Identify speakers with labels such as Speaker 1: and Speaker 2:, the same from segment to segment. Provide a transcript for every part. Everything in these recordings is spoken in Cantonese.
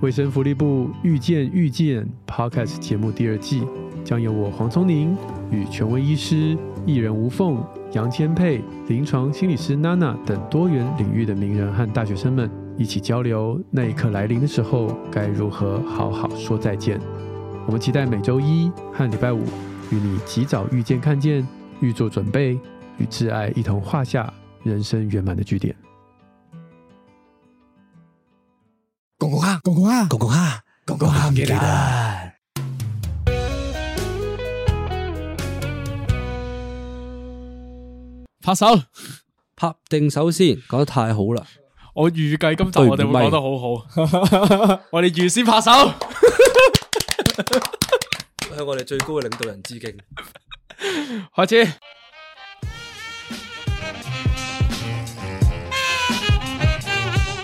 Speaker 1: 卫生福利部《遇见遇见》Podcast 节目第二季将由我黄聪宁与权威医师、艺人吴凤、杨千佩、临床心理师娜娜等多元领域的名人和大学生们一起交流，那一刻来临的时候该如何好好说再见。我们期待每周一和礼拜五与你及早遇见、看见、预做准备，与挚爱一同画下人生圆满的句点。
Speaker 2: 公公哈，公公哈，公公哈，公公哈，唔記得。
Speaker 3: 拍手。
Speaker 4: 拍定手先，講得太好啦！
Speaker 3: 我預計今集
Speaker 4: 對唔
Speaker 3: 我哋會講得好好， 我哋預先拍手。
Speaker 4: 向我哋最高嘅領導人致敬。
Speaker 3: 開始。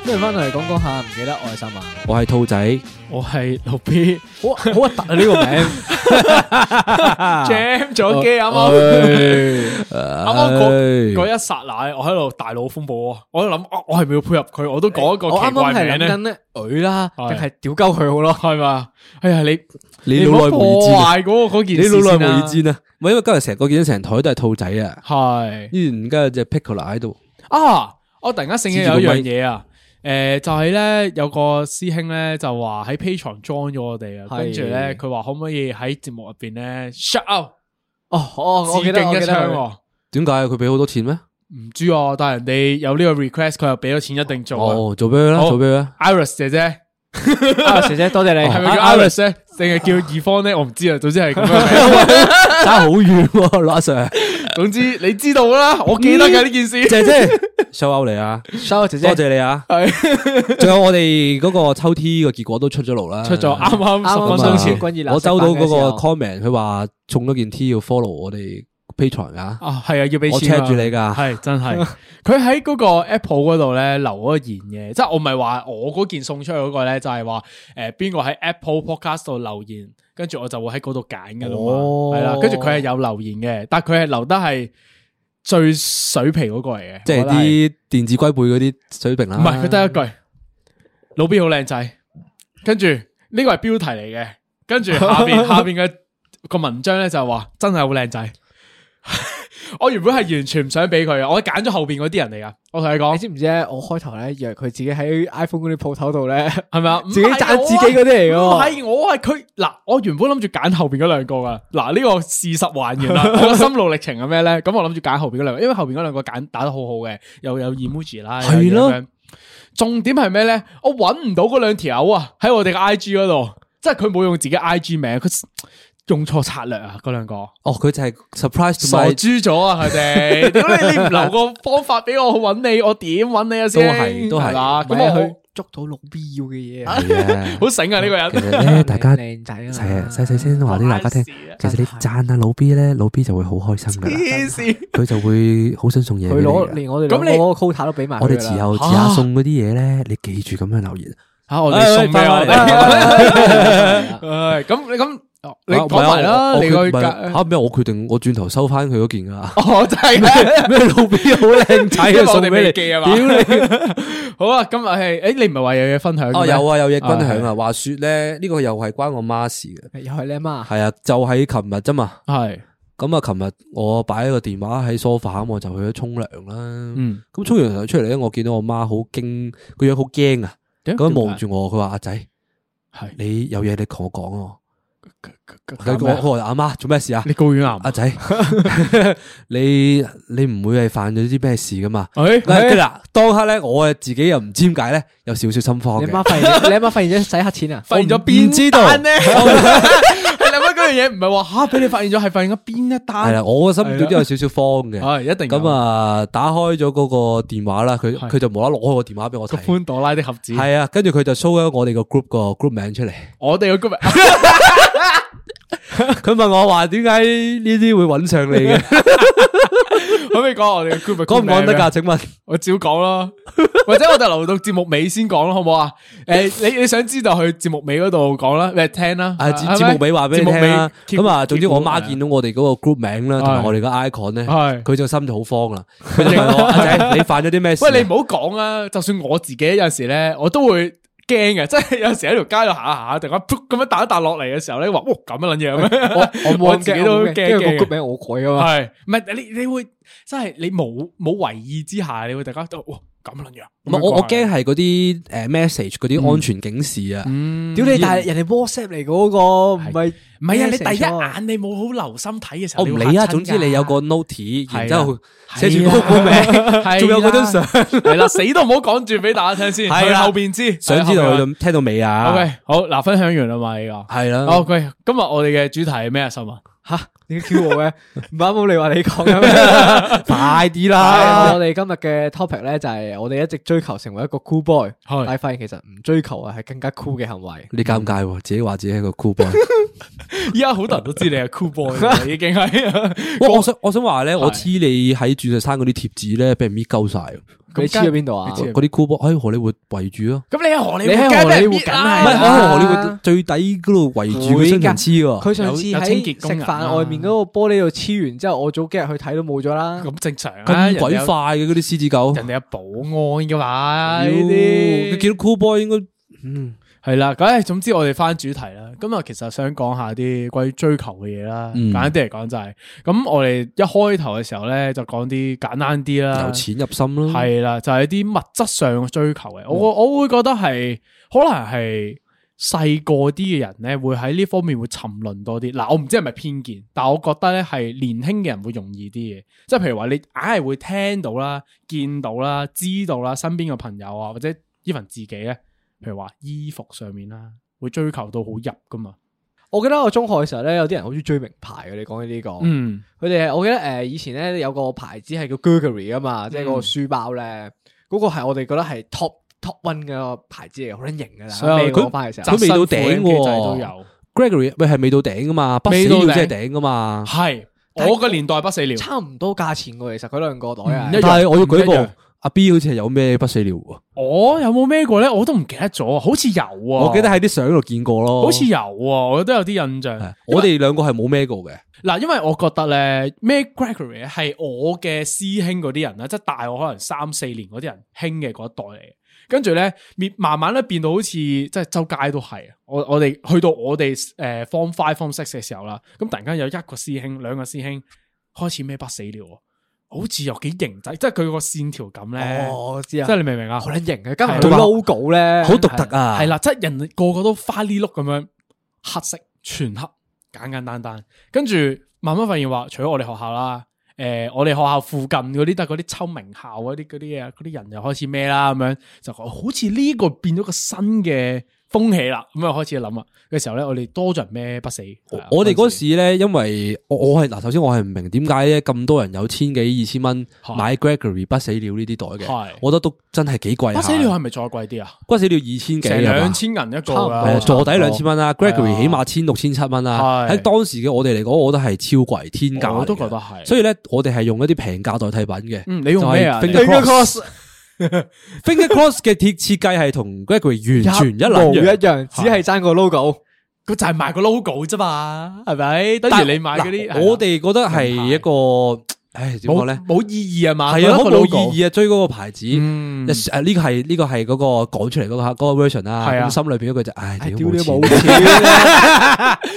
Speaker 2: 跟住翻到嚟講講下，唔記得愛心啊！
Speaker 4: 我係兔仔，
Speaker 3: 我係六 B
Speaker 2: 好好核突啊呢個 名，
Speaker 3: jam 咗機啱啱，啱啱嗰嗰一剎那，我喺度大腦風暴啊！我喺度諗，我我係咪要配合佢？我都講一個
Speaker 2: 我啱
Speaker 3: 奇
Speaker 2: 啱
Speaker 3: 怪
Speaker 2: 係
Speaker 3: 名
Speaker 2: 諗緊
Speaker 3: 咧，
Speaker 2: 咧佢啦，定
Speaker 3: 係
Speaker 2: 係屌鳩佢好咯？
Speaker 3: 係嘛？哎呀，你
Speaker 4: 你
Speaker 3: 唔好
Speaker 4: 老來無
Speaker 3: 破
Speaker 4: 意戰，
Speaker 3: 壞嗰個嗰件
Speaker 4: 你
Speaker 3: 事
Speaker 4: 老
Speaker 3: 先
Speaker 4: 來無
Speaker 3: 啦
Speaker 4: 意。戰啊！唔係因為今日成個見到成台都係兔仔啊，
Speaker 3: 係
Speaker 4: 依然而家有隻 Piccolo 喺度，
Speaker 3: 啊！我突然間醒起有一樣嘢啊，誒就係咧有個師兄咧就話喺 Patreon join 咗我哋啊，
Speaker 2: 係
Speaker 3: 跟住咧佢話可唔可以喺節目入邊咧 shout out
Speaker 2: 哦，我我
Speaker 3: 致
Speaker 2: 記
Speaker 3: 敬
Speaker 2: 得，我
Speaker 3: 一
Speaker 2: 記得
Speaker 3: 槍
Speaker 2: 佢。
Speaker 3: 喎。
Speaker 4: 點解佢俾好多錢咩？
Speaker 3: 唔知啊，但係人哋有呢個 request，佢又俾咗錢，一定做啊。
Speaker 4: 哦，做俾佢啦，
Speaker 3: 好
Speaker 4: 做俾佢啦。
Speaker 3: Iris 姐姐
Speaker 2: 啊，姐姐多謝你，
Speaker 3: 係咪叫 Iris 咧，定係叫二方咧？我唔知啊。總之係咁 樣名。
Speaker 4: 差好遠喎，羅阿 Sir，
Speaker 3: 總之你知道啦，我記得㗎呢件 事。
Speaker 4: 姐姐 收歐你啊，
Speaker 2: 收姐姐
Speaker 4: 多？謝你啊！
Speaker 3: 係
Speaker 4: 仲有我哋嗰個抽 T 個結果都出咗爐啦，
Speaker 3: 出咗啱
Speaker 2: 啱
Speaker 3: 啱
Speaker 2: 啱
Speaker 3: 十
Speaker 4: 咁啊
Speaker 2: 上
Speaker 3: 分鐘前
Speaker 2: 次君怡
Speaker 4: 我收到嗰個 comment，佢話中咗件 T 要 follow 我哋 Patreon 噶，
Speaker 3: 啊，係啊，要俾
Speaker 4: 我
Speaker 3: 錢
Speaker 4: check
Speaker 3: 啊
Speaker 4: 住你噶。
Speaker 3: 係真係，佢喺嗰個 Apple 嗰度咧留咗個言嘅，即係我唔係話我嗰件送出去嗰個咧，就係話誒邊個喺 Apple Podcast 度留言，跟住我就會喺嗰度揀噶啦嘛，
Speaker 4: 哦
Speaker 3: 係啦，跟住佢係有留言嘅，但係佢係留得係最水皮嗰個嚟嘅，
Speaker 4: 即係
Speaker 3: 我覺得係
Speaker 4: 啲電子龜背嗰啲水平啦。
Speaker 3: 唔係佢得一句老 B 好靚仔，跟住呢個係標題嚟嘅，跟住下邊下邊嘅個文章咧就係話真係好靚仔。 我原本係完全唔想俾佢嘅，我揀咗後邊嗰啲人嚟噶。我同 你
Speaker 2: 你
Speaker 3: 講，
Speaker 2: 知唔知咧？我開頭咧以為佢自己喺 iPhone 嗰啲鋪頭度咧，
Speaker 3: 係咪啊？唔係
Speaker 2: 自己賺自己嗰啲嚟
Speaker 3: 我啊唔
Speaker 2: 嘅
Speaker 3: 係我係佢嗱，我原本諗住揀後邊嗰兩個噶。嗱，呢個事實還原啦，我心路歷程係咩咧？咁我諗住揀後邊嗰兩個，因為後邊嗰兩個揀打得好好嘅，又有 emoji 啦，又有
Speaker 4: 係咯
Speaker 3: 咁樣。重點係咩咧？我揾唔到嗰兩條友啊，喺我哋嘅 I G 嗰度，即係佢冇用自己 I G 名，佢用錯策略啊！嗰兩個
Speaker 4: 哦，佢就係 surprise 同
Speaker 3: 傻
Speaker 4: 埋
Speaker 3: 豬咗啊！佢哋， 屌你你唔留個方法俾我去揾你，我點揾你啊？
Speaker 4: 都
Speaker 3: 先
Speaker 4: 係都係
Speaker 3: 啦，
Speaker 2: 咁
Speaker 3: 咁啊
Speaker 2: 我
Speaker 3: 我
Speaker 2: 去捉到老 B 要嘅嘢啊，
Speaker 4: 係
Speaker 3: 好醒啊！呢個人
Speaker 4: 其實 咧，大家
Speaker 2: 靚仔啊，
Speaker 4: 細細細聲話俾大家聽，其實你讚下老 B 咧，老 B 就會好開心噶啦，
Speaker 3: 啊黐線。
Speaker 4: 佢就會好想送嘢俾
Speaker 2: 佢攞
Speaker 4: 你㗎。
Speaker 2: 連我哋
Speaker 3: 咁
Speaker 2: 咁
Speaker 3: 你
Speaker 2: 你嗰個 quota 都俾埋佢
Speaker 4: 我
Speaker 2: 啦
Speaker 4: 哋之
Speaker 3: 啊
Speaker 4: 後遲下送嗰啲嘢咧，你記住咁樣留言。
Speaker 3: 吓，我哋送咩啊？我
Speaker 4: 哎
Speaker 3: 哋
Speaker 2: 係
Speaker 3: 唉，咁你咁，哦你
Speaker 4: 啊唔
Speaker 3: 講
Speaker 4: 係啊
Speaker 3: 埋啦，
Speaker 4: 我
Speaker 3: 你
Speaker 4: 我決
Speaker 3: 去
Speaker 4: 唔係
Speaker 3: 隔
Speaker 4: 嚇咩？我決定我轉頭收翻佢嗰件噶。
Speaker 3: 我真係
Speaker 4: 咩老 B 好靚仔
Speaker 3: 因為
Speaker 4: 啊，
Speaker 3: 我
Speaker 4: 送
Speaker 3: 哋
Speaker 4: 俾
Speaker 3: 未
Speaker 4: 你。
Speaker 3: 記啊嘛
Speaker 4: 屌 你！
Speaker 3: 好啊！今日係，誒，你唔係話有嘢分享嘅咩？
Speaker 4: 哦，有啊，有嘢分
Speaker 3: 啊
Speaker 4: 享
Speaker 3: 係
Speaker 4: 啊。話說咧，呢個又係關我媽事嘅。
Speaker 2: 又係你阿 媽，
Speaker 4: 係啊，就喺琴日啫嘛。
Speaker 3: 係，
Speaker 4: 咁啊，琴日我擺咗個電話喺 sofa，咁我就去咗沖涼啦。
Speaker 3: 嗯，
Speaker 4: 咁沖完涼出嚟咧，我見到我媽好驚，個樣好驚啊！咁樣望住我，佢話：阿仔，
Speaker 3: 係
Speaker 4: 你有嘢你同我講哦。
Speaker 3: 點
Speaker 4: 佢
Speaker 3: 解，
Speaker 4: 我我話阿媽做咩事啊？
Speaker 3: 你高遠癌
Speaker 4: 阿，仔， 你你唔會係犯咗啲咩事噶嘛？
Speaker 3: 誒，
Speaker 4: 嗱，
Speaker 3: 誒
Speaker 4: 嗱當刻咧，我啊自己又唔知點解咧，有少少心慌
Speaker 2: 你
Speaker 4: 嘅
Speaker 2: 阿。媽發現你阿媽發現咗洗黑錢啊，
Speaker 3: 發現 咗
Speaker 4: 唔
Speaker 3: 邊
Speaker 4: 知道
Speaker 3: 單咧？你諗下佢嘢唔系话吓俾你发现咗，系发现咗边一
Speaker 4: 系
Speaker 3: 单
Speaker 4: 啦，我個心裏都有少少慌嘅。
Speaker 3: 系一定有
Speaker 4: 咁啊，打開咗嗰個電話啦，佢
Speaker 3: 係
Speaker 4: 佢就無啦啦攞個電話俾我
Speaker 3: 個
Speaker 4: 睇。
Speaker 3: 潘朵拉的盒子，
Speaker 4: 係啊，跟住佢就 show 咗我哋個 group 個 group 名 出嚟。
Speaker 3: 我哋個 group
Speaker 4: 佢問我話點解呢啲會揾上你 嘅？
Speaker 3: 可唔可以讲我哋嘅 group
Speaker 4: 講唔講得
Speaker 3: 㗎
Speaker 4: 㗎？請問
Speaker 3: 我照講啦， 或者我哋留到節目尾先講啦，好唔好啊？诶、你你想知道去節目尾嗰度講啦，你聽啦。
Speaker 4: 啊，節
Speaker 3: 係
Speaker 4: 節
Speaker 3: 咪
Speaker 4: 目尾話俾你
Speaker 3: 節目
Speaker 4: 聽啦。
Speaker 3: 尾
Speaker 4: 咁啊，總之我媽
Speaker 3: keep-
Speaker 4: 見到我哋嗰個 group 名啦，同埋
Speaker 3: 係
Speaker 4: 我哋嘅 icon 咧，
Speaker 3: 係
Speaker 4: 佢就心就好慌 啦。佢就問我阿仔，你犯咗啲咩事啊？
Speaker 3: 喂，你唔好講啊！就算我自己有阵时咧，我都會驚嘅， 即係有時喺條街度行下行，突然間噗咁樣彈一彈落嚟嘅時候咧，話哇咁樣 捻嘢咁樣，
Speaker 5: 我
Speaker 4: 啊
Speaker 5: 冇咁
Speaker 3: 自己
Speaker 5: 驚
Speaker 3: 都
Speaker 5: 我
Speaker 3: 驚
Speaker 5: 冇咁驚因為
Speaker 3: 驚
Speaker 5: 個 group 名我
Speaker 2: 啊
Speaker 5: 改噶嘛，
Speaker 3: 係唔係你你會真係你冇冇為意之下，你會突然間哇咁撚樣。
Speaker 4: 唔係我我惊系嗰啲诶 message 嗰
Speaker 3: 嗯
Speaker 4: 啲安全警示啊。
Speaker 5: 屌你！但係人哋 WhatsApp 嚟嗰個唔係
Speaker 3: 唔嗯係啊！你第一
Speaker 5: message 喎
Speaker 3: 眼你冇好留心睇嘅時候，
Speaker 4: 我唔理啊，
Speaker 3: 你會嚇親
Speaker 4: 總
Speaker 3: 㗎
Speaker 4: 之你有個 note，
Speaker 3: 係啦啊
Speaker 4: 然之后寫住嗰 個名，仲有嗰張相，
Speaker 3: 系啦，死都唔好講住俾大家聽先，
Speaker 4: 係
Speaker 3: 係
Speaker 4: 啦
Speaker 3: 後边知，
Speaker 4: 想知道
Speaker 3: 係後
Speaker 4: 佢
Speaker 3: 面
Speaker 4: 到聽到未
Speaker 3: 啊
Speaker 4: 啊
Speaker 3: OK，好嗱，分享完啦嘛呢個。
Speaker 4: 係啦，
Speaker 3: OK，今日我哋嘅主題係咩啊？新聞
Speaker 5: 吓，點解 Q 我嘅？唔啱好你話你講嘅咩？
Speaker 4: 快啲
Speaker 5: 係
Speaker 3: 啊
Speaker 4: 啦
Speaker 5: 我，哋今日嘅 topic 咧就係我哋一直追求成為一個 cool boy，
Speaker 3: 係
Speaker 5: 但係發現其實唔追求啊係更加 cool 嘅行為。
Speaker 4: 你尷尬喎，自己話自己係個 cool boy。
Speaker 3: 依家好多人都知你係 cool boy，啦已經係。
Speaker 4: 哇我想我想話咧，我黐你喺鑽石山嗰啲貼紙咧，俾人搣鳩晒，
Speaker 5: 你黐咗邊度啊
Speaker 3: 你？黐
Speaker 4: 嗰啲 cool boy 喺荷里活圍住咯。
Speaker 3: 咁你喺荷里
Speaker 5: 你
Speaker 3: 活
Speaker 5: 喺
Speaker 3: 梗係俾人
Speaker 5: 荷里活
Speaker 3: 搣啦
Speaker 4: 唔
Speaker 5: 係
Speaker 4: 係
Speaker 5: 梗
Speaker 4: 我
Speaker 5: 啊
Speaker 4: 喺荷里活最底嗰度圍住佢
Speaker 5: 會
Speaker 4: 身
Speaker 5: 㗎
Speaker 4: 人黐喎。
Speaker 5: 佢上次
Speaker 3: 啊有有清潔
Speaker 5: 喺
Speaker 3: 工
Speaker 5: 食
Speaker 3: 人啊
Speaker 5: 飯外面嗰個玻璃度黐完之後，我早幾日去睇都冇咗啦。
Speaker 3: 咁正常
Speaker 4: 咁
Speaker 3: 啊，
Speaker 4: 鬼
Speaker 3: 人哋有
Speaker 4: 快嘅嗰啲獅子狗，
Speaker 3: 人哋有保安噶嘛
Speaker 4: 妖
Speaker 3: 呢
Speaker 4: 你
Speaker 3: 啲。
Speaker 4: 見到 cool boy 應該。
Speaker 3: 系啦，咁唉，总之我哋翻主題啦。今日其實想講下啲關於追求嘅嘢啦。
Speaker 4: 嗯
Speaker 3: 簡單啲嚟講就係，咁我哋一開頭嘅時候咧，就講啲簡單啲啦。
Speaker 4: 由錢入心咯，
Speaker 3: 系啦，就係啲物質上嘅追求嘅。我我會覺得係可能係細個啲嘅人咧，會喺呢方面會沉淪多啲。嗱，我唔知係咪偏見，但我覺得咧係年輕嘅人會容易啲嘅。即係譬如話，你硬係會聽到啦、見到啦、知道啦，身邊嘅朋友啊，或者 even 自己咧，譬如話衣服上面啦，會追求到好入噶嘛。
Speaker 5: 我記得我中學嘅時候咧，有啲人好中意追名牌嘅。你講起呢個，
Speaker 3: 嗯，
Speaker 5: 佢哋係我記得誒以前咧有個牌子係叫 Gurgery 啊嘛，即係嗰個書包咧，嗰個係我哋覺得係 top top one 嘅牌子嚟，好撚型㗎啦。
Speaker 3: 嗯所以
Speaker 5: 孭
Speaker 3: 佢
Speaker 5: 嗰班嘅時候
Speaker 4: 佢，未到頂
Speaker 3: 機制都
Speaker 4: 喎
Speaker 3: 有。
Speaker 4: Gregory 喂係未到頂噶嘛，不死
Speaker 3: 未到
Speaker 4: 鳥
Speaker 3: 頂
Speaker 4: 先係頂噶嘛。
Speaker 3: 係
Speaker 5: 但係
Speaker 3: 我個年代不死鳥。
Speaker 5: 差唔多價錢喎，其實佢兩個袋啊
Speaker 3: 唔一樣
Speaker 4: 但係我要舉
Speaker 3: 唔一樣
Speaker 4: 報阿 뭐? 아, B 好似係有咩不死鳥喎，
Speaker 3: 我哦有冇孭過咧？我都唔記得咗，好似有啊。
Speaker 4: 我記得喺啲相度見過咯。
Speaker 3: 好似有啊，我都有啲印象
Speaker 4: 係。我哋兩個係冇咩過嘅，
Speaker 3: 嗱，因為我覺得咧，咩 Gregory 係我嘅師兄嗰啲人啦，啊即係大我可能三四年嗰啲人興嘅嗰一代嚟嘅。跟住咧，變慢慢咧變到好似即係周街都係啊！我我哋去到我哋誒、呃 form five form six 嘅時候啦，咁突然間有一個師兄兩個師兄開始孭不死鳥喎，好似又幾型仔，即係佢個線條感咧，
Speaker 5: 哦，我知
Speaker 3: 即
Speaker 5: 啊，
Speaker 3: 係你明唔明啊？
Speaker 5: 好撚型嘅，加埋
Speaker 3: 係
Speaker 5: 佢
Speaker 3: 啊
Speaker 5: logo 咧，
Speaker 4: 好獨特啊。
Speaker 3: 系，啦，即系人個個都花呢碌咁樣，黑色全黑，簡簡單單。跟住慢慢發現話，除咗我哋學校啦，诶、我哋學校附近嗰啲都係嗰啲抽名校嗰啲嗰啲嘢，嗰啲人又開始咩啦咁樣，就覺得好似呢個變咗個新嘅風氣啦。咁啊開始諗啦嘅時候咧，我哋多咗人咩不死。
Speaker 4: 我哋嗰時咧，因為我我係嗱，首先我係唔明點解咧咁多人有千幾二千蚊
Speaker 3: 係
Speaker 4: 買 Gregory 不死鳥呢啲袋
Speaker 3: 係
Speaker 4: 嘅，我覺得都真係幾貴下。
Speaker 3: 不死鳥係咪再貴啲啊？
Speaker 4: 不死鳥二千幾
Speaker 3: 成
Speaker 4: 係嘛
Speaker 3: 兩千銀一個
Speaker 5: 差唔
Speaker 3: 啊
Speaker 5: 多
Speaker 4: 誒，坐底兩
Speaker 3: 差唔
Speaker 4: 千蚊啦，Gregory 起碼千六千七蚊啦。
Speaker 3: 啊係
Speaker 4: 喺當時嘅我哋嚟講，我覺得係超貴天價嚟嘅。
Speaker 3: 我都覺得係
Speaker 4: 所以咧，我哋係用一啲平價代替品嘅。
Speaker 3: 嗯你用咩啊
Speaker 4: 就係
Speaker 3: 你
Speaker 4: Finger Cross，Finger Cross 嘅鐵設計係同 Gregory 完全一
Speaker 5: 模一
Speaker 4: 撚樣。
Speaker 5: 樣，只係爭個 logo。
Speaker 3: 多佢就係賣個 logo 啫嘛，係咪？等
Speaker 4: 但
Speaker 3: 於你買嗰
Speaker 4: 嗱
Speaker 3: 啲，係啦
Speaker 4: 我哋覺得係一個，唉，點講咧
Speaker 3: 冇？冇意義啊嘛，
Speaker 4: 係啊，好冇
Speaker 3: 覺得個 logo
Speaker 4: 意義啊！追嗰個牌子，
Speaker 3: 嗯
Speaker 4: 誒啊呢個係呢個係嗰個講出嚟嗰個嗰個 version 啦。
Speaker 3: 係啊
Speaker 4: 咁心裏邊嗰句就唉，屌
Speaker 5: 唉屌你
Speaker 4: 冇錢
Speaker 5: 冇錢！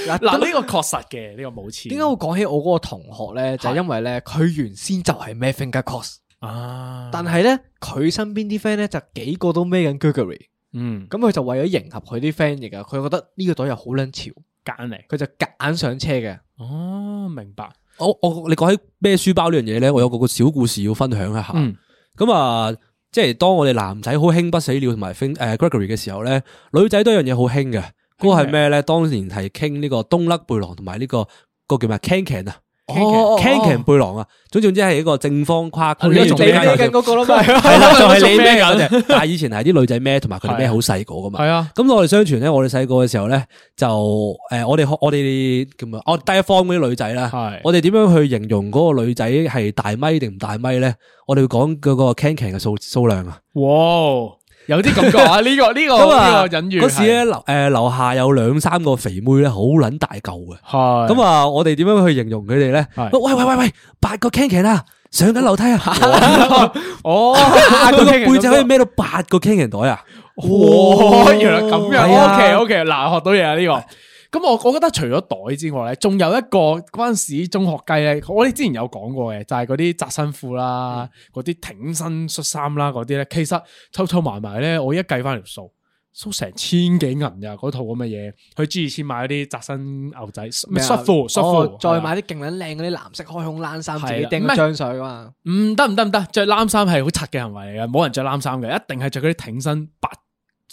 Speaker 3: 嗱，
Speaker 5: 嗱
Speaker 3: 呢個確實嘅，呢個冇錢。
Speaker 5: 點解會講起我嗰個同學咧？就係因為咧，佢原先就係孭 finger cross，
Speaker 3: 啊？
Speaker 5: 但係咧佢身邊啲 friend 咧就幾個都孭緊 Gregory，
Speaker 3: 嗯，
Speaker 5: 咁佢就為咗迎合佢啲 friend 亦啊，佢覺得呢個袋又好撚潮，
Speaker 3: 揀嚟。
Speaker 5: 佢就夾硬上車嘅。
Speaker 3: 哦，明白。
Speaker 4: 我我你講起咩書包呢樣嘢咧，我有個個小故事要分享一下。
Speaker 3: 嗯
Speaker 4: 咁啊，即係當我哋男仔好興不死鳥同埋 Fin- 誒 Gregory 嘅時候咧，女仔都有樣嘢好興嘅，嗰個係咩咧？當年係傾呢個東甩背囊同埋呢個個叫咩 Cancan 啊 Cancan 背囊啊，總之總之係一個正方跨
Speaker 3: 哦
Speaker 4: 佢
Speaker 3: 你
Speaker 4: 呢
Speaker 3: 仲
Speaker 4: 種
Speaker 5: 你
Speaker 3: 孭
Speaker 5: 孭緊嗰個啦 嘛，
Speaker 4: 係 啦，就係你
Speaker 3: 孭
Speaker 4: 孭緊嘅。但係以前係啲女仔孭，同埋佢哋孭好細個噶嘛
Speaker 3: 系。啊，
Speaker 4: 咁我哋相傳咧，我哋細個嘅時候咧，就诶、呃我哋學我哋叫咩？啊我低一方嗰啲女仔啦
Speaker 3: 係，
Speaker 4: 我哋點樣去形容嗰個女仔係大咪定唔大咪咧？我哋會講嗰個 can can 嘅數数量啊。
Speaker 3: 哇，有啲感覺啊！呢個呢
Speaker 4: 咁
Speaker 3: 個
Speaker 4: 啊，
Speaker 3: 呢個隱喻
Speaker 4: 嗰時咧樓诶楼下有兩三個肥妹咧，好撚大嚿嘅。
Speaker 3: 係，系
Speaker 4: 咁啊，我哋點樣去形容佢哋咧？
Speaker 3: 係
Speaker 4: 喂喂喂喂，八個 can can 啊，上緊樓梯啊，
Speaker 3: 哦，
Speaker 4: 佢個背脊可以孭到八個 can can 袋啊！
Speaker 3: 哇，原
Speaker 5: 哦
Speaker 3: 來咁樣
Speaker 4: 係啊
Speaker 3: o k OK，嗱，學到嘢啊呢個。咁我我覺得除咗袋之外咧，仲有一個嗰陣時中學雞咧，我哋之前有講過嘅，就係嗰啲窄身褲啦，
Speaker 5: 嗯
Speaker 3: 嗰啲挺身恤衫啦，嗰啲咧，其實抽抽埋埋咧，我一計翻條數，數成千幾銀㗎嗰套咁嘅嘢，去 G 二千買嗰啲窄身牛仔，咩
Speaker 5: 咩啊
Speaker 3: 恤褲恤
Speaker 5: 哦
Speaker 3: 褲，
Speaker 5: 再買啲勁撚靚嗰啲藍色開胸冷
Speaker 3: 係
Speaker 5: 衫，自
Speaker 3: 啦
Speaker 5: 己
Speaker 3: 唔
Speaker 5: 釘
Speaker 3: 係
Speaker 5: 個張水噶嘛。
Speaker 3: 唔得唔得唔得，着冷衫係好柒嘅行為嚟嘅，冇人着冷衫嘅，一定係着嗰啲挺身白，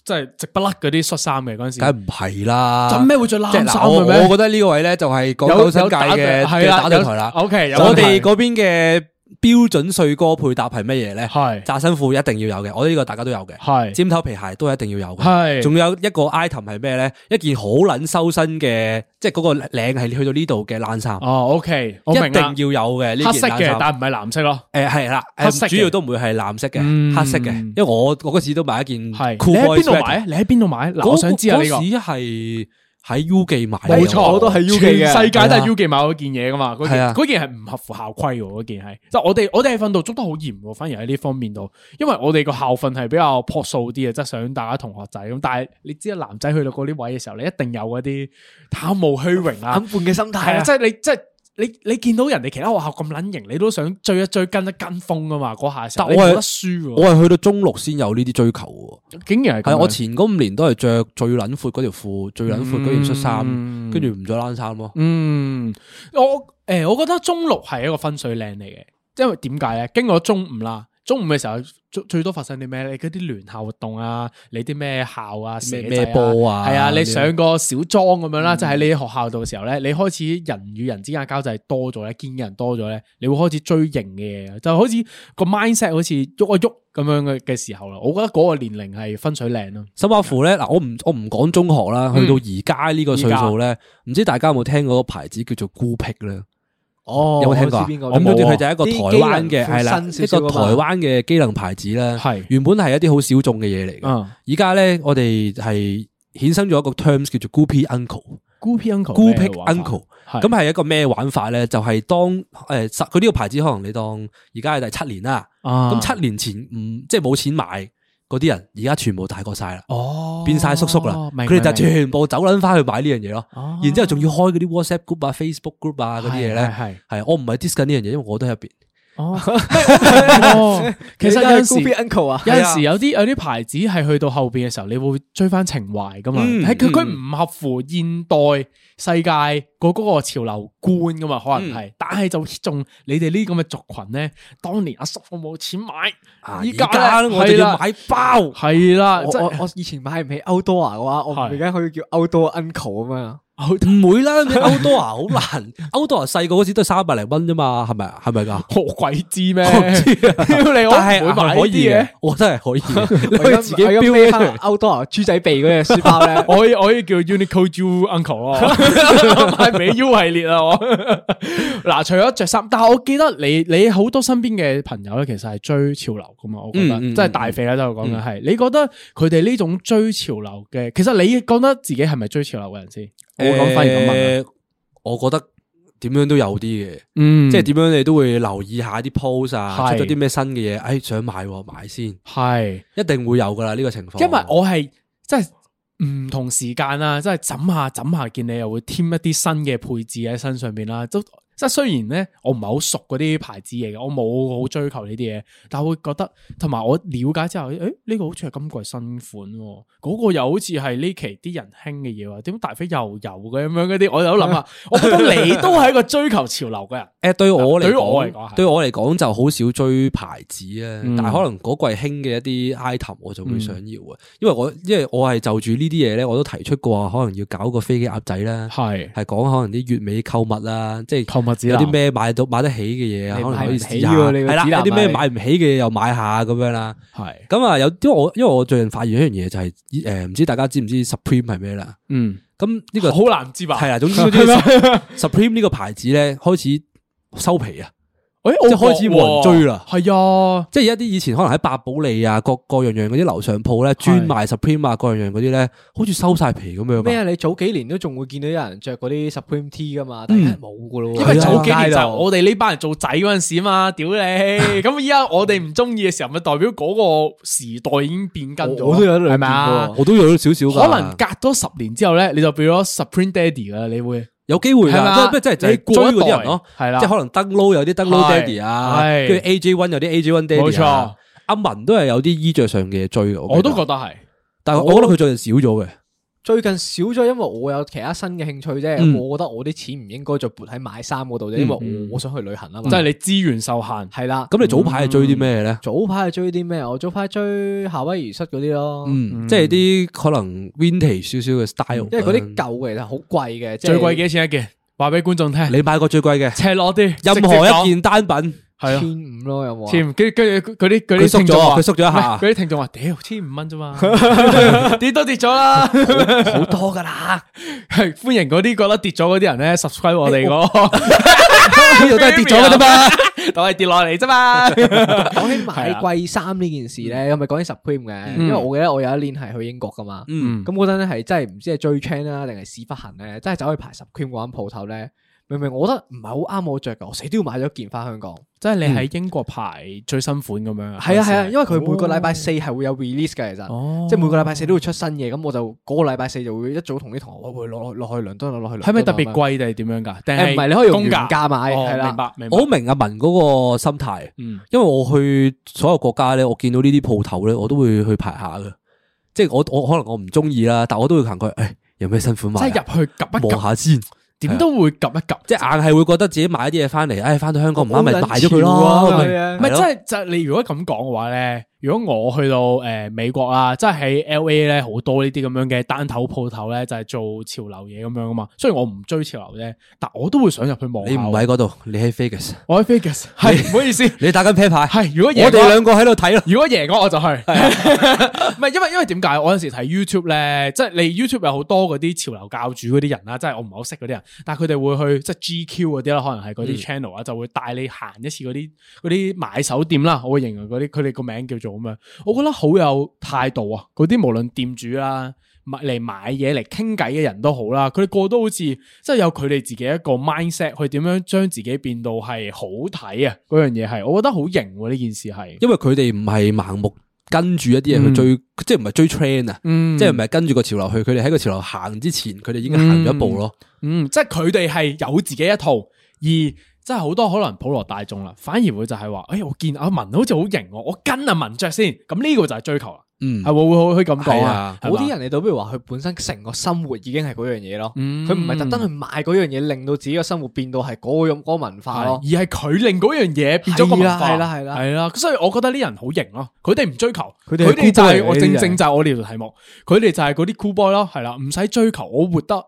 Speaker 3: 即係直不甩嗰啲恤衫嘅嗰陣時。
Speaker 4: 梗係唔係啦，
Speaker 3: 做咩會着冷
Speaker 4: 啊即係
Speaker 3: 衫
Speaker 4: 嗱
Speaker 3: 嘅
Speaker 4: 我我
Speaker 3: 咩？
Speaker 4: 覺得呢個位咧就係港九新界嘅
Speaker 3: 係啊
Speaker 4: 嘅打對台啦。
Speaker 3: O K，
Speaker 4: 我哋嗰邊嘅標準帥哥配搭係乜嘢咧？
Speaker 3: 係
Speaker 4: 窄身褲一定要有嘅，我覺得呢個大家都有嘅。
Speaker 3: 係
Speaker 4: 尖頭皮鞋都一定要有嘅。
Speaker 3: 係
Speaker 4: 仲有一個 item 係咩咧？一件好撚修身嘅，即係嗰個領係去到呢度嘅冷衫，
Speaker 3: 哦，O K，我
Speaker 4: 一
Speaker 3: 明
Speaker 4: 定
Speaker 3: 啦
Speaker 4: 要，有嘅呢
Speaker 3: 黑
Speaker 4: 件
Speaker 3: 色
Speaker 4: 冷
Speaker 3: 嘅，
Speaker 4: 衫。
Speaker 3: 但唔係藍色咯。
Speaker 4: 誒係啦，
Speaker 3: 黑色
Speaker 4: 誒
Speaker 3: 嘅
Speaker 4: 主要都唔會係藍色
Speaker 3: 嗯
Speaker 4: 嘅，黑色嘅。因為我我嗰時都買一件
Speaker 3: 係
Speaker 4: 嗯 Cool
Speaker 3: 你喺
Speaker 4: Boy
Speaker 3: 邊
Speaker 4: sweater
Speaker 3: 度買？你喺邊度買？嗱，
Speaker 4: 嗰
Speaker 3: 我想知啊
Speaker 4: 嗰
Speaker 3: 呢個。
Speaker 4: 時係喺 U 記買嘅，
Speaker 3: 冇錯，
Speaker 5: 我都係 U 記嘅
Speaker 3: 全世界都
Speaker 4: 係
Speaker 3: 係
Speaker 4: 啊
Speaker 3: U 記買嗰件嘢噶嘛，嗰
Speaker 4: 係
Speaker 3: 件
Speaker 4: 啊
Speaker 3: 嗰件係唔合乎校規喎，嗰件係，即係我哋我哋係訓導捉得好嚴喎，反而喺呢方面度，因為我哋個校訓係比較樸素啲嘅，啊即係想大家同學仔咁，但係你知啦，男仔去到嗰啲位嘅時候，你一定有嗰啲貪慕虛榮啊
Speaker 5: 反，叛嘅心
Speaker 3: 係
Speaker 5: 態
Speaker 3: 啊，
Speaker 5: 啊
Speaker 3: 即，係你即係。你你見到人哋其他學校咁撚型，你都想追一追跟一跟風啊嘛！嗰下嘅時候
Speaker 4: 但
Speaker 3: 你
Speaker 4: 我係
Speaker 3: 冇得輸喎，
Speaker 4: 我係去到中六先有呢啲追求喎。
Speaker 3: 竟然係啊
Speaker 4: 係啊
Speaker 3: 咁
Speaker 4: 我
Speaker 3: 樣
Speaker 4: 前嗰五年都係着最撚闊嗰條褲，最撚闊嗰件恤
Speaker 3: 嗯
Speaker 4: 衫，跟住唔着冷衫咯。
Speaker 3: 嗯，我诶、我覺得中六係一個分水嶺嚟嘅，因為點解咧？經過中午啦，中午嘅時候最最多發生啲咩咧？你嗰啲聯校活動啊，你啲咩校啊，社
Speaker 4: 咩
Speaker 3: 仔
Speaker 4: 咩波啊
Speaker 3: 係啊，你
Speaker 4: 呢啲嗯
Speaker 3: 上個小莊咁樣啦，即係喺你學校度嘅時候咧，你開始人與人之間嘅交際多咗咧，見嘅人多咗咧，你會開始追型嘅嘢，就好似個 mindset 好似喐一喐咁樣嘅嘅時候啦。我覺得嗰個年齡係分水嶺咯。
Speaker 4: 甚至乎咧，嗱，我唔我唔講中學啦，去到而家呢個歲數咧，唔知大家有冇聽過個牌子叫做孤僻咧？
Speaker 5: 哦
Speaker 4: 有冇聽過啊？
Speaker 5: 我
Speaker 4: 咁總
Speaker 5: 冇
Speaker 4: 之
Speaker 5: 啊
Speaker 4: 佢就係一個台灣嘅，
Speaker 5: 啲機能褲
Speaker 4: 係
Speaker 3: 啊
Speaker 4: 啦，
Speaker 5: 新
Speaker 4: 一
Speaker 5: 少少
Speaker 4: 個
Speaker 5: 㗎嘛
Speaker 4: 台灣嘅機能牌子咧，
Speaker 3: 係
Speaker 4: 原本係一啲好小眾嘅嘢嚟嘅。
Speaker 3: 嗯，
Speaker 4: 而家咧，我哋係衍生咗一個 terms 叫做孤僻 uncle。
Speaker 3: 孤僻 uncle，
Speaker 4: 孤僻
Speaker 3: 咩玩法
Speaker 4: uncle，
Speaker 3: 係
Speaker 4: 咁係一個咩玩法咧？就係、當誒實佢呢個牌子可能你當而家係第七年啦，
Speaker 3: 啊
Speaker 4: 咁、七年前唔即係冇錢買嗰啲人，而家全部大個晒啦，
Speaker 3: 哦，
Speaker 4: 變晒叔叔啦，
Speaker 3: 明
Speaker 4: 佢哋就
Speaker 3: 明明
Speaker 4: 全部走撚翻去買呢樣嘢咯。
Speaker 3: 哦
Speaker 4: 然之後仲要開嗰啲 WhatsApp group 啊、Facebook group 啊嗰啲嘢
Speaker 3: 係
Speaker 4: 咧，
Speaker 3: 係係
Speaker 4: 係我唔係 dis 緊呢樣嘢，因為我都喺入邊。
Speaker 3: 哦， 哦其實有陣時
Speaker 5: 你都係 Goofy Uncle 啊，
Speaker 3: 有
Speaker 4: 係
Speaker 3: 陣
Speaker 4: 啊
Speaker 3: 時有啲有啲牌子係去到後邊嘅時候，你會追翻情懷噶嘛？
Speaker 4: 嗯
Speaker 3: 係佢佢
Speaker 4: 嗯
Speaker 3: 唔合乎現代世界嗰嗰個潮流觀噶嘛？可
Speaker 4: 嗯
Speaker 3: 能係，但係就仲你哋呢咁嘅族群咧，當年阿叔我冇錢買，
Speaker 4: 啊
Speaker 3: 依
Speaker 4: 而
Speaker 3: 家
Speaker 4: 家
Speaker 3: 呢
Speaker 4: 我哋要買包，
Speaker 3: 係啦，
Speaker 5: 我
Speaker 3: 即
Speaker 5: 我
Speaker 3: 係
Speaker 5: 我以前買唔起 Outdoor 啊嘅話，我
Speaker 3: 係
Speaker 5: 而家可以叫 Outdoor Uncle 咁樣。
Speaker 4: 唔會啦，你 Outdoor 啊好 難，Outdoor 啊細個嗰時都三百零蚊啫嘛，係咪係咪㗎？
Speaker 3: 我鬼知咩？
Speaker 4: 我唔知啊
Speaker 3: 屌 你，我唔
Speaker 4: 但係
Speaker 3: 會
Speaker 4: 可
Speaker 3: 買呢
Speaker 4: 以啊
Speaker 3: 啲嘢，
Speaker 4: 嘅。，我真係可以嘅，你
Speaker 5: 我而
Speaker 4: 可以
Speaker 5: 家
Speaker 4: 自己
Speaker 5: 我而家
Speaker 4: 標
Speaker 5: 孭
Speaker 4: 咧。
Speaker 5: 翻 Outdoor 豬仔鼻嗰隻書包咧
Speaker 3: 我可以我 可以叫 Uniqlo Jew Uncle 咯，買美 U 系列啊！我 嗱，除咗着衫，但系我記得你你好多身邊嘅朋友咧，其實係追潮流噶嘛，我覺得
Speaker 4: 嗯嗯
Speaker 3: 即係大肥啦，都有講緊係。你覺得佢哋呢種追潮流嘅，其實你覺得自己係咪追潮流嘅人先？我講反而咁問啊，
Speaker 4: 誒我覺得點樣都有啲嘅，
Speaker 3: 嗯，
Speaker 4: 即係點樣你都會留意下啲 post 啊，
Speaker 3: 係
Speaker 4: 出咗啲咩新嘅嘢，哎想買喎買先，
Speaker 3: 係。
Speaker 4: 一定會有噶啦呢個情況。
Speaker 3: 因為我係即係唔同時間啦，即係枕下枕下見你又會添一啲新嘅配置喺身上邊啦，都即係雖然咧我唔係好熟嗰啲牌子嘢嘅，我冇好追求呢啲嘢，但我會覺得同埋我了解之後，誒、呢、個好似係今季新款喎，嗰、個又好似係呢期啲人興啊 嘅嘢喎，點解大飛又有嘅咁樣嗰啲，我就諗下，我覺得你都係一個追求潮流嘅人。
Speaker 4: 诶，对我嚟
Speaker 3: 對於我嚟講
Speaker 4: 講，
Speaker 3: 係
Speaker 4: 對我嚟講就好少追牌子啊，
Speaker 3: 嗯
Speaker 4: 但係可能嗰季興嘅一啲 item 我就會想要
Speaker 3: 嗯
Speaker 4: 啊，因為我因為我係就住呢啲嘢咧，我都提出過啊話，可能要搞個飛機鴨仔啦，
Speaker 3: 係
Speaker 4: 係講可能啲月尾購物啦，即係
Speaker 3: 購物啊指
Speaker 4: 有
Speaker 3: 南
Speaker 4: 啲咩買到買得起嘅嘢啊，
Speaker 5: 你
Speaker 4: 可能可以
Speaker 5: 買唔起
Speaker 4: 試下，
Speaker 5: 喎你個
Speaker 4: 係啦，
Speaker 5: 指南
Speaker 4: 有啲咩
Speaker 5: 係
Speaker 4: 買唔起嘅嘢又買下咁樣啦。
Speaker 3: 係
Speaker 4: 咁啊，有因為我因為我最近發現一樣嘢就係誒，唔知大家知唔知 Supreme 係咩啦？
Speaker 3: 嗯
Speaker 4: 咁呢啊個
Speaker 3: 好難知吧？
Speaker 4: 係啦，總之嗰啲 Supreme 呢個牌子咧開始收皮啊。
Speaker 3: 誒
Speaker 4: 即係開始冇人追啦
Speaker 3: 係啊，
Speaker 4: 即係一啲以前可能喺百寶利啊，各各樣樣嗰啲樓上鋪咧，專賣 Supreme 啊，各樣樣嗰啲咧，好似收晒皮咁樣啊。
Speaker 5: 咩啊？你早幾年都仲會見到有人着嗰啲 Supreme T 噶嘛，但係而家冇噶咯喎。
Speaker 3: 嗯因
Speaker 4: 為
Speaker 3: 為
Speaker 4: 係啊
Speaker 3: 早幾
Speaker 5: 街
Speaker 3: 年就
Speaker 5: 度
Speaker 3: 係我哋呢班人做仔嗰陣時嘛， 屌你！咁依家我哋唔中意嘅時候，咪代表嗰個時代已經變更咗，
Speaker 5: 我我都有一兩
Speaker 3: 係咪啊
Speaker 5: 見？
Speaker 4: 我都有少少㗎，
Speaker 3: 可能隔多十年之後咧，你就變咗 Supreme Daddy 噶啦，你會
Speaker 4: 有機會
Speaker 3: 係嘛
Speaker 4: 㗎，即係即係就
Speaker 3: 你
Speaker 4: 係
Speaker 3: 過
Speaker 4: 追
Speaker 3: 一
Speaker 4: 嗰啲
Speaker 3: 代
Speaker 4: 人咯，
Speaker 3: 係啦
Speaker 4: 即係可能登 low 有啲登 low
Speaker 3: 係
Speaker 4: daddy 啊，
Speaker 3: 係
Speaker 4: 跟住 AJ One 有啲 AJ One daddy
Speaker 3: 冇錯
Speaker 4: 啊，阿文都係有啲衣着上嘅嘢追嘅，
Speaker 3: 我都覺嗯
Speaker 4: 覺，
Speaker 3: 得係。
Speaker 4: 但係我覺得佢最近少咗嘅，
Speaker 5: 最近少咗，因為我有其他新嘅興趣啫。
Speaker 4: 嗯
Speaker 5: 我覺得我啲錢唔應該再撥喺買衫嗰度啫，因為
Speaker 3: 嗯
Speaker 5: 我我想去旅行啊嘛。
Speaker 3: 即係你資源受限，
Speaker 5: 係啦。
Speaker 4: 咁你早排係追啲咩咧？
Speaker 5: 早排係追啲咩？我早排追夏威夷室嗰啲咯，
Speaker 4: 嗯，即係啲可能 vintage 少少嘅 style，嗯
Speaker 5: 因為嗯嗰啲舊嘅其實好貴嘅，即
Speaker 3: 嗯
Speaker 5: 係
Speaker 3: 最貴幾錢一件？話俾觀眾聽，
Speaker 4: 你買過最貴嘅，
Speaker 3: 赤裸啲，
Speaker 4: 任何一件單品，
Speaker 3: 係啊，
Speaker 5: 千五咯，有冇 啊？
Speaker 3: 千跟跟住嗰啲嗰
Speaker 4: 佢
Speaker 3: 啲
Speaker 4: 縮
Speaker 3: 聽眾
Speaker 4: 咗，啊
Speaker 3: 話
Speaker 4: 佢縮咗一
Speaker 3: 唔係
Speaker 4: 下
Speaker 3: 嗰。啲聽眾話：屌，千五蚊啫 嘛，跌都跌咗啦，好 多噶啦。係歡迎嗰啲覺得跌咗嗰啲人咧，subscribe 我哋嗰呢
Speaker 4: 度都係跌咗㗎啫嘛，
Speaker 3: 都係跌落嚟啫嘛。
Speaker 5: 講起買貴衫呢件事咧，咁咪講起 Supreme 嘅，因為我記得我有一年係去英國噶嘛，
Speaker 4: 嗯
Speaker 5: 咁嗰陣咧係真係唔知係追 chain 啦，定係屎忽痕咧，真係走去排 Supreme 嗰間鋪頭咧，明明我覺得唔係好啱我着嘅，我死都要買咗件翻香港。
Speaker 3: 即係你喺英國排最新款咁 樣。
Speaker 5: 係啊哦係啊，因為佢每個禮拜四係會有 release 嘅，其實，
Speaker 3: 哦
Speaker 5: 即係每個禮拜四都會出新嘢，咁我就嗰個禮拜四就會一早同啲同學，我會落落去倫敦啊，落去倫敦啊。
Speaker 3: 係咪特別
Speaker 5: 咁樣？
Speaker 3: 貴定係點樣㗎？定
Speaker 5: 誒
Speaker 3: 係
Speaker 5: 唔係你可以用
Speaker 3: 公
Speaker 5: 原
Speaker 3: 價
Speaker 5: 價買，
Speaker 3: 哦
Speaker 5: 係啦
Speaker 3: 明白明白。
Speaker 4: 我好明阿文嗰個心態，
Speaker 3: 嗯
Speaker 4: 因為我去所有國家咧，我見到呢啲鋪頭咧，我都會去排下嘅。即係我我可能我唔中意啦，但我都會行過去，誒有咩新款
Speaker 3: 即
Speaker 4: 買
Speaker 3: 係
Speaker 4: 啊？
Speaker 3: 入去及一
Speaker 4: 望
Speaker 3: 及，
Speaker 4: 下先，
Speaker 3: 點都會及一及。
Speaker 4: 即係硬係會覺得自己買啲嘢翻嚟，唉，翻到香港唔啱咪
Speaker 5: 好撚
Speaker 4: 賣咗佢
Speaker 5: 潮啊
Speaker 4: 咯，
Speaker 5: 係啊
Speaker 3: 唔
Speaker 4: 係
Speaker 3: 係，即
Speaker 4: 咯
Speaker 3: 係就係你如果咁講嘅話咧，如果我去到誒美國啦，即係喺 L A 咧好多呢啲咁樣嘅單頭鋪頭咧，就係做潮流嘢咁樣啊嘛。雖然我唔追潮流啫，但我都會想入去望下。
Speaker 4: 你唔喺嗰度，你喺 Vegas，
Speaker 3: 我喺 Vegas，係唔好意思，
Speaker 4: 你打緊啤牌，
Speaker 3: 係如果
Speaker 4: 我
Speaker 3: 贏嘅
Speaker 4: 哋
Speaker 3: 話
Speaker 4: 兩個喺度睇咯。
Speaker 3: 如果贏我我就去， 唔係因為因為點解？我有時睇 YouTube 咧，即係你 YouTube 有好多嗰啲潮流教主嗰啲人啦，即係我唔係好識嗰啲人，但係佢哋會去即係 GQ 嗰啲啦，可能係嗰啲 channel 啊，就會帶你行一次嗰啲嗰啲買手店啦，我會形容嗰啲佢哋個名叫做咁樣，我覺得好有態度啊！嗰啲無論店主啦。買嚟買嘢嚟傾偈嘅人都好啦，佢哋個個都好似即係有佢哋自己一個 mindset 去點樣將自己變到係好睇啊！嗰樣嘢係，我覺得好型喎呢件事係，
Speaker 4: 因為佢哋唔係盲目跟住一啲嘢去追，即係唔係追 trend 啊，
Speaker 3: 嗯
Speaker 4: 即係唔係跟住個潮流去，佢哋喺個潮流行之前，佢哋已經行咗一步咯。
Speaker 3: 嗯，即係佢哋係有自己一套，而即係好多可能普羅大眾啦，反而會就係話，哎，我見阿文好似好型喎，我跟阿文着先，咁呢個就係追求啦，
Speaker 4: 嗯
Speaker 3: 係會會會咁講
Speaker 4: 係
Speaker 3: 啊
Speaker 4: 啊，
Speaker 3: 係嘛
Speaker 5: 嗰啲人你倒不如話佢本身成個生活已經係嗰樣嘢咯，
Speaker 3: 嗯
Speaker 5: 佢唔係特登去買嗰樣嘢，令到自己嘅生活變到係嗰樣嗰個文化
Speaker 3: 係
Speaker 5: 咯。
Speaker 3: 而係佢令嗰樣嘢變咗個
Speaker 5: 係
Speaker 3: 文
Speaker 5: 啦
Speaker 3: 化，
Speaker 5: 係啦係啦
Speaker 3: 係啦，所以我覺得呢人好型咯，佢哋唔追求，佢
Speaker 5: 佢哋係
Speaker 3: 哋就
Speaker 5: cool boy 啊
Speaker 3: 係我
Speaker 5: 嚟嘅
Speaker 3: 正
Speaker 5: 呢啲
Speaker 3: 正
Speaker 5: 人
Speaker 3: 就係我呢條題目，佢哋就係嗰啲 cool boy 咯，係啦，唔使追求，我活得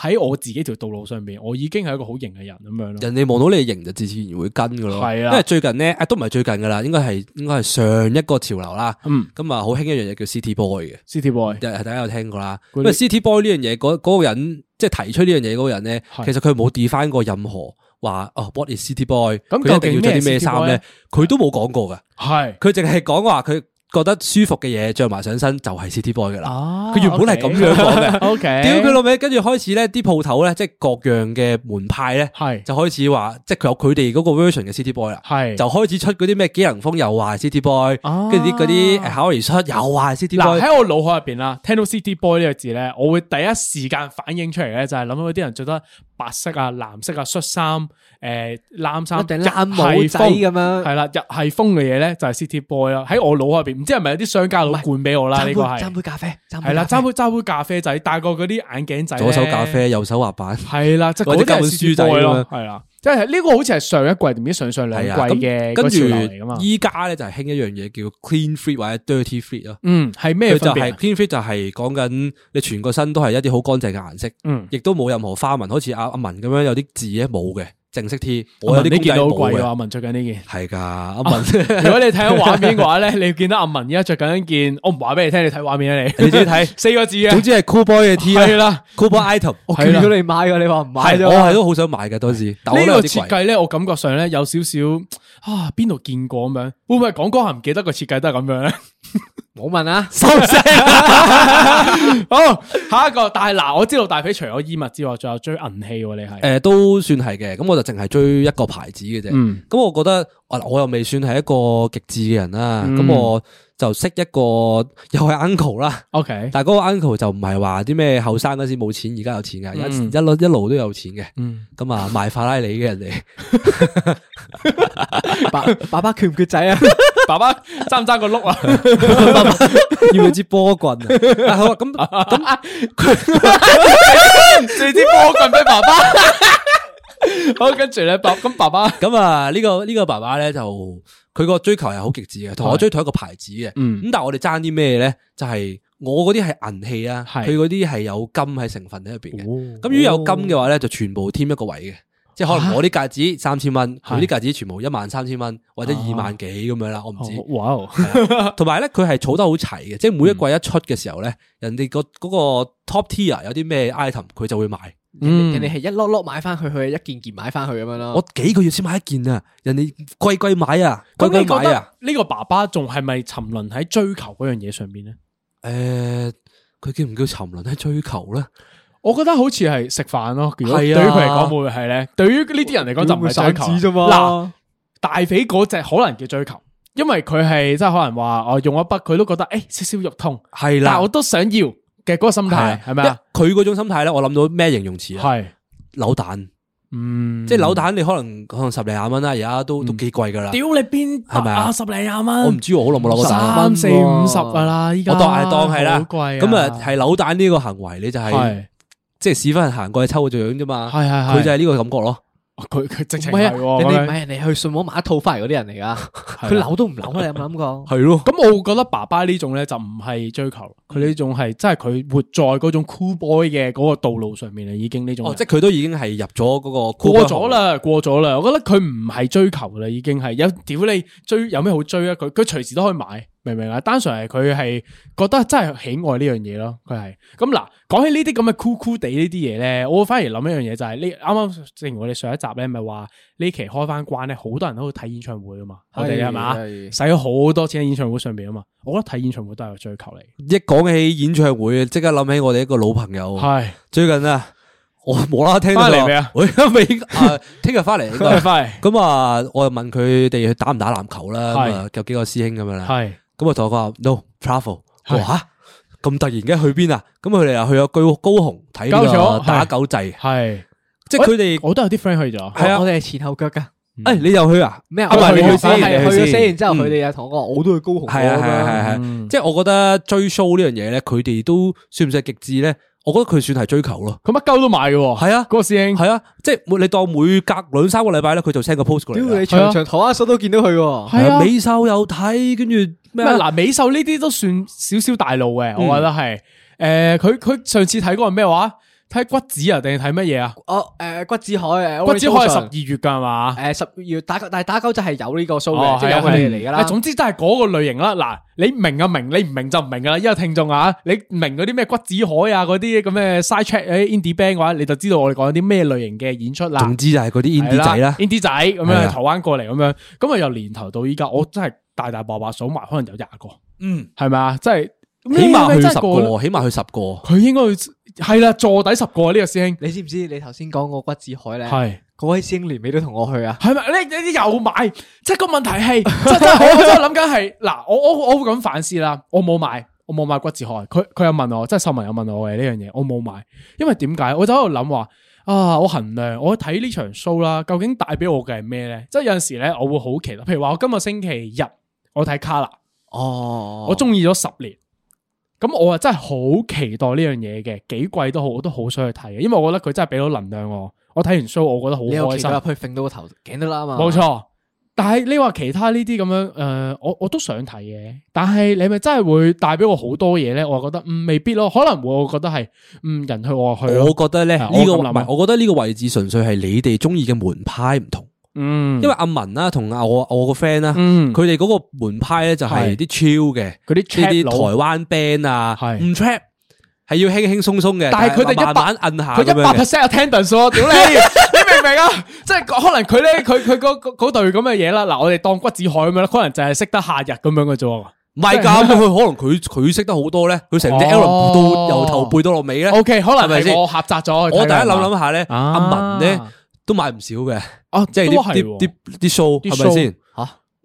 Speaker 3: 喺我自己條道路上面，我已經係一個好型嘅人咁樣咯，
Speaker 4: 人哋望到你型就自然會跟噶咯。
Speaker 3: 係啊
Speaker 4: 因為最近咧，啊都唔係最近噶啦，應該係應該係上一個潮流啦。
Speaker 3: 嗯
Speaker 4: 咁啊好興一樣嘢叫 City Boy 嘅，
Speaker 3: ，City Boy
Speaker 4: 大大家有聽過啦。
Speaker 3: 嗰啲
Speaker 4: 因為 City Boy 呢樣嘢，嗰嗰個人即係提出呢樣嘢嗰個人咧，
Speaker 3: 係
Speaker 4: 其實佢冇 define 過任何話哦，what is City Boy？
Speaker 3: 咁
Speaker 4: 佢一定要着
Speaker 3: 究竟咩
Speaker 4: 啲咩
Speaker 3: City Boy 啊
Speaker 4: 衫
Speaker 3: 咧
Speaker 4: 咧？佢都冇講過
Speaker 3: 係。
Speaker 4: 噶，佢淨係講話佢覺得舒服嘅嘢着埋上身就係 City Boy 噶啦。
Speaker 3: 哦，
Speaker 4: 佢原本係咁樣講 嘅
Speaker 3: O K，
Speaker 4: 屌佢老味，跟住開始咧，啲鋪頭咧，即係各樣嘅門派咧，
Speaker 3: 係
Speaker 4: 就開始話，即係佢有佢哋嗰個 version 嘅 City Boy 啦，
Speaker 3: 係
Speaker 4: 就開始出嗰啲咩機能風又話 City Boy，
Speaker 3: 啊
Speaker 4: 跟住啲嗰啲誒考 y 出又話 City
Speaker 3: 嗱
Speaker 4: Boy，
Speaker 3: 喺我腦海入邊啦，聽到 City Boy 呢個字咧，我會第一時間反應出嚟咧，就係諗到啲人着得白色啊、藍色啊、恤衫、誒冷衫、
Speaker 5: 一定
Speaker 3: 日
Speaker 5: 冷帽
Speaker 3: 系
Speaker 5: 仔
Speaker 3: 風
Speaker 5: 咁樣
Speaker 3: 係啦，日系風嘅嘢咧就係 City Boy 啦。喺我腦海入邊，唔知係咪有啲商家佬灌俾我啦？
Speaker 5: 爭
Speaker 3: 呢
Speaker 5: 杯
Speaker 3: 個
Speaker 5: 爭
Speaker 3: 係
Speaker 5: 杯咖啡，爭杯
Speaker 3: 係啦，
Speaker 5: 咖
Speaker 3: 揸
Speaker 5: 啡
Speaker 3: 杯揸杯咖啡仔，戴過嗰啲眼鏡仔，
Speaker 4: 左手咖。啡，右手滑板，
Speaker 3: 係啦，即係
Speaker 4: 或者
Speaker 3: 嗰啲
Speaker 4: 教
Speaker 3: 係
Speaker 4: 本
Speaker 3: City
Speaker 4: 書仔
Speaker 3: Boy
Speaker 4: 咁
Speaker 3: 咯
Speaker 4: 樣，
Speaker 3: 係啦。即系呢个好似系上一季定唔知上上兩
Speaker 4: 係啊
Speaker 3: 季嘅
Speaker 4: 咁
Speaker 3: 嗰
Speaker 4: 跟
Speaker 3: 個潮流嚟噶嘛
Speaker 4: 住？依家咧就係興一樣嘢叫 clean fit 或者 dirty fit 咯。
Speaker 3: 嗯，係咩
Speaker 4: 佢就
Speaker 3: 分別
Speaker 4: 係
Speaker 3: 啊？
Speaker 4: clean fit 就係講緊你全個身都係一啲好乾淨嘅顏色，
Speaker 3: 嗯，
Speaker 4: 亦都冇任何花紋，好似阿阿文咁樣有啲字咧冇嘅，正式 T。我有
Speaker 3: 阿文
Speaker 4: 啲
Speaker 3: 呢件都好
Speaker 4: 公仔
Speaker 3: 貴啊！
Speaker 4: 冇
Speaker 3: 阿文着緊呢件。
Speaker 4: 嘅，係㗎，
Speaker 3: 啊
Speaker 4: 阿文
Speaker 3: 如果你睇緊畫面嘅話咧，你見到阿文而家着緊一件，我唔話俾你聽，你睇畫啊面啊你。
Speaker 4: 你自己睇
Speaker 3: 四個字嘅，
Speaker 4: 總之係 cool boy 嘅 T
Speaker 3: 係
Speaker 4: 啦
Speaker 3: 啦。
Speaker 4: ，cool boy item。
Speaker 5: 我
Speaker 3: 係
Speaker 5: 叫
Speaker 3: 啦
Speaker 5: 咗你買噶，你話唔買
Speaker 4: 係
Speaker 5: 啫
Speaker 4: 我
Speaker 5: 嘛。
Speaker 4: 係都好想買嘅當時，但我
Speaker 3: 呢
Speaker 4: 都有
Speaker 3: 個
Speaker 4: 啲
Speaker 3: 設
Speaker 4: 貴。
Speaker 3: 計咧，我感覺上咧有少少啊，邊度見過咁樣？會唔會係講講下唔記得個設計都係咁樣咧？
Speaker 5: 冇問啊，
Speaker 4: 收聲，
Speaker 3: 好，下一個，但係嗱，我知道大肥除咗衣物之外，仲有追銀器喎，你係
Speaker 4: 誒都算係嘅。咁我就淨係追一個牌子嘅啫。
Speaker 3: 嗯
Speaker 4: 咁我覺得啊我又未算係一個極致嘅人啦。咁、
Speaker 3: 嗯
Speaker 4: 我就識一個又係 uncle 啦，
Speaker 3: OK，
Speaker 4: 但係嗰個 uncle 就唔係話啲咩後生嗰時冇錢，而家有錢㗎，一
Speaker 3: 嗯
Speaker 4: 一路一路都有錢嘅。
Speaker 3: 嗯，
Speaker 4: 咁啊，賣法拉利嘅人哋，
Speaker 5: 爸爸爸缺唔缺仔啊？
Speaker 3: 爸爸爭唔爭個碌 啊？
Speaker 4: 要唔要支波棍 啊？啊好啊，咁咁
Speaker 3: 你支波棍俾 爸爸。好，跟住咧，爸咁爸爸，
Speaker 4: 咁啊，呢個呢個爸爸咧就佢個追求係好極致嘅，同我
Speaker 3: 係
Speaker 4: 追同一個牌子嘅。
Speaker 3: 嗯
Speaker 4: 咁但係我哋爭啲咩咧？就係我嗰啲係銀器啊，
Speaker 3: 係哦
Speaker 4: 佢嗰啲係有金喺成分喺入邊嘅。咁如果有金嘅話咧，就全部添一個位嘅，即係可能我啲戒指三千蚊，佢啲戒指全部一萬三千蚊或者二萬幾咁樣啦，我唔知。
Speaker 3: 哇啊哦， 嗯
Speaker 4: 同埋咧，佢係儲得好齊嘅，即係每一季一出嘅時候咧，人哋個嗰個 top tier 有啲咩 item，佢就會買。
Speaker 3: 嗯
Speaker 5: 人哋係一粒粒買翻去，佢係一件件買翻去咁樣咯。
Speaker 4: 我幾個月先買一件啊，人哋貴貴買啊，貴
Speaker 3: 咁你
Speaker 4: 貴
Speaker 3: 覺
Speaker 4: 買啊。
Speaker 3: 得呢個爸爸仲係咪沉淪喺追求嗰樣嘢上邊咧？
Speaker 4: 诶，呃佢叫唔叫沉沦喺追求咧？
Speaker 3: 我覺得好似係食飯咯。如果對於
Speaker 4: 係啊
Speaker 3: 佢嚟講，會唔會係咧？對於呢啲人嚟講就唔係追求
Speaker 5: 啫嘛。
Speaker 3: 嗱，大肥嗰只可能叫追求，因為佢係即係可能話我用一筆，佢都覺得誒少少肉痛，
Speaker 4: 系
Speaker 3: 但係
Speaker 4: 啦
Speaker 3: 我，都想要嘅嗰個心態係咪啊？
Speaker 4: 一佢嗰種心態咧，我諗到咩形容詞啊？
Speaker 3: 係，
Speaker 4: 扭蛋，
Speaker 3: 嗯，
Speaker 4: 即係扭蛋，你可能可能十零廿蚊啦，而家都都幾貴噶啦。
Speaker 3: 屌你邊
Speaker 4: 係咪啊
Speaker 3: 啊十零廿蚊，
Speaker 4: 我唔知喎，我好耐冇扭過蛋。
Speaker 3: 三四五十噶啦，依家
Speaker 4: 我當係當係啦，
Speaker 3: 好貴
Speaker 4: 咁啊係扭蛋呢個行為，你就係
Speaker 3: 係
Speaker 4: 即係屎忽人行過去抽個獎啫嘛。
Speaker 3: 係係係
Speaker 4: 佢就係呢個感覺咯。
Speaker 3: 佢佢直情
Speaker 5: 唔
Speaker 3: 係
Speaker 5: 係啊，
Speaker 3: 喎
Speaker 5: 人哋
Speaker 3: 咁
Speaker 5: 唔
Speaker 3: 樣
Speaker 5: 係人哋去信網買一套翻嚟嗰啲人嚟噶，佢扭都唔扭啊！你有冇諗過？
Speaker 4: 係咯，
Speaker 3: 咁我覺得爸爸呢種咧就唔係追求，佢呢種係真係佢活在嗰種 cool boy 嘅嗰個道路上面啦，啊已經呢種
Speaker 4: 哦，
Speaker 3: 人。
Speaker 4: 即係佢都已經係入咗嗰個
Speaker 3: 嗯過咗。啦，過咗啦，我覺得佢唔係追求啦，已經係有屌你追有咩好追啊？佢佢隨時都可以買，明唔明啊？單純係佢係覺得真係喜愛呢樣嘢咯，佢係咁嗱。講起呢啲咁嘅酷酷地呢啲嘢咧，我反而諗一樣嘢就係呢啱啱正如我哋上一集咧，咪話呢期開翻關咧，好多人都去睇演唱會啊嘛，我哋係嘛，
Speaker 5: 係
Speaker 3: 使咗好多錢喺演唱會上邊啊嘛，我覺得睇演唱會都係個追求嚟，
Speaker 4: 一講起演唱會，即刻諗起我哋一個老朋友。
Speaker 3: 係
Speaker 4: 最近啊，我無啦啦聽到
Speaker 3: 返嚟
Speaker 4: 話
Speaker 3: 未啊
Speaker 4: 我而家未啊，聽日翻嚟應
Speaker 3: 都係
Speaker 4: 該。
Speaker 3: 翻嚟
Speaker 4: 咁啊，我又問佢哋打唔打籃球啦，
Speaker 3: 係
Speaker 4: 咁啊有幾個師兄咁樣啦。
Speaker 3: 係
Speaker 4: 咁我同我講話 no travel，我
Speaker 3: 係
Speaker 4: 話嚇咁突然嘅去邊啊？咁佢哋又去咗高高雄睇呢
Speaker 3: 高
Speaker 4: 個
Speaker 3: 雄
Speaker 4: 打
Speaker 3: 係
Speaker 4: 狗仔，
Speaker 3: 係，
Speaker 4: 即係佢哋
Speaker 3: 我都有啲 friend 去咗，
Speaker 4: 係啊
Speaker 5: 我我哋係前後腳噶。
Speaker 4: 誒你又去啊？
Speaker 5: 咩啊？
Speaker 3: 啊唔係
Speaker 5: 我
Speaker 3: 你去
Speaker 5: 我
Speaker 3: 先
Speaker 5: 係
Speaker 4: 你去
Speaker 5: 去
Speaker 4: 先
Speaker 5: 咗
Speaker 4: 嗯
Speaker 5: 先，然之後佢哋又同我講，我都去高雄過
Speaker 4: 係啊係啊係
Speaker 5: 咁樣。
Speaker 4: 啊係
Speaker 3: 嗯
Speaker 4: 啊，即係我覺得追 show 呢樣嘢咧，佢哋都算唔算係極致咧？我覺得佢算係追求咯。
Speaker 3: 佢乜鳩都買嘅喎，
Speaker 4: 係啊
Speaker 3: 嗰個師兄。
Speaker 4: 係啊，即係每你當每隔兩三個禮拜咧，佢就 send 個 post 過嚟
Speaker 5: 屌
Speaker 4: 啦
Speaker 5: 你，
Speaker 3: 係啊
Speaker 5: 長長台灣數都見到 佢喎。
Speaker 3: 係啊
Speaker 4: 美秀有睇，跟住咩
Speaker 3: 咩
Speaker 4: 啊？
Speaker 3: 嗱，美秀呢啲都算少少大路
Speaker 4: 嗯
Speaker 3: 嘅，我覺得係。诶，佢佢上次睇嗰個咩話？睇骨子啊，定係睇乜嘢啊？
Speaker 5: 哦，誒骨子海誒，
Speaker 3: 骨子海係十
Speaker 5: Orange
Speaker 3: 二月㗎係嘛？
Speaker 5: 誒十二月打狗，但係打狗仔係有呢個 show
Speaker 3: 哦
Speaker 5: 嘅，即係有
Speaker 3: 係啊
Speaker 5: 佢哋嚟㗎
Speaker 3: 啊
Speaker 5: 啦。
Speaker 3: 總之都係嗰個類型啦。嗱，你明就明，你唔明就唔明㗎啦。因為聽眾啊，你明嗰啲咩骨子海啊，嗰啲咁嘅 side check 誒 indie band 嘅話，你就知道我哋講啲咩類型嘅演出啦。
Speaker 4: 總之就係嗰啲 indie 仔啦，
Speaker 3: ，indie 仔咁
Speaker 4: 係
Speaker 3: 樣
Speaker 4: 啊
Speaker 3: 台灣過嚟咁樣，咁啊由年頭到依家，我真係大大白白數埋，可能有廿個，
Speaker 4: 嗯，
Speaker 3: 係咪啊？真係
Speaker 4: 起碼去
Speaker 3: 真
Speaker 4: 十
Speaker 3: 係過啦
Speaker 4: 個，起碼去十個。
Speaker 3: 佢應該要係啦，坐底十個啊呢個師兄
Speaker 5: 你知唔知你頭先講個骨子海咧？
Speaker 3: 係
Speaker 5: 嗰位師兄連尾都同我去啊！
Speaker 3: 係咪？你你你又買，即係個問題係， 即係我我真係諗緊係嗱，我我我會咁反思啦，我冇買，我冇買骨子海，佢佢又問我，即係秀文又問我嘅呢樣嘢，我冇買，因為點解？我就喺度諗話。啊！我衡量我睇呢場 show 啦，究竟帶俾我嘅係咩咧？即係有陣時咧，我會好奇啦。譬如話，我今個星期日我睇 Kala，
Speaker 5: 哦
Speaker 3: 我中意咗十年，咁我啊真係好期待呢樣嘢嘅，幾季都好，我都好想去睇嘅，因為我覺得佢真係俾到能量我，我睇完 show，我覺
Speaker 5: 你
Speaker 3: 得好
Speaker 5: 有
Speaker 3: 開
Speaker 5: 期
Speaker 3: 心
Speaker 5: 到。入去揈到個頭頸都啦嘛，
Speaker 4: 啊
Speaker 3: 冇錯，但係你話其他呢啲咁樣，诶、我我都想睇嘅。但係你咪真係會帶俾我好多嘢咧？我覺得嗯，未必咯，可能我覺得係嗯，人去我去
Speaker 4: 我
Speaker 3: 咯。
Speaker 4: 覺得咧
Speaker 3: 係
Speaker 4: 呢
Speaker 3: 啊
Speaker 4: 個
Speaker 3: 我
Speaker 4: 唔
Speaker 3: 咁諗啊
Speaker 4: 係，我覺得呢個位置純粹係你哋中意嘅門派唔同，
Speaker 3: 嗯，
Speaker 4: 因為阿文啦同阿我我個 friend 啦，
Speaker 3: 嗯
Speaker 4: 佢哋嗰個門派咧就係啲超嘅，
Speaker 3: 嗰啲
Speaker 4: 呢啲
Speaker 3: trap 佬
Speaker 4: 台灣 band 啊，
Speaker 3: 係
Speaker 4: 唔 trap，係要輕輕鬆鬆嘅，
Speaker 3: 但係佢哋
Speaker 4: 慢慢摁下
Speaker 3: 佢
Speaker 4: 咁
Speaker 3: 一
Speaker 4: 樣
Speaker 3: 百
Speaker 4: 嘅。
Speaker 3: percent attendance 喎，屌你， 你明唔明啊？即係可能佢咧，佢佢嗰嗰嗰隊咁嘅嘢啦，嗱，我哋當骨子海咁樣啦，可能就係識得夏日咁樣嘅啫喎。
Speaker 4: 唔係㗎，咁佢可能佢佢識得好多咧，佢成隻 L
Speaker 3: 哦
Speaker 4: 到由頭背到落尾咧。
Speaker 3: O K，可
Speaker 4: 係
Speaker 3: 能
Speaker 4: 咪
Speaker 3: 係
Speaker 4: 先
Speaker 3: 我狹窄咗。
Speaker 4: 我第一諗諗下咧，
Speaker 3: 啊
Speaker 4: 阿文咧都買唔少嘅，
Speaker 3: 啊，
Speaker 4: 即係
Speaker 3: 都係
Speaker 4: 啲啲
Speaker 3: 喎
Speaker 4: 啲啲 show
Speaker 3: 啲
Speaker 4: 係咪
Speaker 3: show
Speaker 4: 先？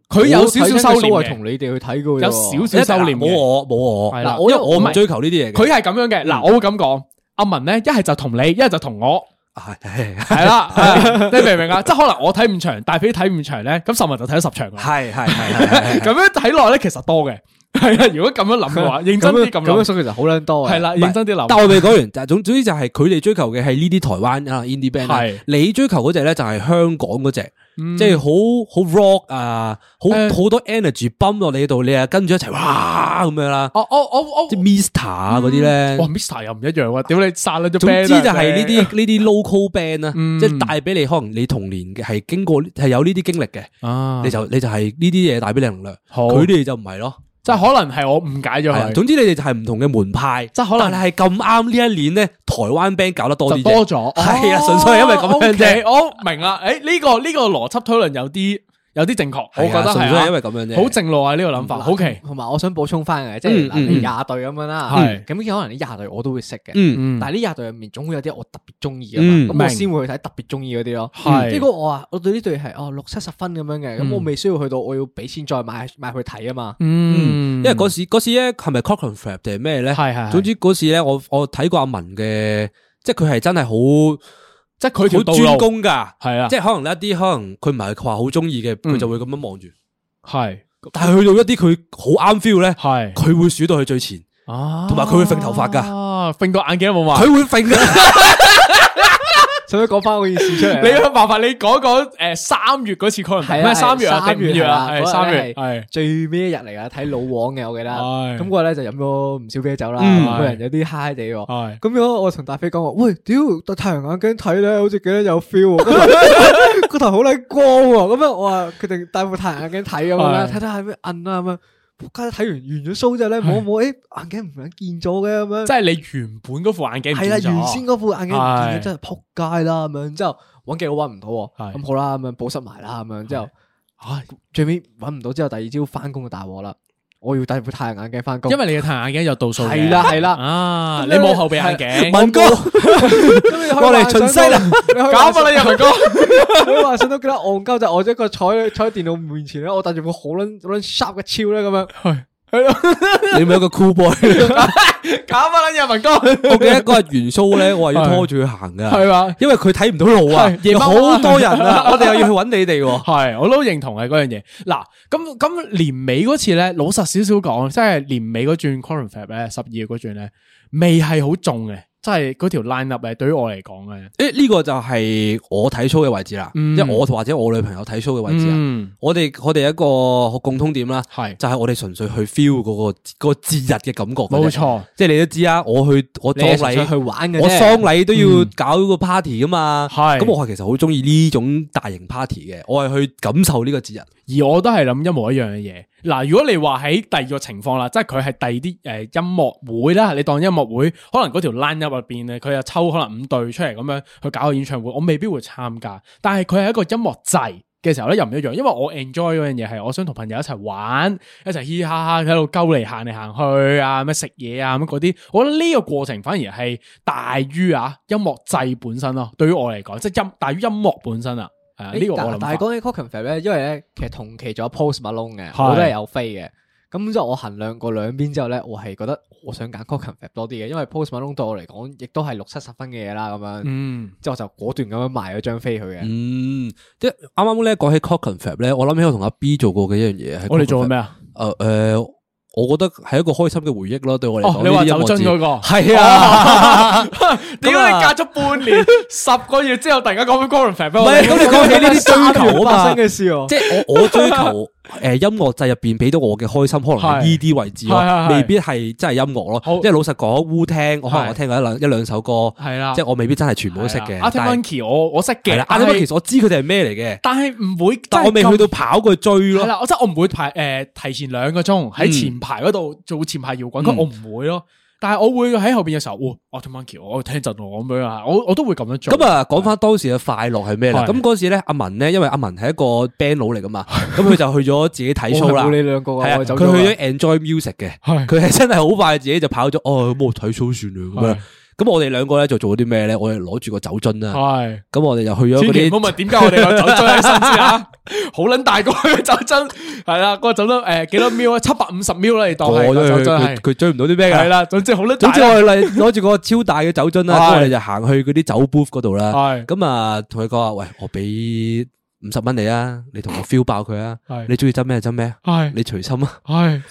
Speaker 3: 佢有少少收斂
Speaker 5: 係
Speaker 3: 嘅
Speaker 5: 同你哋去睇嘅，
Speaker 3: 有少少收斂
Speaker 4: 冇
Speaker 3: 嘅。
Speaker 4: 我冇我，
Speaker 3: 係啦
Speaker 4: 嗱，因為我
Speaker 3: 唔
Speaker 4: 唔
Speaker 3: 係
Speaker 4: 追求呢啲嘢嘅。
Speaker 3: 佢係咁樣嘅，嗱，我會咁講，阿文咧一係就同你，一係就同我。
Speaker 4: 啊係
Speaker 3: 系啦，係你明唔明啊？即系可能我睇五場，大肥睇五場咧，咁十文就睇咗十場㗎啦。
Speaker 4: 係係係係
Speaker 3: 咁樣睇落咧，其實多嘅。係啊，如果咁樣諗嘅話，認真啲咁
Speaker 5: 咁樣
Speaker 3: 諗，
Speaker 5: 所以其實好撚多嘅。
Speaker 3: 係啦，
Speaker 4: 係
Speaker 3: 認真啲
Speaker 4: 但
Speaker 3: 諗。
Speaker 4: 我未講完，但總總之就係佢哋追求嘅係呢啲台灣啊 indie band 啊
Speaker 3: 係嗯
Speaker 4: 你追求嗰只咧就係香港嗰只，即係好好 rock 啊，好
Speaker 3: 誒
Speaker 4: 好多 energy 泵落你度，你啊跟住一齊哇咁樣啦，
Speaker 3: 我我我我
Speaker 4: 即係 Mr 啊嗰啲
Speaker 3: 哇
Speaker 4: 咧。
Speaker 3: ，Mr 又唔一樣喎，屌你殺咗只
Speaker 4: 總
Speaker 3: 嗯 band 啊
Speaker 4: 之就係呢啲呢啲 local band 啦，
Speaker 3: 嗯
Speaker 4: 即係帶俾你可能你童年嘅係經過係有呢啲經歷嘅，
Speaker 3: 啊
Speaker 4: 你，就你就係呢啲嘢帶俾你能量。
Speaker 3: 好
Speaker 4: 佢哋就唔係咯，
Speaker 3: 即係可能係我誤解咗
Speaker 4: 係啊。
Speaker 3: 佢，
Speaker 4: 總之你哋就係唔同嘅門派，
Speaker 3: 即係可能
Speaker 4: 但係咁啱呢一年咧，台灣 band 搞得多
Speaker 3: 就
Speaker 4: 啲啫
Speaker 3: 多咗。
Speaker 4: 係啊
Speaker 3: 哦
Speaker 4: 純粹係因為咁樣啫
Speaker 3: OK，我明啦，诶，呢個呢個邏輯推論有啲有啲正確，我
Speaker 4: 係啊
Speaker 3: 覺得
Speaker 4: 純
Speaker 3: 係
Speaker 4: 粹
Speaker 3: 啊
Speaker 4: 係因為咁樣啫
Speaker 3: 好正路啊呢個諗法。好奇，
Speaker 5: 同埋我想補充翻嘅，即
Speaker 4: 嗯
Speaker 5: 係嗱，
Speaker 4: 嗯
Speaker 5: 你廿隊咁樣啦，
Speaker 3: 係
Speaker 5: 咁可能呢廿隊我都會識嘅，
Speaker 4: 嗯
Speaker 3: 嗯
Speaker 5: 但係呢廿隊入面總會有啲我特別中意嘅
Speaker 4: 嗯
Speaker 5: 嘛，咁
Speaker 3: 明
Speaker 5: 我先會去睇特別中意嗰啲咯。
Speaker 3: 係
Speaker 5: 即係如果我話我對呢隊係哦六七十分咁樣嘅，
Speaker 3: 嗯
Speaker 5: 咁我未需要去到我要俾錢再買買去睇啊嘛。
Speaker 3: 嗯
Speaker 4: 因為嗰時嗰時咧係咪 Cochran Fab 定係咩咧？
Speaker 3: 係係係
Speaker 4: 總之嗰時咧，我我睇過阿文嘅，即係佢係真係好
Speaker 3: 即係佢條
Speaker 4: 好
Speaker 3: 道
Speaker 4: 專
Speaker 3: 路啊
Speaker 4: 攻噶，
Speaker 3: 係啦，
Speaker 4: 即係可能一啲可能佢唔係話好中意嘅，
Speaker 3: 嗯
Speaker 4: 佢就會咁樣望住。
Speaker 3: 係
Speaker 4: 但係去到一啲佢好啱 feel 咧，
Speaker 3: 係
Speaker 4: 佢會數到去最前，
Speaker 3: 啊，
Speaker 4: 同埋佢會揈頭髮㗎，
Speaker 3: 啊，揈到眼鏡都冇埋。
Speaker 4: 佢會揈 㗎。
Speaker 5: 使唔使講翻個意思出嚟啊？
Speaker 3: 你要麻煩你講講诶三月嗰次 c o
Speaker 5: 係
Speaker 3: n
Speaker 5: 啦
Speaker 3: 咩三月啊
Speaker 5: 係
Speaker 3: 定五月啊？
Speaker 5: 係
Speaker 3: 係
Speaker 5: 啦
Speaker 3: 三
Speaker 5: 嗰日
Speaker 3: 月
Speaker 5: 咧
Speaker 3: 係
Speaker 5: 最尾一日嚟噶，睇老王嘅我記得，
Speaker 3: 係
Speaker 5: 咁嗰日咧就飲咗唔少啤酒
Speaker 4: 嗯
Speaker 5: 啦，個人有啲嗨地喎。
Speaker 3: 係
Speaker 5: 咁樣我同大飛講話，喂，屌戴太陽眼鏡睇咧，好似幾得有 feel 喎，個頭好靚光喎。咁樣我話決定戴副太陽眼鏡睇咁樣啦，
Speaker 3: 係
Speaker 5: 睇睇下咩摁啊咁樣。仆街睇完完咗 show 之後咧，摸一摸，誒眼鏡唔想見咗嘅咁樣
Speaker 3: 即。係你原本嗰副眼鏡唔
Speaker 5: 係
Speaker 3: 見
Speaker 5: 啦，
Speaker 3: 咗
Speaker 5: 原先嗰副眼鏡唔見
Speaker 3: 係
Speaker 5: 咗真係扑街啦咁樣，之後揾極都揾唔到
Speaker 3: 係
Speaker 5: 喎，咁好啦咁樣補失埋啦咁樣，之後唉最尾揾唔到之後，第二朝翻工就大鑊啦，我要戴副太陽眼鏡翻工，
Speaker 3: 因為你嘅太陽眼鏡有度數嘅
Speaker 5: 係啦係啦
Speaker 3: 啊，
Speaker 5: 咁
Speaker 3: 你
Speaker 5: 咧
Speaker 3: 冇後備眼鏡，
Speaker 4: 文哥，
Speaker 5: 我
Speaker 4: 我嚟巡西啦，
Speaker 3: 搞乜 你入 嚟哥？
Speaker 5: 你幻想到幾多戇鳩就係我一個坐喺坐喺電腦面前咧，我戴住副好撚好撚 sharp 嘅超咧咁樣，
Speaker 4: 你咪一個 cool boy。
Speaker 3: 搞乜你入文哥？
Speaker 4: 我記得嗰日元 show 咧，我係要拖住佢行㗎，
Speaker 3: 係嘛？
Speaker 4: 因為佢睇唔到路啊
Speaker 3: 係，夜
Speaker 4: 有
Speaker 3: 晚
Speaker 4: 好
Speaker 3: 黑
Speaker 4: 多人 啊，我哋又要去揾你哋喎。
Speaker 3: 係，我都認同係嗰樣嘢。嗱，咁咁年尾嗰次咧，老實少少講，即係年尾嗰轉 c o r o n Fab 咧，十二月嗰轉咧，未係好中嘅，即係嗰條 line up 咧，對於我嚟講咧，
Speaker 4: 诶，呢個就係我睇 show 嘅位置啦，
Speaker 3: 嗯
Speaker 4: 即係我或者我女朋友睇 show 嘅位置啊。
Speaker 3: 嗯，
Speaker 4: 我哋我哋一個共通點啦，
Speaker 3: 係
Speaker 4: 就係我哋純粹去 feel 嗰個嗰個節日嘅感覺嘅啫。
Speaker 3: 冇錯。
Speaker 4: 即係你都知啊，我去我葬
Speaker 5: 係純粹
Speaker 4: 禮
Speaker 5: 去玩嘅啫
Speaker 4: 我喪禮都要搞個 party 噶嘛。
Speaker 3: 嗯係
Speaker 4: 咁我係其實好中意呢種大型 party 嘅，我係去感受呢個節日。
Speaker 3: 而我都係諗一模一樣嘅嘢。嗱，如果你話喺第二個情況啦，即係佢係第二啲誒音樂會啦，你當音樂會，可能嗰條 line up 入邊咧，佢又抽可能五隊出嚟咁樣去搞個演唱會，我未必會參加。但係佢係一個音樂祭嘅時候咧，又唔一樣，因為我 enjoy 嗰樣嘢係我想同朋友一齊玩，一齊嘻嘻哈哈喺度鳩嚟行嚟行去啊，咩食嘢啊咁嗰啲，我覺得呢個過程反而係大於啊音樂祭本身咯。對於我嚟講，即係音大於音樂本身啊。係啊，呢個我
Speaker 5: 但
Speaker 3: 諗
Speaker 5: 但係
Speaker 3: 法。
Speaker 5: 講起 Cockenfab 咧，因為咧其實同期仲有 Post Malone 嘅，
Speaker 3: 係
Speaker 5: 我都係有飛嘅。咁之後我衡量過兩邊之後咧，我係覺得我想揀 Cockenfab 多啲嘅，因為 Post Malone 對我嚟講亦都係六七十分嘅嘢啦咁樣。
Speaker 3: 嗯，
Speaker 5: 之後我就果斷咁樣賣咗張飛佢嘅。
Speaker 4: 嗯，即係啱啱咧講起 Cocken Fab 咧，我諗起我同阿 B 做過嘅一樣嘢係 Cocken Fab。
Speaker 3: 我哋做過咩啊？
Speaker 4: 誒誒，呃我覺得係一個開心嘅回憶咯，對我嚟
Speaker 3: 哦，
Speaker 4: 講
Speaker 3: 你
Speaker 4: 呢啲
Speaker 3: 話
Speaker 4: 音
Speaker 3: 酒
Speaker 4: 樂
Speaker 3: 樽
Speaker 4: 節
Speaker 3: 嗰個哦
Speaker 4: 係啊，
Speaker 3: 屌你
Speaker 4: 咁啊
Speaker 3: 隔咗半 年、十個月之後，突然間講翻 g o r n f a 俾
Speaker 4: 唔
Speaker 3: 我
Speaker 4: 係
Speaker 3: 聽，
Speaker 4: 咁你啊講起呢啲追求
Speaker 5: 發
Speaker 4: 啊
Speaker 5: 生
Speaker 4: 嘛，
Speaker 5: 嘅事喎，
Speaker 4: 即係我我追求 诶音樂祭入边俾到我嘅開心，可能係 E 呢啲位置
Speaker 3: 係係
Speaker 4: 咯，
Speaker 3: 係
Speaker 4: 未必係真係音樂咯
Speaker 3: 好。
Speaker 4: 因為老實講，烏聽我可能我
Speaker 3: 係
Speaker 4: 聽過一兩一兩首歌，
Speaker 3: 係啦啊
Speaker 4: 即係我未必真係全部都識嘅。
Speaker 3: a r t
Speaker 4: 但係
Speaker 3: Monkey 我我識
Speaker 4: 係
Speaker 3: 嘅
Speaker 4: 啦，阿
Speaker 3: 但係
Speaker 4: 其實我知佢哋係咩嚟嘅，
Speaker 3: 但係唔會，
Speaker 4: 但我未去到跑過去追
Speaker 3: 係
Speaker 4: 咯。
Speaker 3: 啦，我即係我唔會排诶提前兩個鐘喺前排嗰度做前排搖滾曲，
Speaker 4: 嗯
Speaker 3: 我唔會咯。但係我會喺後邊嘅時候，哇 a r t Monkey 我聽陣我咁樣啊，我我都會咁樣做。
Speaker 4: 咁啊，講翻當時嘅快樂係咩啦？
Speaker 3: 係
Speaker 4: 咁嗰時咧，阿文咧，因為阿文係一個 band 佬嚟噶嘛，咁佢就去咗自己睇 show
Speaker 5: 我
Speaker 4: 啦
Speaker 5: 係冇。你兩個
Speaker 4: 係
Speaker 5: 啊，
Speaker 4: 啊，
Speaker 5: 我係走
Speaker 4: 佢
Speaker 5: 咗
Speaker 4: 去
Speaker 5: 啦。
Speaker 4: 咗 enjoy music 嘅，
Speaker 3: 係
Speaker 4: 佢係真係好快自己就跑咗。哦，咁我睇 show 算啦咁
Speaker 3: 係
Speaker 4: 樣。咁我哋兩個咧就做咗啲咩咧？我哋攞住個酒樽啦，
Speaker 3: 係。
Speaker 4: 咁我哋就去咗嗰
Speaker 3: 千祈唔好
Speaker 4: 啲
Speaker 3: 問點解我哋有酒樽喺身先 啊！好撚大 個嘅酒樽，係啦，個酒樽誒幾多 ml 啊？七百五十 ml 啦，你當
Speaker 4: 過
Speaker 3: 係
Speaker 4: 咗
Speaker 3: 個
Speaker 4: 去，
Speaker 3: 酒
Speaker 4: 佢
Speaker 3: 樽係
Speaker 4: 佢追唔到啲咩㗎
Speaker 3: 係。啦，總之好撚
Speaker 4: 總
Speaker 3: 大啦。
Speaker 4: 之我哋嚟攞住個超大嘅酒樽啦，
Speaker 3: 係
Speaker 4: 咁我哋就行去嗰啲酒 booth 嗰度啦。
Speaker 3: 係
Speaker 4: 咁啊，同佢講話，喂，我俾五十蚊你啊，你 同我 feel 爆佢啊
Speaker 3: 係，
Speaker 4: 你中意斟咩就斟咩啊，
Speaker 3: 係
Speaker 4: 你隨心啊。
Speaker 3: 係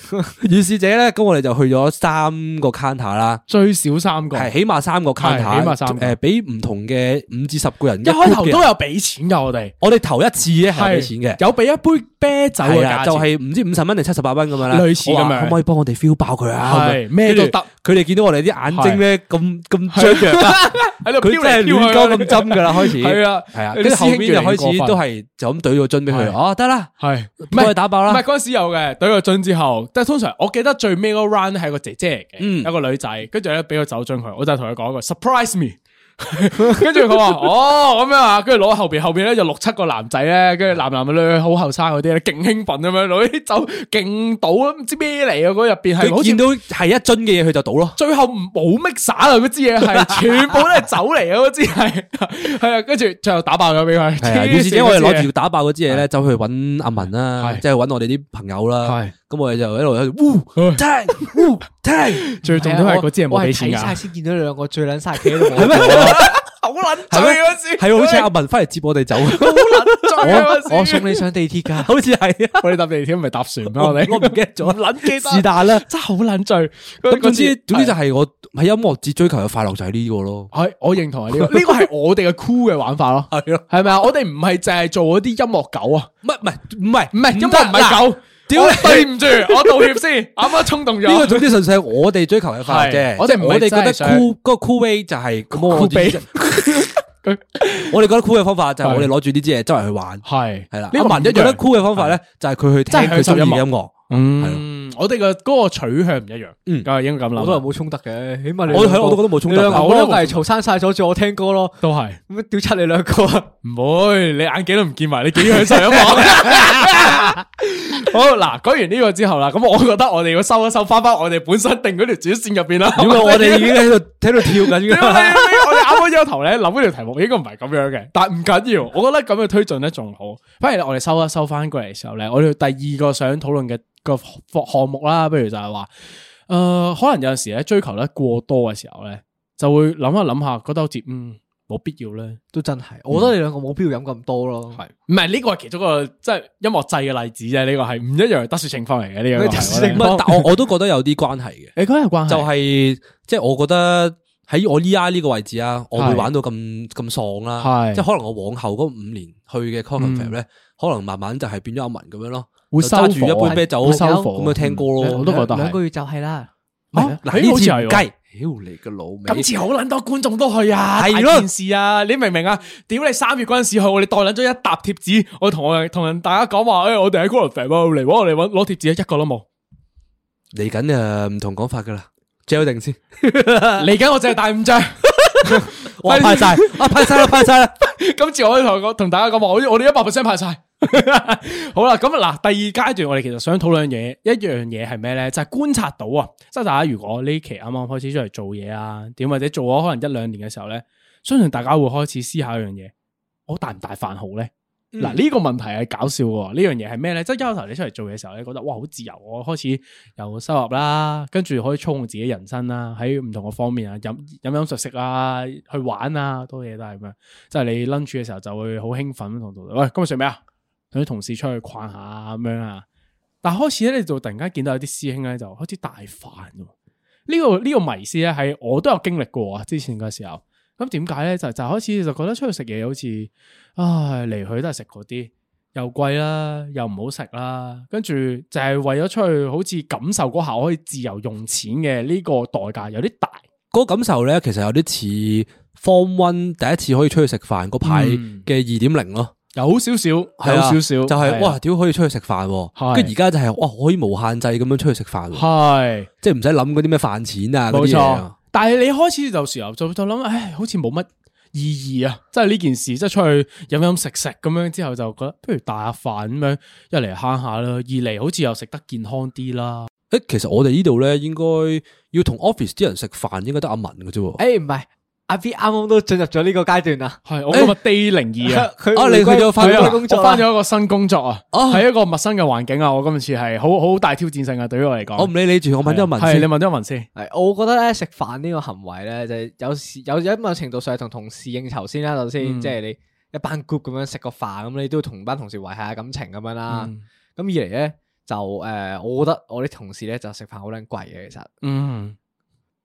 Speaker 4: 於是者咧，咁我哋就去咗三個 counter 啦，
Speaker 3: 最少三個，
Speaker 4: 係
Speaker 3: 一
Speaker 4: 起碼三個 counter，
Speaker 3: 係起碼三個
Speaker 4: 誒，俾唔同嘅五至十個人一
Speaker 3: 開頭
Speaker 4: group 嘅
Speaker 3: 都有俾錢㗎，我哋
Speaker 4: 我哋頭一次咧係
Speaker 3: 係
Speaker 4: 俾錢嘅，
Speaker 3: 有俾一杯啤酒
Speaker 4: 係
Speaker 3: 嘅
Speaker 4: 啦，
Speaker 3: 價
Speaker 4: 就
Speaker 3: 錢，
Speaker 4: 係唔知五十蚊定七十八蚊咁樣啦，
Speaker 3: 類似咁樣
Speaker 4: 我話可唔可以幫我哋 feel 爆佢啊？咁
Speaker 3: 係
Speaker 4: 樣
Speaker 3: 咩都得，
Speaker 4: 佢哋見到我哋啲眼睛咧咁咁張揚啊啦，
Speaker 3: 喺度
Speaker 4: 佢
Speaker 3: 飄嚟
Speaker 4: 真係亂鳩咁
Speaker 3: 飄去
Speaker 4: 針噶啦，開始
Speaker 3: 係啊
Speaker 4: 係啊，
Speaker 3: 有啲
Speaker 4: 跟住後
Speaker 3: 師兄
Speaker 4: 邊就
Speaker 3: 越嚟越
Speaker 4: 開始
Speaker 3: 過分
Speaker 4: 都係就咁懟個樽俾佢，
Speaker 3: 係
Speaker 4: 哦得啦，
Speaker 3: 係唔
Speaker 4: 幫佢
Speaker 3: 係
Speaker 4: 打爆
Speaker 3: 唔
Speaker 4: 啦
Speaker 3: 係，嗰陣時有嘅，懟個樽之後，但係通常我記得最尾嗰個 round 係個姐姐嚟
Speaker 4: 嗯
Speaker 3: 嘅，有個女仔，跟住咧俾個酒樽佢，我就同佢講一句 surprise me，跟住佢話哦咁樣啊，跟住攞後邊後邊咧就六七個男仔咧，跟住男男女女好後生嗰啲咧，勁興奮咁樣攞啲酒勁倒啊，唔知咩嚟啊，嗰入邊係好
Speaker 4: 佢見
Speaker 3: 似
Speaker 4: 到係一樽嘅嘢佢就倒咯，
Speaker 3: 最後唔冇 mix 灑啦，嗰支嘢啊 係全部都係酒嚟嘅，嗰支係係啊，跟住最後打爆咗俾佢，
Speaker 4: 係啊，
Speaker 3: 黐
Speaker 4: 於是
Speaker 3: 線
Speaker 4: 者我哋
Speaker 3: 嗰支嘢
Speaker 4: 攞住打爆嗰支嘢咧，走去揾阿文啦，
Speaker 3: 係
Speaker 4: 即係揾我哋啲朋友啦
Speaker 3: 係，
Speaker 4: 咁我哋就一路喺度，
Speaker 3: 唉
Speaker 4: 嗚聽嗚 聽，
Speaker 3: 最重都係嗰支係冇啊俾錢
Speaker 5: 哎我係睇
Speaker 3: 㗎，
Speaker 5: 晒先見到你兩個最撚晒企喺度望
Speaker 4: 係咩
Speaker 5: 住我。
Speaker 3: 好撚
Speaker 4: 係
Speaker 3: 醉
Speaker 4: 咩
Speaker 3: 嗰支，
Speaker 4: 係好似阿文翻嚟接我哋 走，
Speaker 3: 好撚醉
Speaker 5: 我我
Speaker 3: 嗰支
Speaker 5: 送你上地鐵㗎。
Speaker 4: 好似係啊，
Speaker 3: 我哋搭地鐵唔係搭船 咩？我哋
Speaker 4: 我唔記得咗，
Speaker 3: 捻記得
Speaker 4: 是但啦。
Speaker 3: 真係好捻醉。
Speaker 4: 咁總之總之就
Speaker 3: 係
Speaker 4: 係我喺音樂節追求嘅快樂就係呢個咯，
Speaker 3: 係我認同係呢個，呢個係我哋嘅 cool 嘅玩法咯，
Speaker 4: 係咯，
Speaker 3: 係咪啊？我哋唔係淨係做嗰啲音樂狗啊，
Speaker 4: 唔係唔係唔係
Speaker 3: 唔係音
Speaker 4: 得
Speaker 3: 樂唔係狗。
Speaker 4: 屌
Speaker 3: 我
Speaker 4: 你
Speaker 3: 對唔住，我道歉先，啱啱衝動
Speaker 4: 呢個
Speaker 3: 咗。
Speaker 4: 總之純粹係我哋追求嘅快樂啫
Speaker 3: 係，我哋唔係
Speaker 4: 我哋覺
Speaker 3: 真
Speaker 4: 得
Speaker 3: 係
Speaker 4: c
Speaker 3: 想
Speaker 4: o 嗰個 cool way 就係咁我
Speaker 3: Cool way
Speaker 4: 我哋覺得 cool 嘅方法就係
Speaker 3: 係
Speaker 4: 我哋攞住呢支嘢周圍去玩，
Speaker 3: 係
Speaker 4: 係啦。
Speaker 3: 呢個
Speaker 4: 阿文
Speaker 3: 唔一樣
Speaker 4: 覺得 cool 嘅方法咧就係佢去聽
Speaker 3: 真係
Speaker 4: 佢
Speaker 3: 享受
Speaker 4: 中意嘅
Speaker 3: 音樂
Speaker 4: 音樂，
Speaker 3: 嗯，我哋嘅嗰個取向唔一樣，
Speaker 4: 嗯
Speaker 3: 咁啊應該咁
Speaker 5: 我都係
Speaker 3: 諗，
Speaker 5: 冇衝突嘅，起碼你
Speaker 4: 我
Speaker 5: 兩
Speaker 4: 係
Speaker 5: 個
Speaker 4: 我都覺得冇衝
Speaker 5: 你
Speaker 4: 突
Speaker 5: 兩
Speaker 4: 㗎。
Speaker 5: 個
Speaker 3: 我都冇
Speaker 5: 我係嘈生晒咗，叫我聽歌咯。
Speaker 3: 都係
Speaker 5: 咁屌柒你兩個啊！
Speaker 3: 唔會，你眼鏡都唔見埋，你幾享受音樂？ 好嗱，講完呢個之後啦，咁我覺得我哋要收一收，翻翻我哋本身定嗰條主線入邊啦。
Speaker 4: 因為
Speaker 5: 啊
Speaker 4: 我哋已經喺 度喺度跳緊
Speaker 3: 屌你
Speaker 4: 㗎，
Speaker 3: 我哋啱啱一頭咧諗嗰條題目應該唔係咁樣嘅，但唔緊要，我覺得咁嘅推進咧仲好。不如我哋收一收翻過嚟嘅時候咧，我哋第二個想討論嘅個項目啦，不如就係話，诶、可能有阵时咧追求得過多嘅時候咧，就會諗一諗下，覺得好似嗯冇必要咧。
Speaker 5: 都真係，我覺得你兩個冇必要飲咁多咯。
Speaker 3: 唔係呢個係其中一個即係音樂制嘅例子啫，呢、個係唔一樣嘅特殊情況嚟嘅呢
Speaker 5: 咩
Speaker 3: 個
Speaker 5: 特
Speaker 3: 係。
Speaker 5: 殊情
Speaker 4: 唔
Speaker 5: 況
Speaker 4: 係，啊但我我都覺得有啲關係嘅。
Speaker 3: 你嗰日關係
Speaker 4: 就係即係我覺得喺我依家呢個位置啊，我會
Speaker 3: 係
Speaker 4: 玩到咁咁喪啦，
Speaker 3: 係嗯
Speaker 4: 即係可能我往後嗰五年去嘅 conference 咧，可能慢慢就係變咗阿文咁樣咯，
Speaker 3: 會
Speaker 4: 就
Speaker 3: 收
Speaker 4: 揸住一
Speaker 3: 火啊
Speaker 4: 杯啤酒
Speaker 3: 會收火
Speaker 4: 咁樣聽歌
Speaker 3: 嗯我
Speaker 4: 咯。
Speaker 3: 都覺得係
Speaker 5: 兩個月就係啦。
Speaker 3: 啊
Speaker 4: 嗱
Speaker 3: 咦好似係
Speaker 4: 呢次
Speaker 3: 喎
Speaker 4: 雞，屌你個老味！
Speaker 3: 今次好捻多觀眾都去啊，
Speaker 4: 係
Speaker 3: 大
Speaker 4: 咯
Speaker 3: 件事啊！你明唔明啊？屌你三月嗰阵时去，我哋袋捻咗一沓貼紙，我同我同人大家講話，哎诶，我哋喺 g o l f 嚟搵我哋搵攞貼紙，一個都冇。
Speaker 4: 嚟緊誒唔同講法噶啦。gel 定先，
Speaker 3: 嚟緊我淨係帶五張，
Speaker 4: 啊 我派 晒， 啊派晒啦，派晒啦，
Speaker 3: 今次我同我同大家講話，我我哋一百 percent 派晒。 好啦，咁嗱，第二階段我哋其實想討論嘢，一樣嘢係咩咧？就係觀察到啊，即係大家如果呢期啱啱開始出嚟做嘢啊，點或者做咗可能一兩年嘅時候咧，相信大家會開始思考一樣嘢：我大唔大飯好咧？嗱呢個問題係搞笑喎，呢樣嘢係咩咧？即係一開頭你出嚟做嘢嘅時候咧，覺得哇好自由，我開始有收入啦，跟住可以操控自己人生啦，喺唔同嘅方面啊，飲飲飲食食啊，去玩啊，好多嘢都係咁樣。即係你 lunch 嘅時候就會好興奮同同事，喂今日食咩啊？同啲同事出去逛下咁樣啊，但開始咧，你就突然間見到有啲師兄咧就開始大飯喎。呢、個呢、個迷思咧係我都有經歷過啊，之前嘅時候。咁點解咧？就就開始就覺得出去食嘢好似，唉嚟去都係食嗰啲，又貴啦，又唔好食啦。跟住就係為咗出去好似感受嗰下可以自由用錢嘅呢個代價有啲大。
Speaker 4: 嗰個感受咧，其實有啲似 Form One 第一次可以出去食飯嗰排
Speaker 3: 嗯
Speaker 4: 嘅二點零咯，
Speaker 3: 有少少，
Speaker 4: 係
Speaker 3: 有
Speaker 4: 啊
Speaker 3: 少少，
Speaker 4: 就
Speaker 3: 係
Speaker 4: 係
Speaker 3: 啊
Speaker 4: 哇，，屌可以出去食飯喎，
Speaker 3: 係
Speaker 4: 跟住而家就係哇可以無限制咁樣出去食飯喎，
Speaker 3: 係
Speaker 4: 即係唔使諗嗰啲咩飯錢啊嗰
Speaker 3: 冇
Speaker 4: 啲嘢啊
Speaker 3: 錯。。但係你開始就時候就就諗，唉，好似冇乜意義啊！即係呢件事，即係出去飲飲食食咁樣之後，就覺得不如大下飯咁樣，一嚟慳下啦，二嚟好似又食得健康啲啦。
Speaker 4: 誒，其實我哋呢度咧應該要同 office 啲人食飯，應該得阿文嘅啫喎。
Speaker 5: 诶，唔系，阿 B 啱啱都進入咗呢個階段啦。
Speaker 3: 係我今日 day 零二啊。
Speaker 5: 佢
Speaker 4: 啊你去咗返
Speaker 5: 翻
Speaker 3: 係啊
Speaker 5: 工作
Speaker 3: 我
Speaker 5: 啦
Speaker 3: 翻咗一個新工作啊，
Speaker 4: 哦
Speaker 3: 喺一個陌生嘅環境啊，我今次係好好大挑戰性啊，對於我嚟講。
Speaker 4: 我唔理你住，我問咗阿文
Speaker 3: 係你
Speaker 4: 先。
Speaker 3: 問咗阿文先，
Speaker 5: 系，我覺得咧食飯呢個行為咧，就係有時有有一某程度上係同同事應酬先啦，首先
Speaker 3: 嗯
Speaker 5: 即係你一班 group 咁樣食個飯，咁你都要同班同事維係下感情咁樣啦。
Speaker 3: 嗯
Speaker 5: 咁二嚟咧就诶，我覺得我啲同事咧就食飯好撚貴嘅，其實
Speaker 3: 嗯，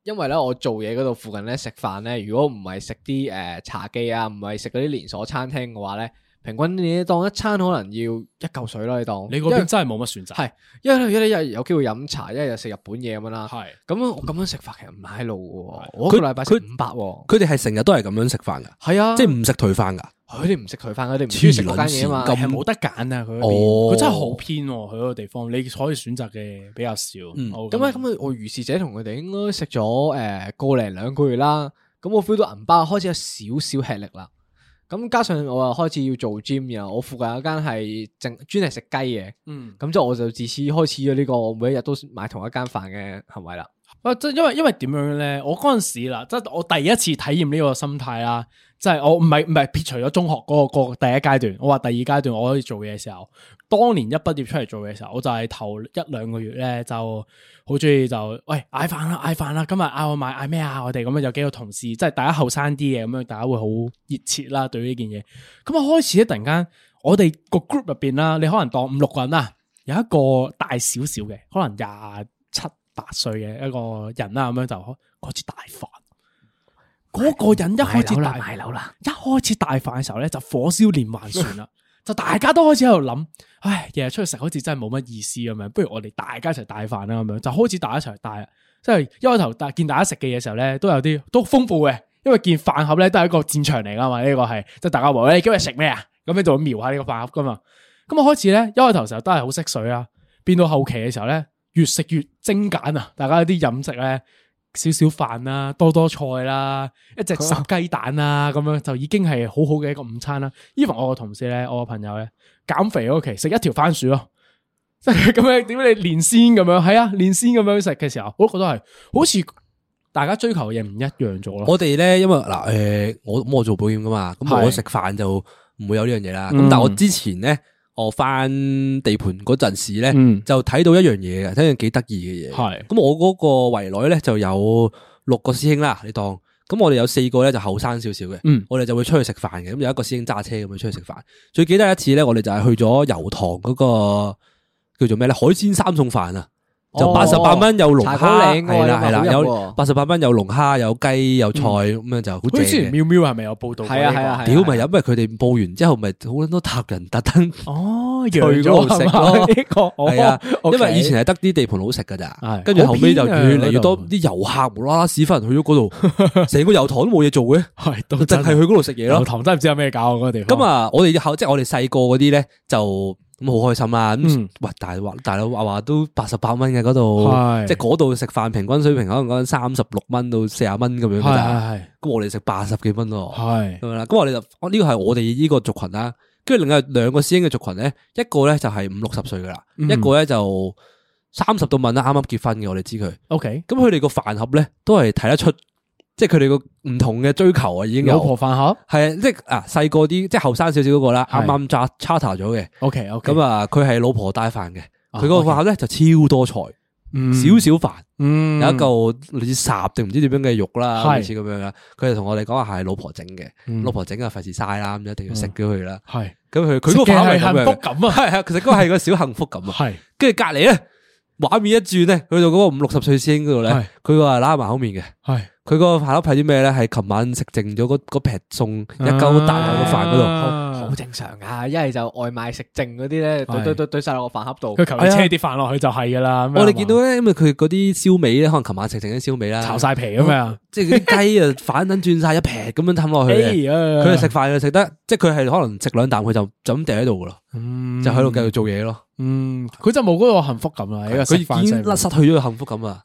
Speaker 5: 因為咧我做嘢嗰度附近咧食飯咧，如果唔係食啲诶茶記啊，唔係食嗰啲連鎖餐廳嘅話咧，平均你當一餐可能要一嚿水啦，你當
Speaker 3: 你嗰邊真係冇乜選擇，
Speaker 5: 係因為因為一日有機會飲茶，一日食日本嘢咁樣啦。
Speaker 3: 係
Speaker 5: 咁樣我咁樣食法其實唔喺路嘅喎，我一個禮拜食
Speaker 4: 佢
Speaker 5: 五百喎，
Speaker 4: 佢哋係成日都係咁樣食飯噶，
Speaker 5: 係啊，
Speaker 4: 即係唔食頹飯噶。
Speaker 5: 佢哋唔食佢飯，佢哋唔中意食嗰間嘢啊嘛，
Speaker 4: 黐撚線咁
Speaker 3: 係冇得揀啊！佢嗰邊
Speaker 4: 哦
Speaker 3: 佢真係好偏喎，佢嗰個地方你可以選擇嘅比較少。
Speaker 4: 嗯
Speaker 3: 我
Speaker 5: 咁啊，咁啊，我如是者同佢哋應該食咗诶個零兩個月啦。咁我 feel 到銀包開始有少少吃力啦。咁加上我又開始要做 gym，然後我附近有間係淨專係食雞嘅，
Speaker 3: 嗯，
Speaker 5: 咁就我就自此開始咗呢個我每一日都買同一間飯嘅行為啦。
Speaker 3: 啊，即係因為因為點樣咧？我嗰陣時啦，即係我第一次體驗呢個心態啦，即係我唔係唔係撇除咗中學嗰、個個第一階段，我話第二階段我可以做嘢嘅時候，當年一畢業出嚟做嘢嘅時候，我就係頭一兩個月咧就好中意就喂嗌飯啦嗌飯啦，今日嗌我買嗌咩啊？我哋咁樣有幾個同事，即係大家後生啲嘅咁樣，大家會好熱切啦對於呢件嘢。咁啊開始咧突然間，我哋個 group 入邊啦，你可能當五六個人啦，有一個大少少嘅，可能廿七八歲嘅一個人啦，咁樣就開始大飯。嗰個人一開始大
Speaker 5: 買樓啦，
Speaker 3: 一開始大飯嘅時候咧，就火燒連環船啦， 就大家都開始喺度諗，唉，日日出去食好似真係冇乜意思咁樣，不如我哋大家一齊大飯啦咁樣，就開始大家一齊大啦。即係一開頭大見大家食嘅嘢時候咧，都有啲都豐富嘅，因為見飯盒咧都係一個戰場嚟噶嘛，啊呢、個係即係大家話喂，你今日食咩啊？咁你就會瞄下呢個飯盒噶嘛。咁我開始咧，一開頭時候都係好識水啊，變到後期嘅時候咧，越食越精簡啊，大家啲飲食咧。少少飯啦，多多菜啦，一隻烚雞蛋啦，咁樣就已經係好好嘅一個午餐啦。even 我個同事咧，我個朋友咧減肥嗰期食一條番薯咯， 即係咁樣點解你連鮮咁樣係啊，連鮮咁樣食嘅時候，我都覺得係好似大家追求嘅嘢唔一樣咗咯。
Speaker 4: 我哋咧，因為嗱，诶，我咁我做保險噶嘛，咁
Speaker 3: 係
Speaker 4: 我食飯就唔會有呢樣嘢啦。咁
Speaker 3: 嗯
Speaker 4: 但係我之前咧，我翻地盤嗰陣時咧，
Speaker 3: 嗯
Speaker 4: 就睇到一樣嘢嘅，睇樣幾得意嘅嘢。
Speaker 5: 啊
Speaker 3: 係
Speaker 4: 咁我嗰個圍內咧就有六個師兄啦，你當咁我哋有四個咧就後生少少嘅，
Speaker 3: 嗯
Speaker 4: 我哋就會出去食飯嘅。咁有一個師兄揸車咁樣出去食飯。最記得一次咧，我哋就係去咗油塘嗰、個叫做咩咧海鮮三餸飯啊，就
Speaker 5: 哦
Speaker 4: 八十八蚊有龍蝦，
Speaker 5: 茶果嶺
Speaker 4: 係啦
Speaker 5: 喎
Speaker 4: 係啦，
Speaker 5: 有
Speaker 4: 有八十八蚊有龍蝦有雞有菜咁樣就好
Speaker 3: 好
Speaker 4: 正
Speaker 3: 似之前
Speaker 4: 嘅。
Speaker 3: 喵喵係咪有報道過呢
Speaker 5: 係
Speaker 3: 個？
Speaker 5: 啊係啊係啊，
Speaker 4: 屌咪
Speaker 5: 係
Speaker 4: 有，
Speaker 5: 啊
Speaker 4: 因為佢哋報完之後咪好多塔人特登
Speaker 3: 哦，
Speaker 4: 去
Speaker 3: 去咗
Speaker 4: 嗰度食 咯
Speaker 3: 呢個哦
Speaker 4: 係啊，因
Speaker 3: OK
Speaker 4: 為 以前係得啲地盤佬食噶咋
Speaker 3: 係，
Speaker 4: 跟住後尾就
Speaker 3: 好偏啊
Speaker 4: 越嚟越多
Speaker 3: 嗰度
Speaker 4: 啲遊客無啦啦屎忽人去咗嗰 度，成個油塘都冇嘢做嘅，
Speaker 3: 係都
Speaker 4: 淨
Speaker 3: 真
Speaker 4: 係去嗰度食嘢
Speaker 3: 油
Speaker 4: 咯。
Speaker 3: 塘真係唔知有咩搞啊嗰個地方。
Speaker 4: 咁啊，我哋後即係我哋細個嗰啲咧就咁好開心啦。咁
Speaker 3: 嗯
Speaker 4: 哇，大話大佬話話都八十八蚊嘅嗰度，
Speaker 3: 係
Speaker 4: 即係嗰度食飯平均水平可能講三十六蚊到四十蚊咁樣㗎
Speaker 3: 係
Speaker 4: 咋。
Speaker 3: 係
Speaker 4: 咁我哋食八十幾蚊
Speaker 3: 係
Speaker 4: 咯，
Speaker 3: 係
Speaker 4: 咁樣啦。咁我哋就哦呢個係我哋呢個族群啦。跟住另外兩個師兄嘅族群咧，一個咧就係五六十歲噶啦，
Speaker 3: 嗯
Speaker 4: 一個咧就三十到問啦，啱啱結婚嘅我哋知佢。
Speaker 3: OK，
Speaker 4: 咁佢哋個飯盒咧都係睇得出，即係佢哋個唔同嘅追求啊，已經
Speaker 3: 老婆
Speaker 4: 有。
Speaker 3: 飯盒
Speaker 4: 系即係啊，細個啲即係後生少少嗰個啦，
Speaker 3: 係
Speaker 4: 啱啱揸 charter 咗嘅，
Speaker 3: OK OK
Speaker 4: 咁啊佢係老婆帶飯嘅，
Speaker 3: 啊
Speaker 4: 佢個飯盒咧就超多菜，少少飯，
Speaker 3: 嗯
Speaker 4: 有一嚿類似霎定唔知點樣嘅肉啦，
Speaker 3: 係嗯
Speaker 4: 類似咁樣啦。佢就同我哋講話係老婆整嘅，老婆整啊費事嘥啦，咁一定要食咗佢啦。
Speaker 3: 系
Speaker 4: 咁佢佢嗰個
Speaker 3: 嗯食嘅
Speaker 4: 反胃咁樣
Speaker 3: 係
Speaker 4: 嘅
Speaker 3: 幸福感啊
Speaker 4: 係係其實嗰個係個小幸福感啊。
Speaker 3: 系
Speaker 4: 跟住隔離咧，畫面一轉咧，去到嗰個五六十歲師兄嗰度咧
Speaker 3: 係，
Speaker 4: 佢個係揦埋口面嘅。
Speaker 3: 系
Speaker 4: 佢個飯盒係啲咩咧？係琴晚食剩咗嗰嗰撇餸一鳩蛋喺個飯嗰
Speaker 3: 啊
Speaker 4: 度。
Speaker 5: 好正常噶，一系就外賣食剩嗰啲咧，
Speaker 3: 係
Speaker 5: 堆堆堆堆晒落個飯盒度
Speaker 3: 佢，求其車啲飯落去就係噶啦。咁樣
Speaker 4: 我哋見到咧，因為佢嗰啲燒味咧，可能琴晚食剩啲燒味啦，
Speaker 3: 啊炒晒皮咁樣，
Speaker 4: 即係嗰啲雞啊 反撚轉晒一劈咁樣氹落去 嘅。
Speaker 3: 哎呀
Speaker 4: 佢哋食飯就食得，即係佢係可能食兩啖佢就就咁掉喺度噶咯，就喺度繼續做嘢咯。
Speaker 3: 嗯，佢就冇嗰個幸福感啦。喺個
Speaker 4: 佢
Speaker 3: 啊食飯
Speaker 4: 已
Speaker 3: 嗯
Speaker 4: 經
Speaker 3: 上面
Speaker 4: 失去咗個幸福感啊！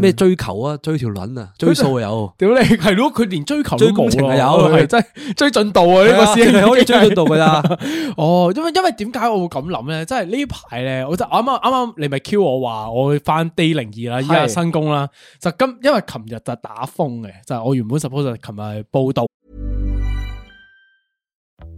Speaker 4: 咩追求啊，追條撚 啊，追數啊有。
Speaker 3: 屌你係咯，佢連追求都
Speaker 4: 追
Speaker 3: 冇
Speaker 4: 工程
Speaker 3: 啊，
Speaker 4: 啊有
Speaker 3: 係真係追進度啊！呢
Speaker 4: 係
Speaker 3: 個師
Speaker 4: 啊
Speaker 3: 兄
Speaker 4: 係可以追進度㗎啦。
Speaker 3: 哦，因為因為點解我會咁諗咧？即係呢排咧，我就啱啱啱啱你咪 Q 我話我翻 day 零二啦，依家
Speaker 5: 係
Speaker 3: 新工啦，就今因為琴日就打風嘅，就係我原本 suppose 就琴日報道。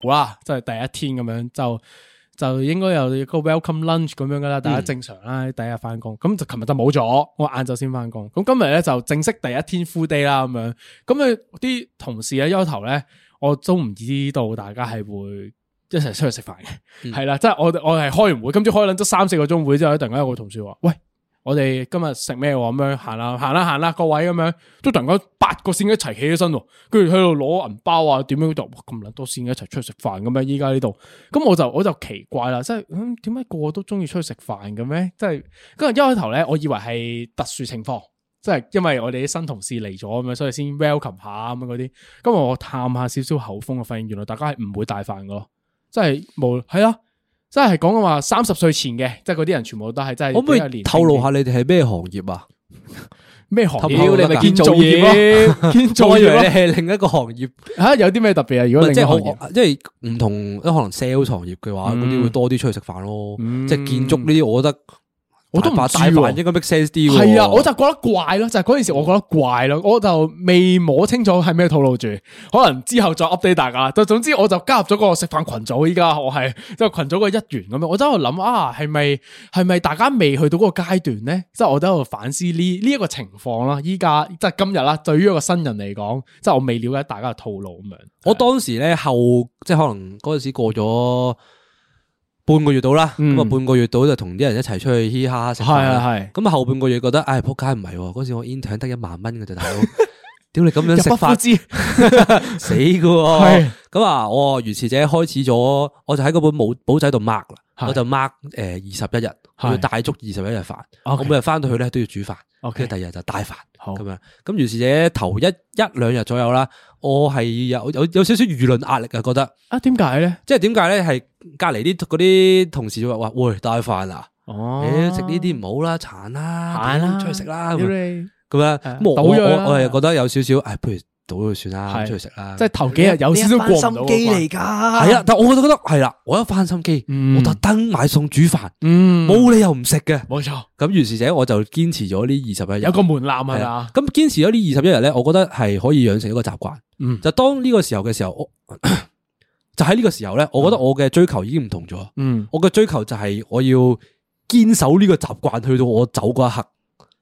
Speaker 3: 好啦，即係第一天咁樣就就應該有個 welcome lunch 咁樣噶啦，大家正常啦，第一日翻工，咁就琴日就冇咗，我晏晝先翻工，咁今日咧就正式第一天 full day 啦，咁樣，咁佢啲同事咧休頭咧，我都唔知道大家係會。一齊出去食飯嘅，係啦、即係我我係開完會，今朝開撚咗三四個鐘會之後，突然間有個同事話：，喂，我哋今日食咩喎？咁樣行啦，行啦，行啦，各位咁樣，都突然間八個線一齊起起身喎，跟住喺度攞銀包啊，點樣就哇咁撚多線一齊出去食飯咁樣，依家呢度，咁我就我就奇怪啦，即係嗯點解個個都中意出去食飯嘅咩？即係跟住一開頭咧，我以為係特殊情況。即係因為我哋啲新同事嚟咗咁樣，所以先 welcome 下咁樣嗰啲。咁我探下少少口風，我發現原來大家係唔會帶飯噶咯，即係冇係啊，即係講緊話三十歲前嘅，即係嗰啲人全部都係真係
Speaker 4: 可唔可
Speaker 3: 比較年
Speaker 4: 以
Speaker 3: 輕
Speaker 4: 透露
Speaker 3: 啲
Speaker 4: 下你哋係咩行業啊？
Speaker 3: 咩行
Speaker 4: 透露
Speaker 3: 業？
Speaker 4: 得㗎
Speaker 3: 建造業 咯，建造
Speaker 4: 我以為
Speaker 3: 業
Speaker 4: 你
Speaker 3: 咯。
Speaker 4: 係另一個行業，
Speaker 3: 吓有啲咩特別啊？如果
Speaker 4: 唔係
Speaker 3: 另
Speaker 4: 即
Speaker 3: 一
Speaker 4: 係
Speaker 3: 個行
Speaker 4: 我
Speaker 3: 業，
Speaker 4: 我因為唔同，可能 sales 行業嘅話，嗰啲會多啲出去食飯咯。
Speaker 3: 嗯
Speaker 4: 即係建築呢啲，我覺得
Speaker 3: 我都唔
Speaker 4: 大
Speaker 3: 知
Speaker 4: 飯大
Speaker 3: 喎
Speaker 4: 飯應該 make sense 啲喎。
Speaker 3: 係啊，我就覺得怪咯，就係嗰件事，我覺得怪咯，我就未摸清楚係咩套路住，可能之後再 update 大家。就總之我就加入咗個食飯群組，依家我係即係群組嘅一員咁樣，我都喺度諗啊，係咪係咪大家未去到嗰個階段咧？即係我都喺度反思呢呢一個情況啦。依家即係今日啦，對於一個新人嚟講，即係我未了解大家嘅套路咁樣。
Speaker 4: 我當時咧後即係可能嗰陣時過咗半個月到啦，咁啊半個月到就同啲人一齊出去嘻嘻哈哈食飯啦。
Speaker 3: 係係係
Speaker 4: 咁後半個月覺得，唉仆街唔係喎，嗰時我 intern 得一萬蚊嘅啫，大佬。屌你咁樣食
Speaker 3: 入不敷
Speaker 4: 飯
Speaker 3: 支
Speaker 4: 死嘅喎
Speaker 3: 係，
Speaker 4: 咁啊，我如是者開始咗，我就喺嗰本簿簿仔度 mark 啦，我就 mark 誒二十一日，我要帶足二十一日飯，我
Speaker 3: OK
Speaker 4: 每日翻到去咧都要煮飯，跟
Speaker 3: OK
Speaker 4: 住第二日就帶飯，
Speaker 3: 好
Speaker 4: 咁樣，咁如是者頭一一兩日左右啦，我係有有有少少輿論壓力啊，覺得，
Speaker 3: 啊，點解咧？
Speaker 4: 即係點解咧？係隔離啲嗰啲同事就話：，哇，喂，帶飯啊！
Speaker 3: 哦
Speaker 4: 誒食呢啲唔好啊啦，殘啦，
Speaker 3: 閒啦
Speaker 4: 出去食啦，咁
Speaker 3: 屌
Speaker 4: 樣
Speaker 3: 你
Speaker 4: 咁樣
Speaker 3: 係
Speaker 4: 咁我
Speaker 3: 倒
Speaker 4: 我
Speaker 3: 咗啦
Speaker 4: 我我係覺得有少少，唉，不如倒咗佢算啦，
Speaker 3: 係
Speaker 4: 出去食啦，
Speaker 3: 即係頭幾日有少少過唔到心機嚟㗎。
Speaker 4: 系啊，但我就覺得係啦，我一翻心機，
Speaker 3: 嗯
Speaker 4: 我特登買餸煮飯，
Speaker 3: 嗯，
Speaker 4: 冇理由唔食嘅。
Speaker 3: 冇錯，
Speaker 4: 咁於是者我就堅持咗呢二十一日，
Speaker 3: 有個門檻
Speaker 4: 係
Speaker 3: 係
Speaker 4: 啊
Speaker 3: 嘛。
Speaker 4: 咁堅持咗呢二十一日咧，我覺得係可以養成一個習慣。
Speaker 3: 嗯
Speaker 4: 就當呢個時候嘅時候，我 就喺呢個時候咧，我覺得我嘅追求已經唔同咗。
Speaker 3: 嗯，
Speaker 4: 我嘅追求就係我要堅守呢個習慣，去到我走嗰一刻。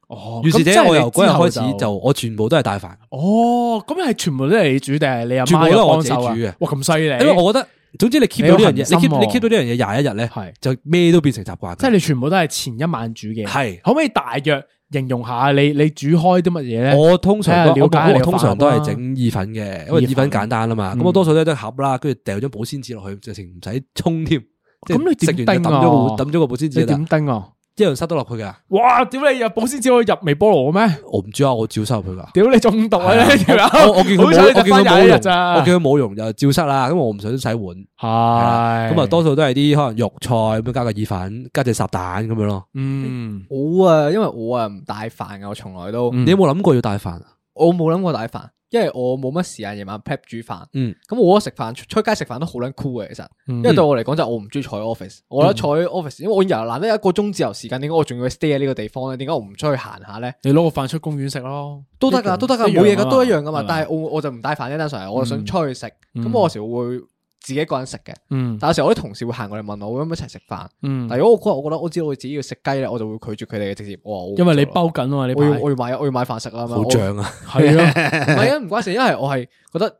Speaker 3: 哦
Speaker 4: 於是者我由嗰日開始，
Speaker 3: 就哦
Speaker 4: 就我全部都係帶飯，
Speaker 3: 哦，咁係全部都係你煮定係你阿
Speaker 4: 全部
Speaker 3: 媽
Speaker 4: 都係
Speaker 3: 有
Speaker 4: 我
Speaker 3: 幫
Speaker 4: 自己
Speaker 3: 手啊
Speaker 4: 煮嘅
Speaker 3: 哇，咁犀利！
Speaker 4: 因為我覺得總之你 keep 到呢樣嘢，你
Speaker 3: 你有恒心
Speaker 4: keep
Speaker 3: 喎
Speaker 4: 你 keep 到呢樣嘢廿一日咧，就咩都變成習慣。
Speaker 3: 即係你全部都係前一晚煮嘅，
Speaker 4: 係
Speaker 3: 可唔可以大約形容下你你煮開啲乜嘢咧？
Speaker 4: 我通常都
Speaker 3: 睇下了
Speaker 4: 我
Speaker 3: 解下
Speaker 4: 我
Speaker 3: 你
Speaker 4: 我
Speaker 3: 嘅
Speaker 4: 通常
Speaker 3: 飯
Speaker 4: 都係
Speaker 3: 啦
Speaker 4: 整意粉嘅，因為意粉簡單啦嘛。咁
Speaker 3: 嗯
Speaker 4: 我多數都係得盒啦，跟住掉張保鮮紙落去，直情唔使沖添。即係
Speaker 3: 咁你點
Speaker 4: 食完就
Speaker 3: 叮
Speaker 4: 抌
Speaker 3: 啊
Speaker 4: 咗個抌咗個保鮮紙
Speaker 3: 你點叮啊？
Speaker 4: 一樣塞得落去噶。
Speaker 3: 哇！屌你入保鮮紙可以入微波爐嘅咩？
Speaker 4: 我唔知啊，我照塞入 去噶。
Speaker 3: 屌你中毒啊！你條
Speaker 4: 係
Speaker 3: 友
Speaker 4: 啊我我見佢
Speaker 3: 好彩
Speaker 4: 冇，
Speaker 3: 你
Speaker 4: 我見佢冇
Speaker 3: 得返廿一
Speaker 4: 用
Speaker 3: 日，咋？
Speaker 4: 我見佢冇用就照塞啦。因為我唔想洗碗，
Speaker 3: 係
Speaker 4: 啦咁啊，多數都係啲可能肉菜咁樣加個意粉，加隻烚蛋咁樣咯。
Speaker 3: 嗯，
Speaker 5: 我啊，因為我啊唔帶飯嘅，我從來都。
Speaker 4: 你有冇諗過要帶飯啊？
Speaker 5: 我冇諗過帶飯，因為我冇乜時間夜晚 prep 煮飯。
Speaker 4: 嗯，
Speaker 5: 咁我食飯出出街食飯都好撚 cool 嘅，其實，
Speaker 4: 嗯
Speaker 5: 因為對我嚟講就係我唔中意坐喺 office，我覺得坐喺 office，因為我由難得有一個鐘自由時間，點解我仲要 stay 喺呢個地方咧？點解我唔出去行下咧？
Speaker 3: 你攞個飯出公園食咯，
Speaker 5: 都得噶，
Speaker 3: 一樣
Speaker 5: 都得噶，
Speaker 3: 一樣
Speaker 5: 冇嘢噶，
Speaker 3: 啊
Speaker 5: 都一樣噶嘛。嗯
Speaker 3: 係
Speaker 5: 但係我我就唔帶飯啫，單純係我想出去食，咁
Speaker 3: 嗯
Speaker 5: 我有時會自己一個人食嘅。
Speaker 3: 嗯
Speaker 5: 但有時我啲同事會行過嚟問我，會唔會一齊食飯？
Speaker 3: 嗯
Speaker 5: 但如果我嗰日我覺得我知道我自己要食雞咧，我就會拒絕佢哋嘅直接。我話我唔
Speaker 3: 因為你
Speaker 5: 做啦
Speaker 3: 包緊啊嘛，你
Speaker 5: 我要
Speaker 3: 排
Speaker 5: 我要買我要買飯食啦嘛。
Speaker 3: 好
Speaker 5: 我
Speaker 3: 脹啊
Speaker 5: 係
Speaker 3: 係啊
Speaker 5: 唔係啊，唔關事，因為我係覺得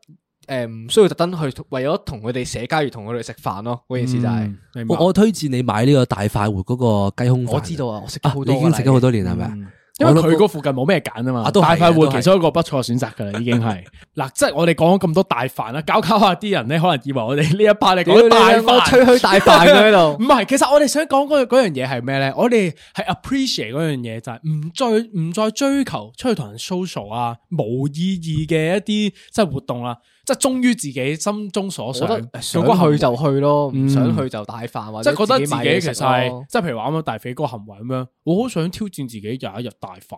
Speaker 5: 誒唔需要特登去為咗同佢哋社交而同佢哋食飯咯。嗰件事就係
Speaker 3: 嗯明白
Speaker 4: 我我推薦你買呢個大快活嗰個雞胸飯。
Speaker 5: 我知道啊，我食咗
Speaker 4: 啊
Speaker 5: 好
Speaker 4: 你
Speaker 5: 多
Speaker 4: 已經食咗好多年係咪啊？
Speaker 3: 嗯因為佢
Speaker 4: 我
Speaker 3: 嗰附近冇咩揀啊嘛，
Speaker 4: 啊都係
Speaker 3: 大快活
Speaker 4: 都係
Speaker 3: 其中一個不錯嘅選擇噶啦，已經 係嗱，即係我哋講咗咁多大飯啦，搞搞下啲人咧，可能以為我哋呢一 part 咧講
Speaker 5: 屌你
Speaker 3: 大
Speaker 5: 兩個
Speaker 3: 飯，
Speaker 5: 吹噓大飯嘅喺 度
Speaker 3: 唔係，其實我哋想講嗰嗰樣嘢係咩咧？我哋係 appreciate 嗰樣嘢就係唔再唔再追求出去同人 social 啊，冇意義嘅一啲即係活動啦，即係忠於自己心中所
Speaker 5: 我
Speaker 3: 想
Speaker 5: 覺，得
Speaker 3: 用
Speaker 5: 想
Speaker 3: 嗰個行為
Speaker 5: 去就去咯，唔
Speaker 3: 嗯
Speaker 5: 想去就帶飯或
Speaker 3: 即
Speaker 5: 者
Speaker 3: 係覺得自
Speaker 5: 買嘢
Speaker 3: 己其
Speaker 5: 食
Speaker 3: 實係
Speaker 5: 咯，
Speaker 3: 即係譬如話啱啱大肥嗰個行為咁樣，我好想挑戰自己有一日大飯，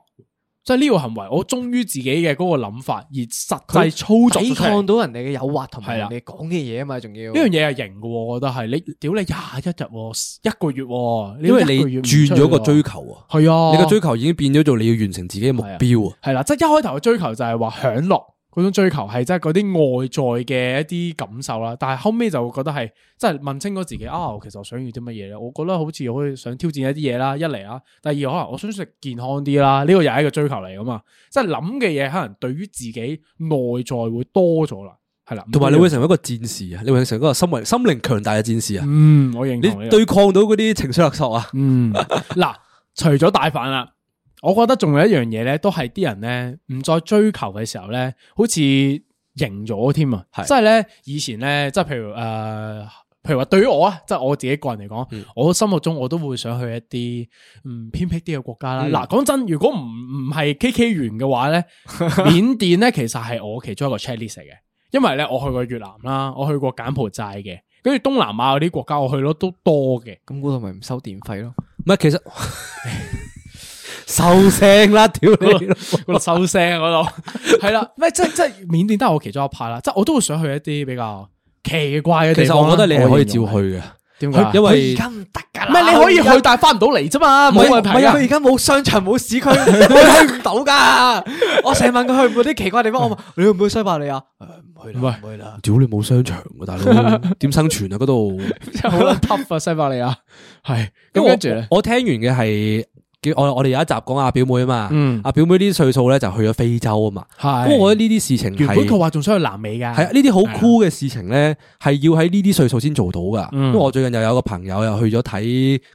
Speaker 3: 即係呢個行為，我忠於自己嘅嗰個諗法，而實際操作
Speaker 5: 抵
Speaker 3: 出嚟
Speaker 5: 抗到人哋嘅誘惑同埋
Speaker 3: 係
Speaker 5: 人
Speaker 3: 啦
Speaker 5: 哋講嘅嘢啊嘛，仲要
Speaker 3: 呢樣嘢係型嘅喎，我覺得係你屌你廿一日喎一個月喎，
Speaker 4: 因為
Speaker 3: 一個
Speaker 4: 你
Speaker 3: 月唔
Speaker 4: 轉
Speaker 3: 出去
Speaker 4: 咗個
Speaker 3: 喎
Speaker 4: 追求啊，
Speaker 3: 係啊
Speaker 4: 你個追求已經變咗做你要完成自己嘅目標啊。
Speaker 3: 係啦，即係一開頭嘅追求就係話享樂嗰種追求，係即係嗰啲外在嘅一啲感受啦。但係後尾就會覺得係即係問清咗自己啊，其實我想要啲乜嘢咧？我覺得好似可以想挑戰一啲嘢啦，一嚟啦，第二可能我想食健康啲啦，呢個又係一個追求嚟噶嘛。即係諗嘅嘢可能對於自己內在會多咗啦，係啦，
Speaker 4: 同埋你會成為一個戰士啊，你會成為一個心靈心靈強大嘅戰士啊。
Speaker 3: 嗯，我認同呢
Speaker 4: 你
Speaker 3: 個
Speaker 4: 對抗到嗰啲情緒勒索啊。
Speaker 3: 嗯，嗱，除咗大飯啦，我覺得仲有一樣嘢咧，都係啲人咧唔再追求嘅時候咧，好似型咗添啊！即係咧以前咧，即係譬如誒、呃譬如話對於我啊，即係我自己個人嚟講，我心目中我都會想去一啲嗯偏僻啲嘅國家啦。
Speaker 4: 嗯
Speaker 3: 嗱、講真，如果唔唔係 K K 園嘅話咧，緬甸咧其實係我其中一個 checklist 嚟嘅，因為咧我去過越南啦，我去過柬埔寨嘅，跟住東南亞嗰啲國家我去咯都多嘅。
Speaker 5: 咁嗰度咪唔收電費咯？
Speaker 4: 唔係，其 實收聲啦，屌 你老母！
Speaker 3: 嗰度收聲啊嗰度， 係啦，咩即即緬甸都係我其中一 part 啦，即我都會想去一啲比較奇怪嘅地
Speaker 4: 其實
Speaker 3: 方啦。
Speaker 4: 我覺得你係可以照
Speaker 3: 形容係
Speaker 4: 去嘅，
Speaker 3: 點解
Speaker 4: 因為
Speaker 5: 唔得噶
Speaker 3: 咩你可以去，但係翻唔到嚟啫嘛，冇問題啊
Speaker 5: 佢而。家冇商場冇市區，我去唔到噶。我成日問佢去唔去啲奇怪地方，我問你去唔去西伯利亞？
Speaker 4: 屌你冇商場喎，大 佬點生存啊？嗰度
Speaker 3: 真係好撚 tough 啊，西伯利亞係咁
Speaker 4: 因為
Speaker 3: 跟住咧，
Speaker 4: 我我聽完嘅係。我我哋有一集講阿表妹啊嘛，阿、
Speaker 3: 嗯
Speaker 4: 表妹呢啲歲數咧就去咗非洲啊嘛，
Speaker 3: 係
Speaker 4: 咁我覺得呢啲事情
Speaker 3: 原本佢
Speaker 4: 係
Speaker 3: 話仲想去南美㗎，
Speaker 4: 係啊呢啲好酷嘅事情咧，係要喺呢啲歲數先做到噶。
Speaker 3: 嗯
Speaker 4: 因為我最近又有個朋友又去咗睇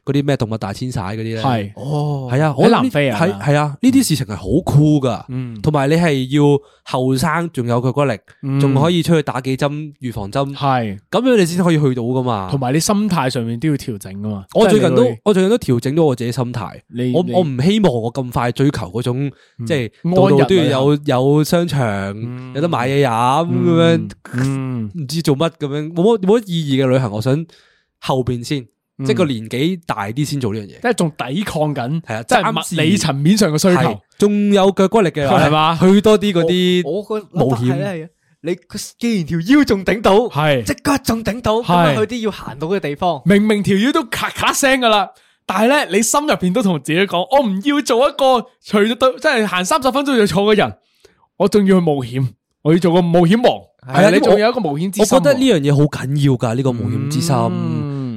Speaker 4: 嗰啲咩動物大遷徙嗰啲咧，
Speaker 3: 係
Speaker 4: 哦，係啊，
Speaker 3: 喺南非啊
Speaker 4: 係係啊，呢啲事情係好酷噶，
Speaker 3: 嗯
Speaker 4: 同埋你係要後生，仲有佢個力，
Speaker 3: 嗯
Speaker 4: 仲可以出去打幾針預防針，
Speaker 3: 係
Speaker 4: 咁樣你先可以去到噶嘛，
Speaker 3: 同埋你心態上面都要調整噶嘛。
Speaker 4: 我最
Speaker 3: 即係
Speaker 4: 近
Speaker 3: 你
Speaker 4: 都
Speaker 3: 會
Speaker 4: 我最近都調整咗我自己心態
Speaker 3: 你，
Speaker 4: 我
Speaker 3: 你嗯
Speaker 4: 我唔希望我咁快追求嗰種即係
Speaker 3: 安
Speaker 4: 度度
Speaker 3: 逸
Speaker 4: 都
Speaker 3: 旅
Speaker 4: 要
Speaker 3: 行
Speaker 4: 有有商
Speaker 3: 嗯
Speaker 4: 場，有得買嘢飲咁樣，唔知做乜咁樣，冇乜冇乜意義嘅旅行。我想後邊先，
Speaker 3: 嗯
Speaker 4: 即係個年紀大啲先做呢樣嘢。
Speaker 3: 即係仲抵抗緊，係
Speaker 4: 啊
Speaker 3: 即
Speaker 4: 暫時
Speaker 3: 係物理層面上嘅需
Speaker 4: 係
Speaker 3: 求。
Speaker 4: 仲有腳骨力嘅話
Speaker 3: 係嘛
Speaker 4: 去多啲嗰啲
Speaker 5: 我個
Speaker 4: 冒
Speaker 5: 諗法係
Speaker 4: 險。
Speaker 5: 咧，係啊你佢既然條腰仲頂到，
Speaker 3: 係
Speaker 5: 只腳仲頂到，咁
Speaker 3: 係
Speaker 5: 咪去啲要行到嘅地方。
Speaker 3: 明明條腰都咔咔聲噶啦，但係咧你心入邊都同自己講，我唔要做一個除咗對，即係行三十分鐘就坐嘅人，我仲要去冒險，我要做個冒險王。
Speaker 4: 係
Speaker 3: 係
Speaker 4: 啊
Speaker 3: 啊，你
Speaker 4: 我
Speaker 3: 仲有一個冒險之
Speaker 4: 我
Speaker 3: 心喎。
Speaker 4: 覺得呢樣嘢好嗯緊要㗎，呢個冒險之心。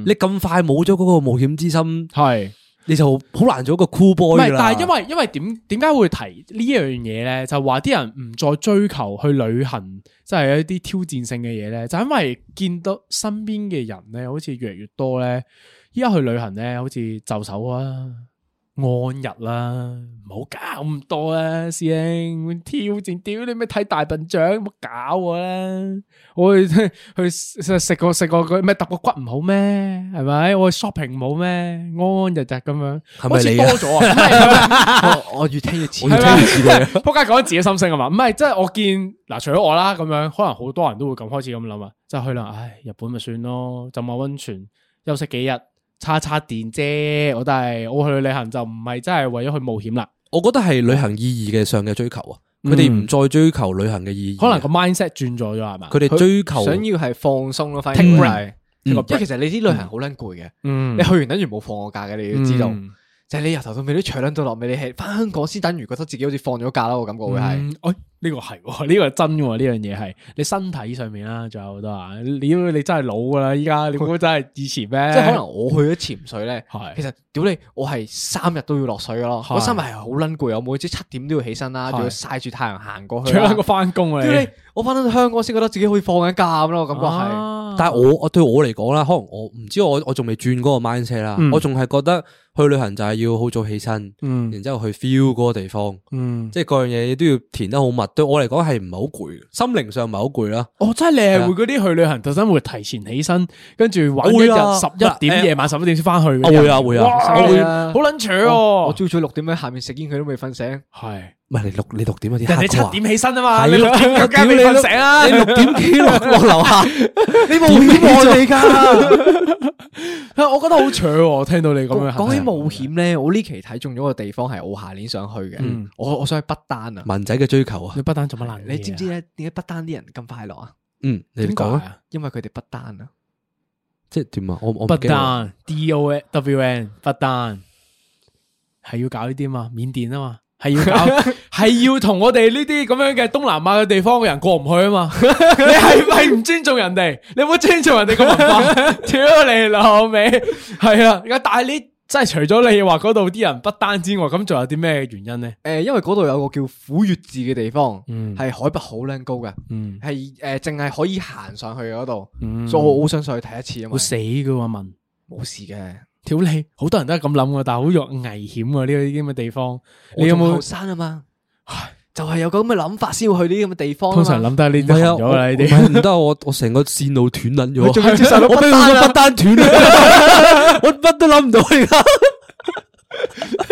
Speaker 4: 你咁快冇咗嗰個冒險之心，
Speaker 3: 嗯係
Speaker 4: 你就好難做一個 cool
Speaker 3: 唔
Speaker 4: boy
Speaker 3: 係，
Speaker 4: 啦。
Speaker 3: 但係因為因為點點解會提呢樣嘢咧？就話啲人唔再追求去旅行，即係一啲挑戰性嘅嘢咧，就因為見到身邊嘅人咧，好似越嚟越多咧。依家去旅行咧，好似就手啊、安逸啦、唔好搞咁多啦，師兄挑戰屌你咩睇大笨象，唔好搞我啦！我去 去食食個食個佢咩揼個骨唔好咩？係咪？我去 shopping 唔好咩？安安逸逸咁樣，
Speaker 4: 係
Speaker 3: 好
Speaker 4: 咪
Speaker 3: 似
Speaker 4: 你
Speaker 3: 多
Speaker 4: 啊
Speaker 3: 咗啊！ 係咪
Speaker 5: 我我越聽越似，
Speaker 3: 係啊咪？仆街講緊自己心聲啊嘛，唔係即係我見嗱，除咗我啦咁樣，可能好多人都會咁開始咁諗啊，即係去啦，唉，日本咪算咯，浸下温泉，休息幾日，叉叉電啫。我但係我去旅行就唔係真係為咗去冒險啦，
Speaker 4: 我覺得係旅行意義嘅上嘅追求啊，佢哋唔再追求旅行嘅意義，啊
Speaker 3: 可能個 mindset 轉咗咗係嘛？
Speaker 4: 佢哋追求
Speaker 5: 想要係放鬆咯，反而
Speaker 3: Take
Speaker 5: 係
Speaker 3: break，
Speaker 5: 因
Speaker 3: take
Speaker 5: 為
Speaker 3: a break
Speaker 5: 其實你啲旅行好撚攰嘅，
Speaker 3: 嗯
Speaker 5: 你去完等於冇放過假嘅，你要知道
Speaker 3: 嗯，
Speaker 5: 就係你由頭到尾都除撚到落尾，你係翻香港先等於覺得自己好似放咗假啦，我感覺會係。
Speaker 3: 嗯，哎，呢個係喎，呢個係真喎，呢樣嘢係你身體上面啦，仲有好多啊，你你真係老噶啦，依家你估真係以前咩？
Speaker 5: 即係可能我去咗潛水咧，其實屌你，我係三日都要落水噶咯，
Speaker 3: 嗯係
Speaker 5: 我三日係好撚攰，我每朝七點都要起身啦，
Speaker 3: 係
Speaker 5: 仲要曬住太陽行過去
Speaker 3: 除
Speaker 5: 啦。
Speaker 3: 咗個翻工啊，
Speaker 5: 屌你，我翻到香港先覺得自己好似放緊假咁咯，我感覺
Speaker 3: 啊
Speaker 5: 係。
Speaker 4: 但係我我对我嚟講啦，可能我唔知我我仲未轉嗰個 mindset 啦，
Speaker 3: 嗯
Speaker 4: 我仲係覺得去旅行就係要好早起身，
Speaker 3: 嗯
Speaker 4: 然之后去 feel 嗰個地方，
Speaker 3: 嗯
Speaker 4: 即係各樣嘢都要填得好密。對我嚟講係唔係好攰，心靈上唔係好攰啦。
Speaker 3: 哦，真係你
Speaker 4: 係啊
Speaker 3: 係會嗰啲去旅行特登會提前起身，跟住玩一
Speaker 4: 會
Speaker 3: 日
Speaker 4: 啊
Speaker 3: 十一點
Speaker 4: 誒
Speaker 3: 夜晚十一點先翻去嘅
Speaker 4: 我
Speaker 3: 人。
Speaker 4: 會啊會啊
Speaker 3: 哇
Speaker 4: 我會
Speaker 3: 好撚扯
Speaker 5: 我我
Speaker 3: 哦！
Speaker 5: 朝早六點喺下面食煙，佢都未瞓醒。
Speaker 3: 係
Speaker 4: 唔係你六你六點有啲
Speaker 3: 人
Speaker 4: 黑
Speaker 3: 哋
Speaker 4: 啊
Speaker 3: 七點起 身啊嘛，
Speaker 4: 係
Speaker 3: 你
Speaker 4: 咯
Speaker 3: 六點更
Speaker 4: 屌
Speaker 3: 加
Speaker 4: 你
Speaker 3: 未
Speaker 4: 都
Speaker 3: 瞓醒啊！
Speaker 4: 你六點幾落落樓下，
Speaker 5: 你
Speaker 4: 冒險我你㗎。
Speaker 3: 我覺得好扯喎，聽到你咁樣
Speaker 5: 講講起
Speaker 3: 係
Speaker 5: 冒險咧，我呢期睇中咗個地方係我下年想去
Speaker 3: 嗯
Speaker 5: 嘅，我我想去不丹啊！
Speaker 4: 文仔嘅追求啊
Speaker 3: 你，不單做乜爛嘢啊
Speaker 5: 你知唔知？咧點解不丹啲人咁快樂啊？
Speaker 4: 嗯，你
Speaker 3: 點解
Speaker 4: 講啊，
Speaker 3: 啊？
Speaker 5: 因為佢哋不丹啊！
Speaker 4: 即係點啊？我我唔
Speaker 3: 不
Speaker 4: 記得啦
Speaker 3: 丹 D O N W N 不丹係要搞呢啲嘛？緬甸啊嘛，係要搞係要同我哋呢啲咁樣嘅東南亞嘅地方嘅人過唔去啊嘛？ 你係咪唔尊重人哋？你有冇尊重人哋個文化？屌你老味！係啊！而家但係你真係除咗你話嗰度啲人不丹之外，咁仲有啲咩原因咧？
Speaker 5: 誒，因為嗰度有個叫虎穴寺嘅地方，
Speaker 3: 嗯
Speaker 5: 係海拔好撚高嘅，
Speaker 3: 嗯
Speaker 5: 係誒淨係可以行上去嗰度，
Speaker 3: 嗯
Speaker 5: 所以我好想上去睇一次啊嘛
Speaker 3: 會。死噶嘛？問
Speaker 5: 冇事嘅，
Speaker 3: 屌你，好多人都係咁諗噶，但係好弱危險啊！呢啲咁嘅地方，你有
Speaker 5: 我仲
Speaker 3: 冇
Speaker 5: 後？生啊嘛？就係有個咁嘅諗法先會去呢啲咁嘅地方啊
Speaker 3: 通
Speaker 5: 嘛。
Speaker 3: 常諗得呢
Speaker 4: 唔係
Speaker 3: 啲
Speaker 4: 啊，
Speaker 3: 行咗啦，呢
Speaker 4: 我
Speaker 3: 啲
Speaker 4: 唔係唔得啊，我我成個線路斷撚咗
Speaker 5: 你
Speaker 4: 啊。
Speaker 5: 仲要接受到
Speaker 4: 我俾
Speaker 5: 不
Speaker 4: 佢
Speaker 5: 丹啊
Speaker 4: 個不單斷啊啦， 我乜都諗唔到而家，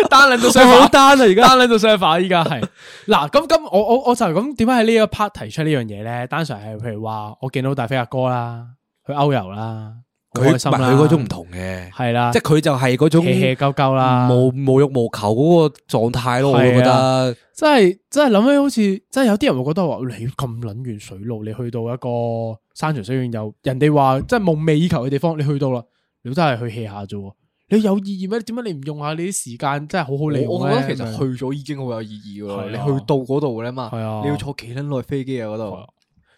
Speaker 3: 單撚到
Speaker 4: 我好
Speaker 3: server，
Speaker 4: 單啊而家。
Speaker 3: 單撚到 server，依家係嗱咁咁，我我我就係咁點解喺呢個 part 提出呢樣嘢咧？單純係譬如話，我見到大飛阿哥啦，去歐遊啦，好
Speaker 4: 佢唔
Speaker 3: 開
Speaker 4: 係
Speaker 3: 心啦
Speaker 4: 佢嗰種唔同嘅，
Speaker 3: 係啦，
Speaker 4: 即係佢就係嗰種
Speaker 3: hea hea 鳩鳩啦
Speaker 4: 無無欲無求嗰個狀態咯。我
Speaker 3: 係啊
Speaker 4: 覺得
Speaker 3: 真係真係諗起好似，真係有啲人會覺得話你咁撚遠水路，你去到一個山長水遠又人哋話即係夢寐以求嘅地方，你去到啦，你都係去 hea 下啫喎。你有意義咩？點解你唔用下你啲時間，真係好好利用
Speaker 5: 我我
Speaker 3: 咧
Speaker 5: 覺得其
Speaker 3: 咁樣
Speaker 5: 實去咗已經好有意義噶啦，
Speaker 3: 啊係啊
Speaker 5: 你去到嗰度咧嘛，
Speaker 3: 係啊
Speaker 5: 你要坐幾撚耐飛機啊嗰
Speaker 3: 係啊
Speaker 5: 度，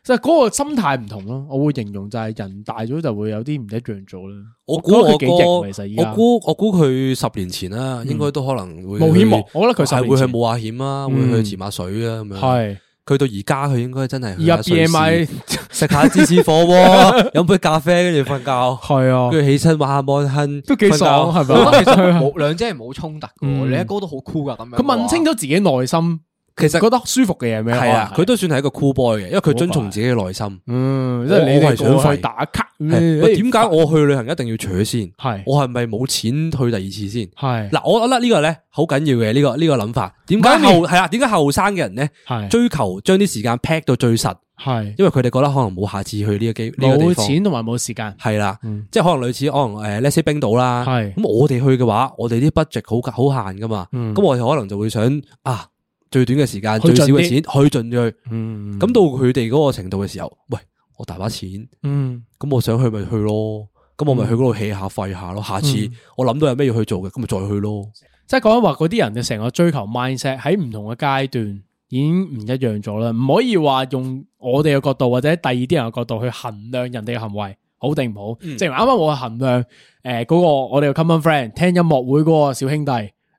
Speaker 3: 即係嗰個心態唔同咯，我會形容就係人大咗就會有啲唔一樣做啦。
Speaker 4: 我估我
Speaker 3: 我覺
Speaker 4: 哥，
Speaker 3: 得佢幾型其實而家嗯
Speaker 4: 我估我估佢十年前啦，應該都可能會
Speaker 3: 冒險
Speaker 4: 去
Speaker 3: 王我覺得佢十
Speaker 4: 係
Speaker 3: 年
Speaker 4: 會去
Speaker 3: 前
Speaker 4: 冒下險啦，
Speaker 3: 嗯
Speaker 4: 會去潛下水啊咁樣。
Speaker 3: 係
Speaker 4: 佢到而家佢應該真係去
Speaker 3: 而家
Speaker 4: 下瑞士
Speaker 3: BMI
Speaker 4: 食下芝士火 鍋，飲杯咖啡跟住瞓覺，
Speaker 3: 係啊
Speaker 4: 跟住起身玩下 mon 亨，
Speaker 3: 都幾爽
Speaker 4: 瞓覺
Speaker 3: 係
Speaker 5: 我覺得其實
Speaker 3: 咪？
Speaker 5: 冇 兩者係冇衝突噶，
Speaker 3: 嗯
Speaker 5: 你喺嗰度好酷噶咁樣。
Speaker 3: 佢問清
Speaker 5: 楚，
Speaker 3: 咗自己內心，
Speaker 4: 其實
Speaker 3: 覺得舒服嘅嘢咩？
Speaker 4: 係啊，
Speaker 3: 可
Speaker 4: 佢
Speaker 3: 能係
Speaker 4: 都算係一個 cool boy 嘅，因為佢遵從自己嘅內心。
Speaker 3: 嗯，即係
Speaker 4: 我
Speaker 3: 你
Speaker 4: 我
Speaker 3: 哋
Speaker 4: 係想
Speaker 3: 過
Speaker 4: 廢
Speaker 3: 去打卡，
Speaker 4: 係喂點解
Speaker 3: 我
Speaker 4: 我去旅行一定要除先？
Speaker 3: 係
Speaker 4: 我係咪冇錢去第二次先？
Speaker 3: 係
Speaker 4: 嗱，我覺得呢個咧好緊要嘅呢個呢個諗法。點解
Speaker 3: Money
Speaker 4: 後係啦？點解後生嘅人咧
Speaker 3: 係
Speaker 4: 追求將啲時間 pack 到最實？
Speaker 3: 係
Speaker 4: 因為佢哋覺得可能冇下次去呢個機呢個地
Speaker 3: 冇
Speaker 4: 方。
Speaker 3: 錢同埋冇時間，
Speaker 4: 係啦
Speaker 3: 嗯，
Speaker 4: 即係可能類似可能誒 let's say 冰島啦，
Speaker 3: 係
Speaker 4: 咁我哋去嘅話，我哋啲 budget 好好限噶嘛，
Speaker 3: 嗯
Speaker 4: 咁我哋可能就會想啊最短嘅時間
Speaker 3: 去
Speaker 4: 最
Speaker 3: 盡
Speaker 4: 少嘅錢
Speaker 3: 啲
Speaker 4: 去盡去，
Speaker 3: 嗯
Speaker 4: 咁到佢哋嗰個程度嘅時候，喂我大把錢，
Speaker 3: 嗯
Speaker 4: 咁我想去咪去咯，咁我咪去嗰度 hea 下廢下咯。下次
Speaker 3: 嗯
Speaker 4: 我諗到有咩要去做嘅，咁咪再去咯。
Speaker 3: 即係講緊話嗰啲人嘅成個追求 mindset 喺唔同嘅階段已經唔一樣咗啦，唔可以話用我哋嘅角度或者第二啲人嘅角度去衡量人哋嘅行為，好定唔好。
Speaker 4: 嗯
Speaker 3: 正如啱啱我衡量诶嗰個我哋嘅 common friend 聽音樂會嗰個小兄弟，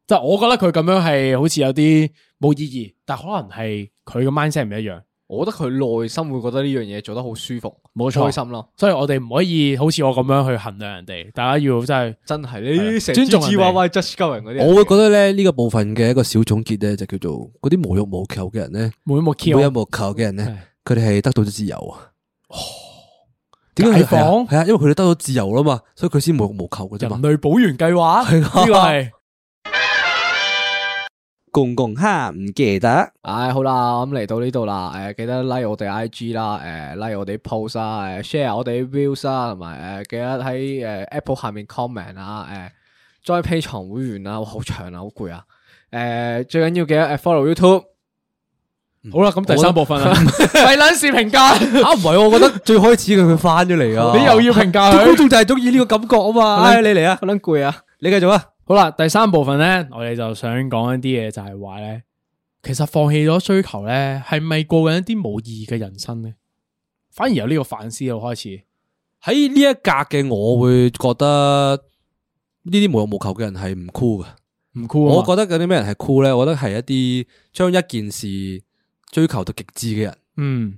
Speaker 3: 即係我覺得佢咁樣係好似有啲冇意義，但可能係佢嘅 mindset 唔一樣。
Speaker 5: 我覺得佢內心會覺得呢樣嘢做得好舒服，
Speaker 3: 冇錯
Speaker 5: 開心咯。
Speaker 3: 所以我哋唔可以好似我咁樣去衡量人哋，大家要真係
Speaker 5: 真係
Speaker 3: 係
Speaker 5: 你
Speaker 3: 啦
Speaker 5: 成
Speaker 3: 尊重
Speaker 5: 支
Speaker 3: 人
Speaker 5: 支
Speaker 3: 哋
Speaker 5: 歪歪 judge 鳩人嗰
Speaker 3: 嗯
Speaker 5: 啲人，啊
Speaker 4: 我會覺得咧呢個部分嘅一個小總結咧，就叫做嗰啲無欲無求嘅人咧，
Speaker 3: 無欲無求
Speaker 4: 無欲無求嘅人咧，佢哋係得到咗自由啊。點
Speaker 3: 解放
Speaker 4: 係啊，因為佢哋得到自由啦嘛，所以佢先無欲無求嘅啫嘛
Speaker 3: 人。類保原計劃
Speaker 4: 係啊
Speaker 3: 呢個係。
Speaker 4: 公公哈唔記得，
Speaker 5: 唉，好啦，咁嚟到呢度啦，诶，記得 like 我哋 IG 啦，诶，like 我哋 post 啊，诶，share 我哋 views 啊，同埋诶，記得喺诶 Apple 下面 comment 啊，诶，join 披床會員啊，哇好長啊，好攰啊，诶，最緊要記得 follow YouTube。
Speaker 3: 好啦，咁第三部分啦，第撚視評 價。
Speaker 4: 啊，唔係喎，我覺得最開始佢佢翻咗嚟啊，
Speaker 3: 你又要評價佢
Speaker 4: 啲觀眾就係中意呢個感覺啊嘛。唉，你嚟啊，
Speaker 5: 好撚攰啊，
Speaker 4: 你繼續啊。
Speaker 3: 好啦，第三部分咧，我哋就想講一啲嘢，就係話咧，其實放棄咗追求咧，係咪過緊一啲冇意義嘅人生咧？反而由呢個反思度開始。
Speaker 4: 喺呢一格嘅，我會覺得呢啲無欲無求嘅人係唔 cool 嘅。
Speaker 3: 唔 cool 啊
Speaker 4: 我
Speaker 3: 嘛
Speaker 4: 覺得嗰啲咩人係 cool 咧？我覺得係一啲將一件事追求到極致嘅人。
Speaker 3: 嗯，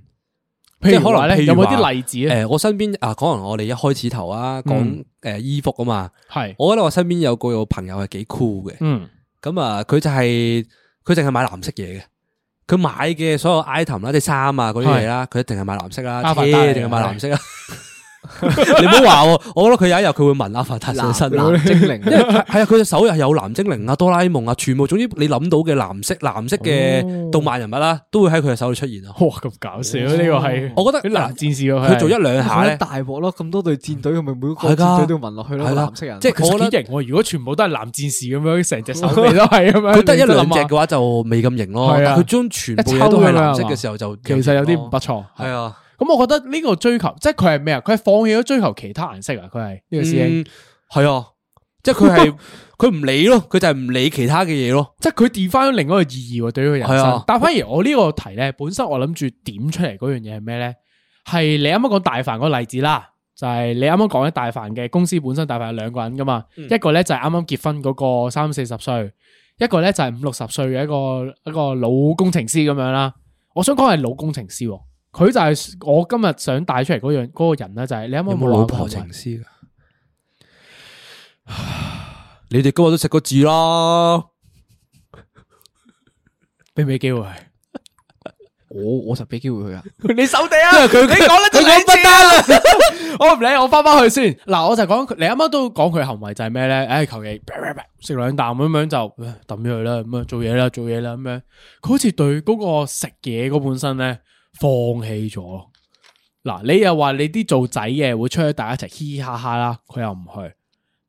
Speaker 4: 即
Speaker 3: 譬
Speaker 4: 係
Speaker 3: 如
Speaker 4: 可
Speaker 3: 話
Speaker 4: 能
Speaker 3: 咧
Speaker 4: 譬
Speaker 3: 有
Speaker 4: 如
Speaker 3: 冇
Speaker 4: 話
Speaker 3: 啲例子
Speaker 4: 誒、
Speaker 3: 啊
Speaker 4: 我身邊啊，可能我哋一開始頭啊，講
Speaker 3: 嗯
Speaker 4: 誒衣服啊嘛，
Speaker 3: 係
Speaker 4: 我覺得我身邊有個有朋友係幾 cool 嘅，
Speaker 3: 嗯，
Speaker 4: 咁啊，佢就係佢淨係買藍色嘢嘅。佢買嘅所有 item 啦，即係衫啊嗰啲嘢啦，佢一定係買藍色啦，車
Speaker 3: 阿凡
Speaker 4: 一
Speaker 3: 達嚟嘅
Speaker 4: 定係買藍色啦。 你唔好話喎，我覺得佢有一日佢會紋阿凡達上身啊
Speaker 5: 藍精靈
Speaker 4: 因為係係啊，佢隻手又係有藍精靈啊、哆啦 A 夢啊，全部總之你諗到嘅藍色、藍色嘅動漫人物啦，都會喺佢嘅手度出現啊。
Speaker 3: 哇，咁搞笑呢個係，
Speaker 4: 我覺得
Speaker 3: 啲男戰士喎
Speaker 4: 佢做一兩下咧，
Speaker 5: 大鑊咯，咁多隊戰隊，佢咪每個
Speaker 4: 係㗎
Speaker 5: 戰隊都要問落去咯，
Speaker 4: 係㗎
Speaker 5: 藍色人，
Speaker 4: 即係
Speaker 3: 其
Speaker 4: 我
Speaker 3: 實
Speaker 4: 覺
Speaker 3: 幾
Speaker 4: 得
Speaker 3: 型喎。如果全部都係男戰士咁樣，成隻手臂都係咁樣，
Speaker 4: 佢得一
Speaker 3: 你真係
Speaker 4: 兩
Speaker 3: 諗
Speaker 4: 隻
Speaker 3: 下
Speaker 4: 嘅話就未咁型咯。
Speaker 3: 係啊
Speaker 4: 但佢將全部嘢都係藍色嘅時候就
Speaker 3: 其實有啲唔不錯。
Speaker 4: 係啊。
Speaker 3: 咁我覺得呢個追求，即係佢係咩啊？佢係放棄咗追求其他顏色啊！佢係呢個師兄，
Speaker 4: 嗯係啊，即係 佢係佢唔理咯，佢就係唔理其他嘅嘢咯。
Speaker 3: 即係佢 define 咗另外一個意義喎，對於佢人
Speaker 4: 係
Speaker 3: 生
Speaker 4: 啊。
Speaker 3: 但反而我呢個題咧，本身我諗住點出嚟嗰樣嘢係咩咧？係你啱啱講大凡嗰個例子啦，就係你啱啱講嘅大凡嘅公司本身大凡有兩個人噶嘛，
Speaker 4: 嗯
Speaker 3: 一個咧就係啱啱結婚嗰個三四十歲，一個咧就係五六十歲嘅一個一個老工程師咁樣啦。我想講係老工程師喎，佢就係我今日想帶出嚟嗰樣嗰個人咧，就係你啱啱
Speaker 4: 有冇
Speaker 3: 話
Speaker 4: 老
Speaker 3: 佢
Speaker 4: 婆
Speaker 3: 係
Speaker 4: 情思噶？ 你哋今日都食個字啦，
Speaker 3: 俾唔俾機會佢？
Speaker 5: 我我就俾機會佢啊，
Speaker 3: 你手地啊！佢你講得就講不得啦。 我唔理，我翻翻去先。嗱，我就講佢，你啱啱都講佢行為就係咩咧？唉，求其啪啪啪食兩啖咁樣就唉抌咗佢啦，咁啊做嘢啦，做嘢啦咁樣。佢好似對嗰個食嘢嗰本身咧放棄咗。嗱，你又話你啲做仔嘅會出去大家一齊嘻嘻哈哈啦，佢又唔去。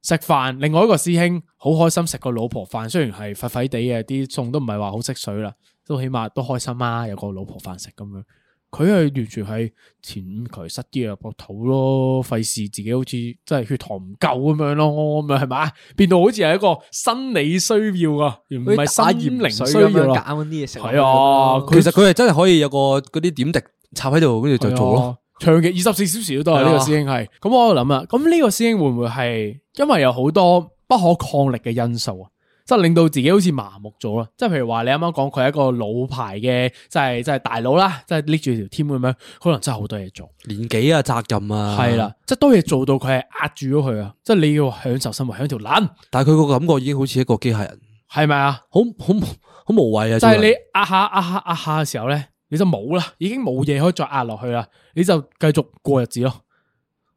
Speaker 3: 食飯，另外一個師兄好開心食個老婆飯，雖然係廢廢地嘅，啲餸都唔係話好識水啦，都起碼都開心啊，有個老婆飯食咁樣。佢係完全係前五渠塞啲啊個肚咯，費事自己好似真係血糖唔夠咁樣咯，咁樣係咪？啊變到好似係一個生理需要啊，而唔係心靈需
Speaker 5: 咁
Speaker 3: 要
Speaker 5: 樣
Speaker 3: 啊。
Speaker 5: 揀啲嘢食落去
Speaker 3: 係
Speaker 5: 咯。
Speaker 3: 啊，
Speaker 4: 其實佢係真係可以有個嗰啲點滴插喺度，跟住就做咯。
Speaker 3: 長期二十四小時都係呢個
Speaker 4: 係啊
Speaker 3: 師兄係。咁我諗啦，咁呢個師兄會唔會係因為有好多不可抗力嘅因素啊？即係令到自己好似麻木咗啦，啊即係譬如話你啱啱講佢係一個老牌嘅，即係即係大佬啦，即係拎住條 team 咁樣，可能真係好多嘢做。
Speaker 4: 年紀啊，責任啊，
Speaker 3: 係啦，，即係多嘢做到佢係壓住咗佢啊！即係你要享受生活，享條撚
Speaker 4: 但係佢個感覺已經好似一個機械人，
Speaker 3: 係咪啊？
Speaker 4: 好好好無謂啊。
Speaker 3: 就係你
Speaker 4: 真係
Speaker 3: 壓下壓下壓下嘅時候咧，你就冇啦，已經冇嘢可以再壓落去啦，你就繼續過日子咯。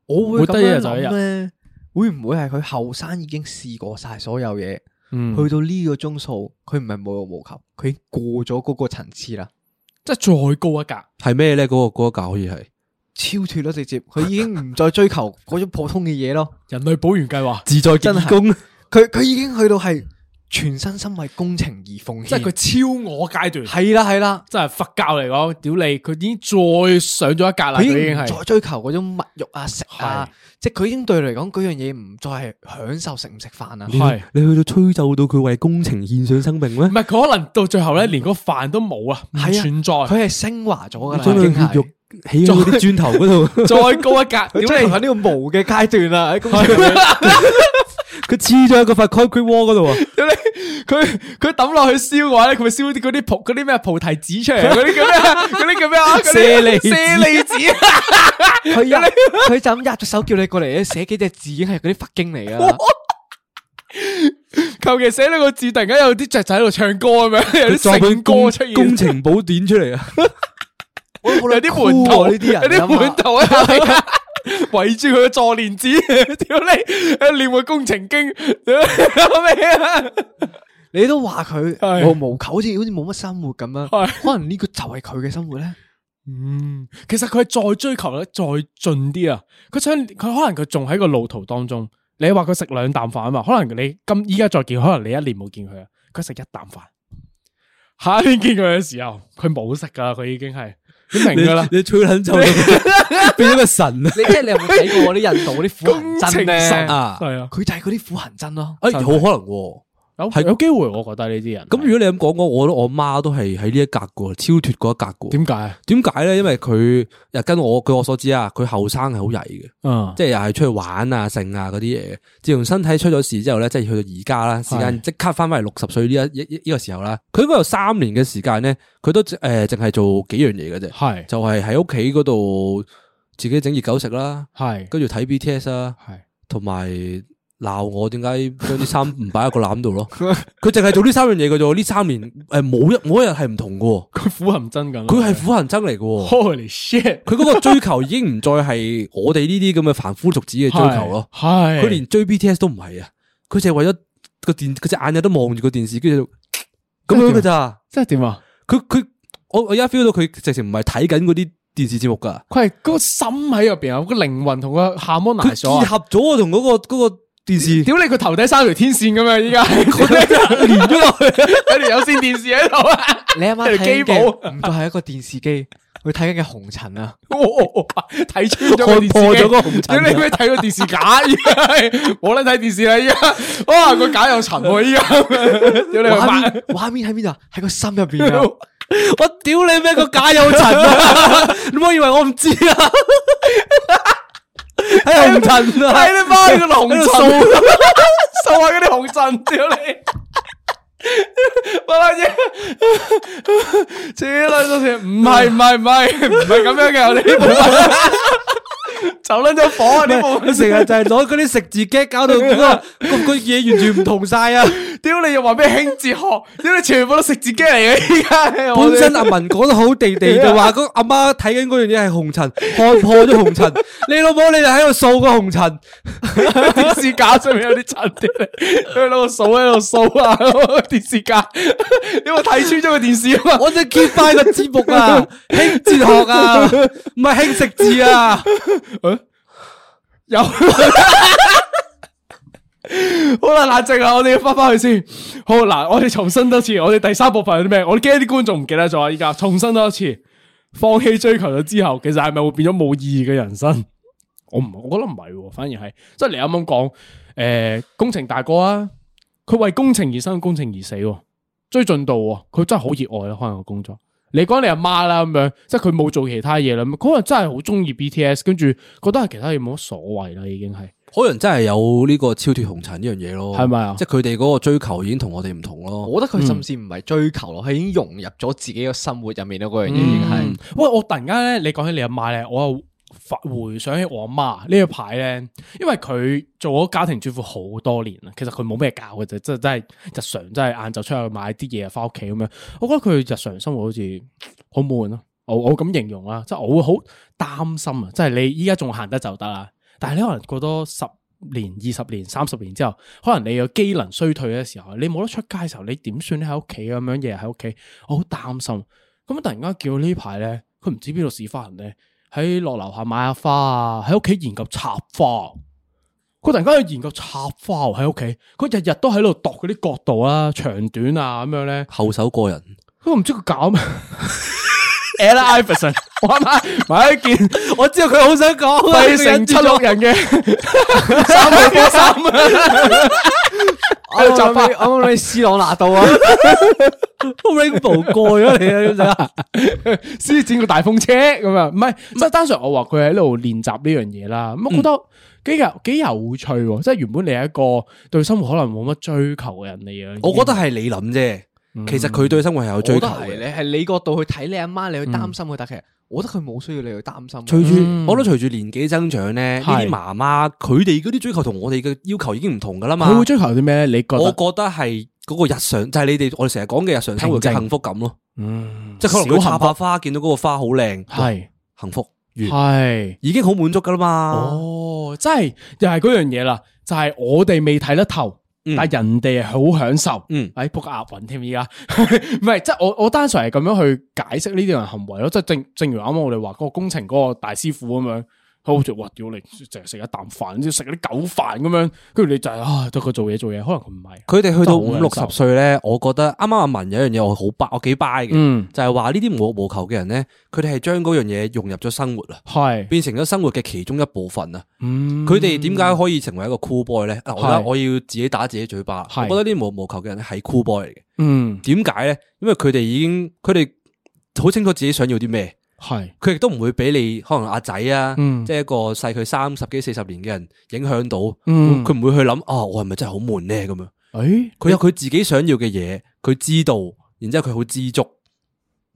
Speaker 5: 我會
Speaker 3: 活
Speaker 5: 咁
Speaker 3: 得一
Speaker 5: 樣
Speaker 3: 日就一日
Speaker 5: 諗咧，會唔會係佢後生已經試過晒所有嘢，
Speaker 3: 嗯
Speaker 5: 去到呢個鐘數，佢唔係無欲無求，佢已經過咗嗰個層次啦，
Speaker 3: 即係再高一格。
Speaker 4: 係咩咧？嗰個嗰一格可以係
Speaker 5: 超脱咯直接，佢已經唔再追求嗰種普通嘅嘢咯，
Speaker 3: 人類保完計劃，
Speaker 4: 自在
Speaker 5: 真係
Speaker 4: 工。
Speaker 5: 佢佢已經去到係全身心為工程而奉
Speaker 3: 即係
Speaker 5: 獻，
Speaker 3: 佢超我階段，
Speaker 5: 係啦係啦，
Speaker 3: 即係佛教嚟講，屌你，佢已經再上咗一格啦，佢
Speaker 5: 佢
Speaker 3: 已
Speaker 5: 已
Speaker 3: 經
Speaker 5: 經唔
Speaker 3: 係
Speaker 5: 再追求嗰種物欲啊食啊，即係佢已經對佢嚟講嗰樣嘢唔再係享受食唔食飯啊，
Speaker 3: 係。
Speaker 4: 你去到吹奏到佢為工程獻上生命咩
Speaker 3: 唔？係佢可能到最後咧，連個飯都冇啊，唔
Speaker 5: 係啊
Speaker 3: 存在。
Speaker 5: 佢係升華咗噶啦，
Speaker 4: 將
Speaker 5: 已經
Speaker 4: 佢血
Speaker 5: 係
Speaker 4: 肉起咗啲砖头嗰度，
Speaker 3: 再高一格，
Speaker 5: 佢真係喺呢個無嘅階段啦，喺公 司
Speaker 4: 佢黐咗喺嗰塊 concrete wall 嗰度啊！
Speaker 3: 佢佢抌落去燒嘅話咧，佢會燒啲嗰啲菩嗰啲咩菩提子出嚟，嗰啲叫咩 啊？嗰啲叫咩啊？嗰啲
Speaker 5: 舍利子
Speaker 3: 舍利子，
Speaker 5: 佢入佢就咁入咗手叫你過嚟，寫幾隻字已經係嗰啲佛經嚟噶啦。
Speaker 3: 求其寫呢個字，突然間有啲雀仔喺度唱歌咁樣，有
Speaker 4: 佢
Speaker 3: 啲
Speaker 4: 作
Speaker 3: 聖
Speaker 4: 本
Speaker 3: 歌
Speaker 4: 工
Speaker 3: 出現，
Speaker 4: 工程寶典出 嚟啊！
Speaker 3: 有啲門徒
Speaker 5: 啊呢啲人
Speaker 3: 啊有啲門徒啊， 圍住佢嘅助念子，屌你，念個工程經，咩啊？
Speaker 5: 你都話佢
Speaker 3: 係
Speaker 5: 無無求，好似好似冇乜生活咁樣。可能呢個就係佢嘅生活咧。
Speaker 3: 嗯，其實佢係再追求咧，再盡啲啊！佢想佢可能佢仲喺個路途當中，你話佢食兩啖飯啊嘛，可能你今依家再見，可能你一年冇見佢啊，佢食一啖飯，下一年見佢嘅時候，佢冇食噶啦，佢已經係你明噶啦，
Speaker 4: 你吹捻走， 变咗個神啊！
Speaker 5: 你即係你有冇睇過啲印度嗰啲苦行僧咧？
Speaker 3: 神
Speaker 4: 啊
Speaker 3: 係啊，
Speaker 5: 佢就係嗰啲苦行僧咯。
Speaker 4: 诶，有可能喎。
Speaker 3: 有
Speaker 4: 係
Speaker 3: 有機會，我覺得呢啲人
Speaker 4: 咁如果你咁講，我我覺得我媽都係喺呢一格噶，超脱嗰一格噶。
Speaker 3: 點解？
Speaker 4: 點解咧？因為佢又跟我，據我所知啊，佢後生係好曳嘅，
Speaker 3: 嗯，
Speaker 4: 即係又係出去玩啊、剩啊嗰啲嘢嘅。自從身體出咗事之後咧，即係去到而家啦，時
Speaker 3: 係
Speaker 4: 間即刻翻翻嚟六十歲呢一一一呢個時候啦，佢應該有三年嘅時間咧，佢都诶淨係做幾樣嘢嘅啫，
Speaker 3: 啊係
Speaker 4: 就係喺屋企嗰度自己整熱狗食啦，
Speaker 3: 係
Speaker 4: 跟住睇 BTS 啦，
Speaker 3: 係
Speaker 4: 啊同埋鬧我點解將啲衫唔擺喺個籃 度咯。佢淨係做呢三樣嘢嘅啫喎，呢三年诶冇一冇一日係唔同嘅喎，
Speaker 3: 佢苦行真咁，啊
Speaker 4: 佢係苦行僧嚟嘅喎。
Speaker 3: Holy shit，
Speaker 4: 佢嗰個追求已經唔再係我哋呢啲咁嘅凡夫俗子嘅追求咯。
Speaker 3: 係
Speaker 4: 佢連追 BTS 都唔係啊，佢就係為咗個電，佢隻眼有得望住個電視，跟住就咁啊樣嘅咋。
Speaker 3: 即係點啊？
Speaker 4: 佢佢我我而家 feel 到佢直情唔係睇緊嗰啲電視節目㗎，
Speaker 3: 佢係嗰個心喺入邊啊，個靈魂同個下摩
Speaker 4: 佢
Speaker 3: 埋咗
Speaker 4: 結
Speaker 3: 啊！
Speaker 4: 合咗我同嗰個嗰個電視
Speaker 3: 屌你佢頭頂三條天線咁樣，依 家
Speaker 4: 連咗落去。
Speaker 3: 有條有線電視喺度啊！
Speaker 5: 你啱
Speaker 3: 一條
Speaker 5: 啱睇 緊
Speaker 3: 機
Speaker 5: 嘅唔再係一個電視機，佢睇緊嘅紅塵 啊！
Speaker 3: 哦睇穿 咗個電視機
Speaker 4: 看破咗個紅塵
Speaker 3: 屌你咩睇個電視架？依家 冇得睇電視啦！依家哇個架有塵喎！ 依家屌你個
Speaker 5: 畫
Speaker 3: 媽
Speaker 5: 面畫面喺邊度啊？喺個心入邊 啊！
Speaker 4: 我屌你咩個假有塵 啊！你唔好以為我唔知啊！ 喺紅塵啊！
Speaker 3: 睇你媽個紅塵， 掃下嗰啲紅塵，屌你！ 乜撚嘢？扯撚咗條，唔係唔係唔係唔係咁樣嘅，我 哋呢部
Speaker 4: 啊
Speaker 3: 分 走撚咗火啊！呢部
Speaker 4: 佢
Speaker 3: 分
Speaker 4: 成日就係攞嗰啲食字機搞到嗰個個個嘢完全唔同晒啊！
Speaker 3: 屌你又話咩輕哲學？屌你全部都食自己嚟嘅， 依家我哋
Speaker 4: 本身阿文講得好地地，就 話嗰阿媽睇緊嗰樣嘢係紅塵，看破咗紅 塵。你老母你就喺度掃個紅 塵，
Speaker 3: 電視架上面有啲塵屌你，佢攞個掃喺度掃啊！電視架， 因為睇穿咗個電視啊嘛。
Speaker 4: 我就 keep 翻個節目 啊，輕哲學啊，唔係輕食字啊。
Speaker 3: 有 好啦，冷靜啦，我哋要翻翻去先。好嗱，我哋重新多次，我哋第三部分有啲咩？我驚啲觀眾唔記得咗啊！依家重新多一次，放棄追求咗之後，其實係咪會變咗冇意義嘅人生？我唔，我覺得唔係喎，反而係即係你啱啱講，诶、工程大哥啊，佢為工程而生，工程而死、喎，追進度、喎，佢真係好熱愛啊咯、可能個工作。你講你阿媽啦咁樣，即係佢冇做其他嘢啦，咁可能真係好中意 BTS，跟住覺得係其他嘢冇乜所謂啦，已經係。
Speaker 4: 可能真係有呢個超脱紅塵呢樣嘢咯，
Speaker 3: 係咪啊
Speaker 4: 即係佢哋嗰個追求已經同我哋唔同咯。
Speaker 5: 我覺得佢甚至唔係追求咯，佢已經融入咗自己嘅生活入面咯。嗰樣嘢已經係
Speaker 3: 嗯。喂，我突然間咧，你講起你阿媽咧，我又發回想起我阿媽呢一排咧，因為佢做咗家庭主婦好多年啦，其實佢冇咩教嘅啫，即係真係日常，真係晏晝出去買啲嘢翻屋企咁樣。我覺得佢日常生活好似好悶咯，我我咁形容啦，即係我會好擔心啊，即係你依家仲行得就得啦，但係你可能過多十。年、二十年、三十年之後，可能你有機能衰退嘅時候，你冇得出街嘅時候，你點算咧？喺屋企咁樣，日日喺屋企，我好擔心。啊咁突然間叫呢排咧，佢唔知邊度屎花人咧，喺落樓下買下花啊，喺屋企研究插花。佢突然間去研究插花喎喺屋企，佢日日都喺度度嗰啲角度啦、長短啊咁樣咧。
Speaker 4: 後手過人，
Speaker 3: 佢唔知佢搞咩。Ella Iverson，我啱啱買一件
Speaker 4: 我知道佢好想講啊
Speaker 3: 費城七六人嘅三號波衫啊，
Speaker 5: 我就啱啱你斯朗拿度啊，
Speaker 3: Rainbow 过咗你啊！ 先整個大風車咁啊，唔係
Speaker 4: 嗯
Speaker 3: 即係單純我話佢喺度練習呢樣嘢啦。咁我覺得幾有幾有趣喎！即係原本你係一個對生活可能冇乜追求嘅人嚟嘅，
Speaker 5: 我覺得係你諗啫，
Speaker 3: 嗯
Speaker 5: 其實佢對生活係有
Speaker 4: 我覺
Speaker 5: 追
Speaker 4: 得
Speaker 5: 求
Speaker 4: 係
Speaker 5: 嘅。
Speaker 4: 你係你角度去睇你阿媽，你去擔心佢，但其實我覺得佢冇需要你去擔心。啊
Speaker 5: 隨
Speaker 3: 嗯
Speaker 5: 住我覺得隨住年紀增長咧，呢啲
Speaker 4: 係
Speaker 5: 媽媽佢哋嗰啲追求同我哋嘅要求已經唔同噶啦嘛。
Speaker 3: 佢會追求啲咩咧？你覺得？
Speaker 5: 我覺得係嗰個日常，就係你哋我哋成日講嘅日常生活嘅
Speaker 3: 平靜
Speaker 5: 幸福感咯。
Speaker 3: 嗯，
Speaker 5: 即係可能佢
Speaker 3: 小
Speaker 5: 插
Speaker 3: 幸
Speaker 5: 下
Speaker 3: 福
Speaker 5: 花，見到嗰個花好靚，
Speaker 3: 係
Speaker 5: 幸福完，
Speaker 3: 係
Speaker 5: 已經好滿足噶啦嘛。
Speaker 3: 哦，真係又係嗰樣嘢啦，就係我哋未睇得透。但人哋係好享受，
Speaker 5: 嗯，
Speaker 3: 哎，仆個押韻添，依家 唔係，即係我我單純係咁樣去解釋呢啲人行為咯，即係正正如啱啱我哋話嗰個工程嗰個大師傅咁樣，佢好似哇屌你，淨係食一啖飯，食嗰啲狗飯咁樣，跟住你就係啊得佢做嘢做嘢，可能佢唔係，啊
Speaker 5: 佢哋去到五
Speaker 3: 真係好
Speaker 5: 六
Speaker 3: 享
Speaker 5: 十
Speaker 3: 受
Speaker 5: 歲咧，我覺得啱啱阿文有一樣嘢我好 buy，我幾 buy 嘅，
Speaker 3: 嗯
Speaker 5: 就係話呢啲無慾無求嘅人咧，佢哋係將嗰樣嘢融入咗生活啊，
Speaker 3: 係
Speaker 5: 變成咗生活嘅其中一部分啊。
Speaker 3: 嗯
Speaker 5: 佢哋點解可以成為一個 cool boy 咧？嗱我覺得
Speaker 3: 係
Speaker 5: 我要自己打自己嘴巴，我
Speaker 3: 係
Speaker 5: 覺得呢啲無慾無求嘅人係 cool boy 嚟嘅。
Speaker 3: 嗯
Speaker 5: 點解咧？因為佢哋已經佢哋好清楚自己想要啲咩，
Speaker 3: 係
Speaker 5: 佢亦都唔會俾你可能阿仔啊，
Speaker 3: 嗯
Speaker 5: 即係一個細佢三十幾四十年嘅人影響到，
Speaker 3: 嗯
Speaker 5: 佢唔會去諗啊，我係咪真係好悶咧咁樣？
Speaker 3: 誒
Speaker 5: 佢有佢自己想要嘅嘢，佢知道，然之後佢好知足，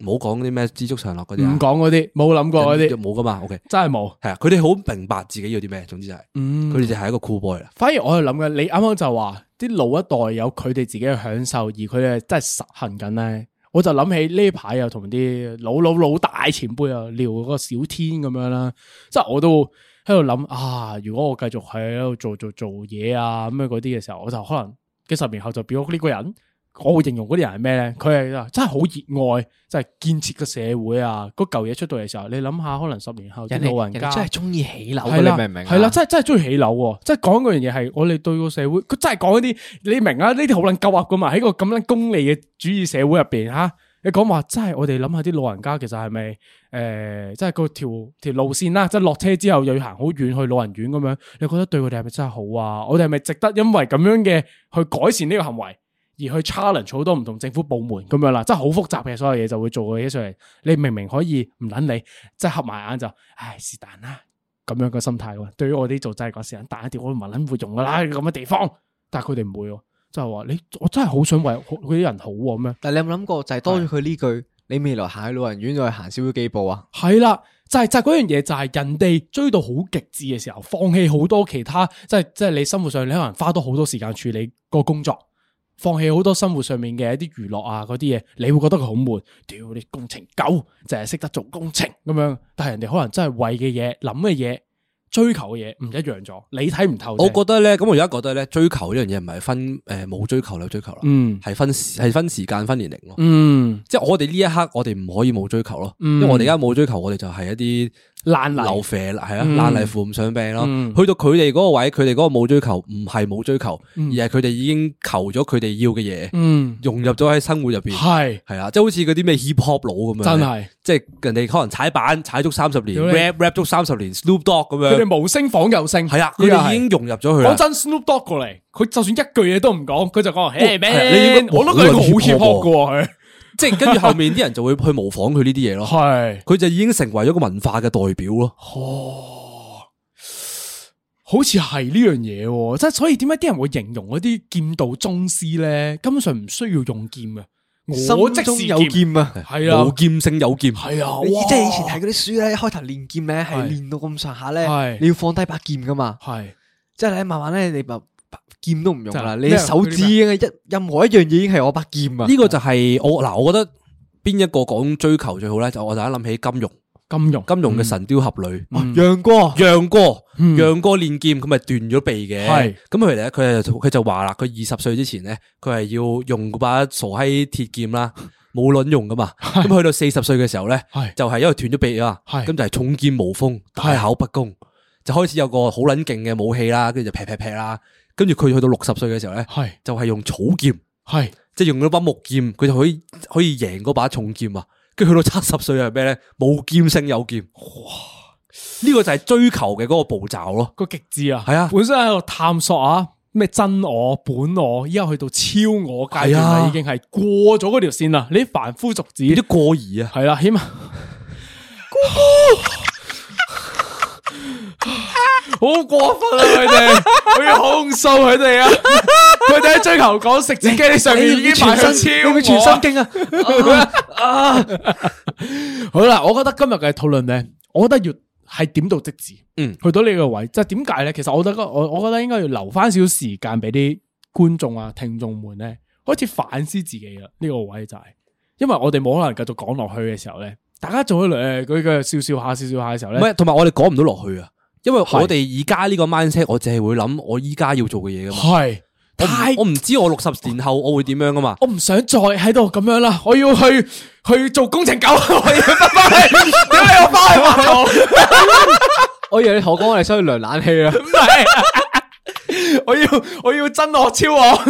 Speaker 5: 唔好講啲咩知足常樂嗰啲
Speaker 3: 唔
Speaker 5: 啊，
Speaker 3: 講嗰啲冇諗過嗰啲，
Speaker 5: 冇噶嘛，OK，
Speaker 3: 真係冇。
Speaker 5: 係啊，佢哋好明白自己要啲咩，總之就係，
Speaker 3: 嗯
Speaker 5: 佢哋就係一個 cool boy 啦，
Speaker 3: 反而我係諗緊，你啱啱就話啲老一代有佢哋自己嘅享受，而佢哋真係實行緊咧。我就諗起呢排又同啲老老老大前輩啊聊嗰個小天咁樣啦，即係我都喺度諗啊，如果我繼續喺度做做做嘢啊咁樣嗰啲嘅時候，我就可能幾十年後就變咗呢個人。我會形容嗰啲人係咩咧？佢係真係好熱愛，即係建設個社會啊！嗰嚿嘢出到嚟嘅時候，你諗下，可能十年後啲
Speaker 4: 人哋
Speaker 3: 老人家
Speaker 4: 人哋真係中意起樓㗎
Speaker 3: 係啦
Speaker 4: 你明唔明啊
Speaker 3: 係啦，真係真係中意起樓喎，即係講嗰樣嘢係我哋對個社會，佢真係講嗰啲你明啊？呢啲好撚鳩噏噶嘛，喺個咁撚功利嘅主義社會入邊吓，你講話真係我哋諗下啲老人家其實係咪誒，即係個條條路線啦，即係落車之後又要行好遠去老人院咁樣，你覺得對佢哋係咪真係好啊？我哋係咪值得因為咁樣嘅去改善呢個行為？而去 challenge 好多唔同政府部門咁樣啦，真係好複雜嘅所有嘢就會做嘅嘢出嚟。你明明可以唔撚你，即係合埋眼就，唉是但啦，咁樣嘅心態喎。對於我啲做製嘅時間，但一條我唔撚會用噶啦，咁嘅地方。但係佢哋唔會喎，就係話你我真係好想為好嗰啲人好喎咁樣。
Speaker 4: 但你有冇諗過，就係多咗佢呢句，你未來行去老人院就去行少咗幾步啊？
Speaker 3: 係啦，就係、就係嗰樣嘢，就係人哋追到好極致嘅時候，放棄好多其他，即係即係你生活上你可能花多好多時間處理個工作，放棄好多生活上面嘅一啲娛樂啊嗰啲嘢，你會覺得佢好悶。屌你工程狗，就係識得做工程咁樣，但係人哋可能真係為嘅嘢、諗嘅嘢、追求嘅嘢唔一樣咗，你睇唔透啫。
Speaker 5: 我覺得咧，咁我而家覺得咧，追求呢樣嘢唔係分誒冇追求有追求啦，
Speaker 3: 嗯
Speaker 5: 係分係分時間分年齡咯，
Speaker 3: 嗯
Speaker 5: 即係我哋呢一刻我哋唔可以冇追求咯，
Speaker 3: 嗯
Speaker 5: 因為我哋而家冇追求，我哋就係一啲。
Speaker 3: 爛泥
Speaker 5: 流啡啦，系啊，
Speaker 3: 嗯
Speaker 5: 爛泥扶唔上病咯。
Speaker 3: 嗯
Speaker 5: 去到佢哋嗰個位，佢哋嗰個冇追求，唔係冇追求，
Speaker 3: 嗯
Speaker 5: 而係佢哋已經求咗佢哋要嘅嘢，
Speaker 3: 嗯
Speaker 5: 融入咗喺生活入边。
Speaker 3: 係
Speaker 5: 系啦，即係好似嗰啲咩 hip hop 佬咁樣，
Speaker 3: 真係，
Speaker 5: 即係人哋可能踩板踩足三十年
Speaker 3: 屌你
Speaker 5: ，rap rap 足三十年，Snoop Dogg 咁
Speaker 3: 佢
Speaker 5: 樣，
Speaker 3: 哋無聲仿有聲，
Speaker 5: 呃係啦，啊
Speaker 3: 呢
Speaker 5: 佢
Speaker 3: 個
Speaker 5: 哋
Speaker 3: 係
Speaker 5: 已經融入咗佢啦
Speaker 3: 講。真，Snoop Dogg 過嚟，佢就算一句嘢都唔講，佢就講：，
Speaker 5: 係啊
Speaker 3: 誒
Speaker 5: 你應
Speaker 3: man，
Speaker 5: 該
Speaker 3: 我都覺得佢好 hip hop 嘅喎，佢
Speaker 5: 即係跟住後面啲人就會去模仿佢呢啲嘢咯。
Speaker 3: 係
Speaker 5: 佢就已經成為咗個文化嘅代表咯。
Speaker 3: 好似係呢樣嘢喎，即係所以點解啲人會形容嗰啲劍道宗師咧，根本上唔需要用劍嘅，我即
Speaker 4: 心中
Speaker 3: 是
Speaker 4: 有劍啊！
Speaker 3: 係啊
Speaker 5: 冇，劍勝有劍，
Speaker 3: 係啊，
Speaker 4: 你
Speaker 3: 哇
Speaker 4: 即係以前睇嗰啲書咧，一開頭練劍咧係
Speaker 3: 係
Speaker 4: 練到咁上下咧
Speaker 3: 係，
Speaker 4: 你要放低把劍噶嘛，
Speaker 3: 係
Speaker 4: 即係咧慢慢咧你把把劍都唔用啦，
Speaker 3: 真
Speaker 4: 你
Speaker 3: 係
Speaker 4: 手指已經係一任何一樣嘢已經係我把劍啊！
Speaker 5: 呢個就係我嗱，我覺得邊一個講追求最好咧？就我突然間諗起金庸，
Speaker 3: 金融
Speaker 5: 金庸嘅《神雕俠啊侶》，
Speaker 4: 楊過
Speaker 5: 楊過，
Speaker 3: 嗯
Speaker 5: 楊過練劍，佢咪斷咗臂嘅。
Speaker 3: 係
Speaker 5: 咁佢咧，佢就佢就話啦，佢二十歲之前咧，佢係要用嗰把傻閪鐵劍啦，冇卵用噶嘛。咁去到四十歲嘅時候咧
Speaker 3: 係，
Speaker 5: 就係因為斷咗臂啊，
Speaker 3: 係
Speaker 5: 咁就係重劍無鋒，大考不攻，就開始有個好卵勁嘅武器啦，跟住就劈劈劈啦。跟住佢去到六十歲嘅時候咧，
Speaker 3: 係
Speaker 5: 就係用草劍。
Speaker 3: 係
Speaker 5: 即系用咗把木劍，佢就可以可以赢嗰把重劍啊！跟住去到七十歲係咩咧？冇劍勝有劍，哇！呢個就係追求嘅嗰個步驟咯。
Speaker 3: 個極致啊，
Speaker 5: 係啊
Speaker 3: 本身喺度探索啊，咩真我、本我，依家去到超我階段啊啦，已經係過咗嗰條線啦。你啲凡夫俗子啲
Speaker 5: 過兒啊，
Speaker 3: 係啦，起碼。 好過分啊！佢哋，我要控訴佢哋啊！佢哋喺追求講食自己啲上
Speaker 5: 哎
Speaker 3: 面已經賣
Speaker 4: 全
Speaker 3: 咗
Speaker 4: 身
Speaker 3: 超
Speaker 4: 你
Speaker 3: 我
Speaker 4: 會全身經啊！
Speaker 3: 啊！ 好啦，我覺得今日嘅討論咧，我覺得要係點到即止。
Speaker 5: 嗯，
Speaker 3: 去到呢個位，即係點解咧？其實我覺得我我覺得應該要留翻少少時間俾啲觀眾啊、聽眾們咧，開始反思自己啦。呢、個位就係、因為我哋冇可能繼續講落去嘅時候咧，大家做咗誒佢嘅呃笑笑下、笑笑下嘅時候
Speaker 5: 唔係，
Speaker 3: 咧，
Speaker 5: 同埋我哋講唔到落去啊，因為我
Speaker 3: 係
Speaker 5: 哋而家呢個 mindset，我淨係會諗我依家要做嘅嘢噶嘛。
Speaker 3: 係
Speaker 5: 我唔我唔知我六十年後我會點樣噶嘛。
Speaker 3: 我唔想再喺度咁樣啦，我要去去做工程狗， 我要翻返去，屌你我翻去畫圖。
Speaker 4: 我以為你同我講我哋想去涼冷氣 啊！
Speaker 3: 我要我要真我超我，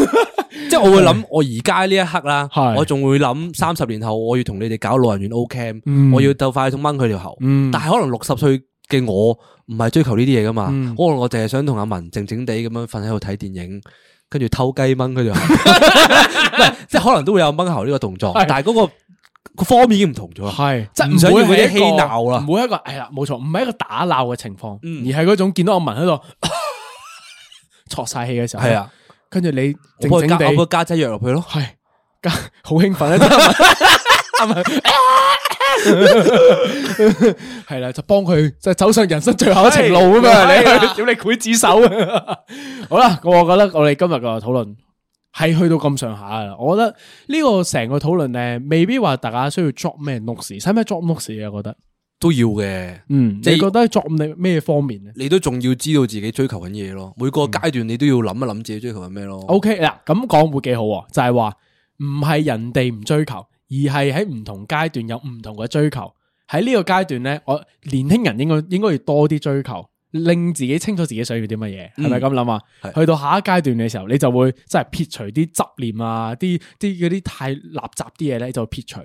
Speaker 5: 即系我會諗，我而家呢一刻啦
Speaker 3: 係，
Speaker 5: 我仲會諗三十年後我要同你哋搞老人院 O Cam，、
Speaker 3: 嗯
Speaker 5: 我要鬥快咁掹佢條喉。
Speaker 3: 嗯
Speaker 5: 但係可能六十歲嘅我唔係追求呢啲嘢噶嘛，
Speaker 3: 嗯
Speaker 5: 可能我淨係想同阿文靜靜地咁樣瞓喺度睇電影。跟住偷雞掹 佢條喉，唔係即係可能都會有掹喉呢個動作，
Speaker 3: 係
Speaker 5: 但係嗰、個個方面已經唔同咗啦，
Speaker 3: 係即係
Speaker 5: 唔想要
Speaker 3: 會
Speaker 5: 嗰
Speaker 3: 係
Speaker 5: 啲
Speaker 3: 一
Speaker 5: 嬉
Speaker 3: 個
Speaker 5: 鬧啦，
Speaker 3: 唔會一個係啦，冇錯，唔係一個打鬧嘅情況，而係嗰種見到阿文喺度 挫晒氣嘅時候，
Speaker 5: 係啊，
Speaker 3: 跟住你
Speaker 5: 我幫
Speaker 3: 靜
Speaker 5: 佢
Speaker 3: 靜
Speaker 5: 加我幫
Speaker 3: 地
Speaker 5: 佢加劑藥落去咯，
Speaker 3: 係加好興奮啊！ 系啦，就幫佢就走上人生最後一程路咁嘛，
Speaker 5: 係
Speaker 3: 你
Speaker 5: 係啊
Speaker 3: 屌你劊子手啊！ 好啦，我覺得我哋今日嘅討論係去到咁上下啦。我覺得呢個成個討論咧，未必話大家需要 drop 咩 notes，使唔使 drop notes 啊？我覺得，
Speaker 5: 都要嘅。
Speaker 3: 嗯，
Speaker 5: 即係
Speaker 3: 你覺得 drop 你咩方面咧
Speaker 5: 你都仲要知道自己追求緊嘢咯，每個
Speaker 3: 嗯
Speaker 5: 階段你都要諗一諗自己追求緊咩咯。
Speaker 3: ？OK 嗱，咁講會幾好喎，就係話唔係人哋唔追求，而係喺唔同階段有唔同嘅追求。喺呢個階段咧，我年輕人應該應該要多啲追求，令自己清楚自己想要啲乜嘢，係咪
Speaker 5: 嗯
Speaker 3: 咁諗啊？
Speaker 5: 係
Speaker 3: 去到下一階段嘅時候，你就會即係撇除啲執念啊，啲啲嗰啲太垃圾啲嘢咧，就撇除。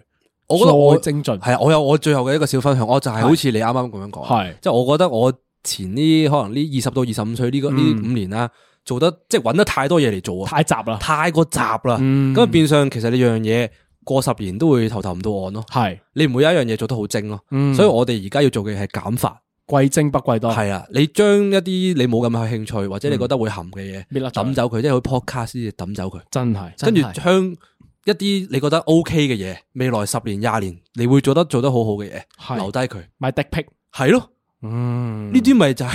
Speaker 5: 我覺得
Speaker 3: 我
Speaker 5: 我
Speaker 3: 精進
Speaker 5: 係啊，我有我最後嘅一個小分享，我就係好似你啱啱咁樣講，
Speaker 3: 係
Speaker 5: 即係我覺得我前呢可能呢二十到二十五歲呢個呢
Speaker 3: 嗯
Speaker 5: 五年啦，做得即係揾得太多嘢嚟做啊，
Speaker 3: 太雜啦，
Speaker 5: 太過雜啦，
Speaker 3: 嗯
Speaker 5: 咁啊變相其實你樣嘢過十年都會頭頭唔到岸咯，
Speaker 3: 係
Speaker 5: 你唔會有一樣嘢做得好精咯
Speaker 3: 嗯，
Speaker 5: 所以我哋而家要做嘅係減法。
Speaker 3: 貴精不貴多。
Speaker 5: 係啊，你將一啲你冇咁有興趣或者你覺得會含嘅嘢
Speaker 3: 嗯搣甩咗
Speaker 5: 抌走佢，即係去 podcast 呢啲抌走佢，
Speaker 3: 真係
Speaker 5: 跟住
Speaker 3: 真係
Speaker 5: 將一啲你覺得 OK 嘅嘢，未來十年廿年你會做得做得好好
Speaker 3: 係
Speaker 5: 嘅嘢，留低佢，
Speaker 3: 買 dick pic，
Speaker 5: 係咯，
Speaker 3: 嗯，
Speaker 5: 呢啲咪就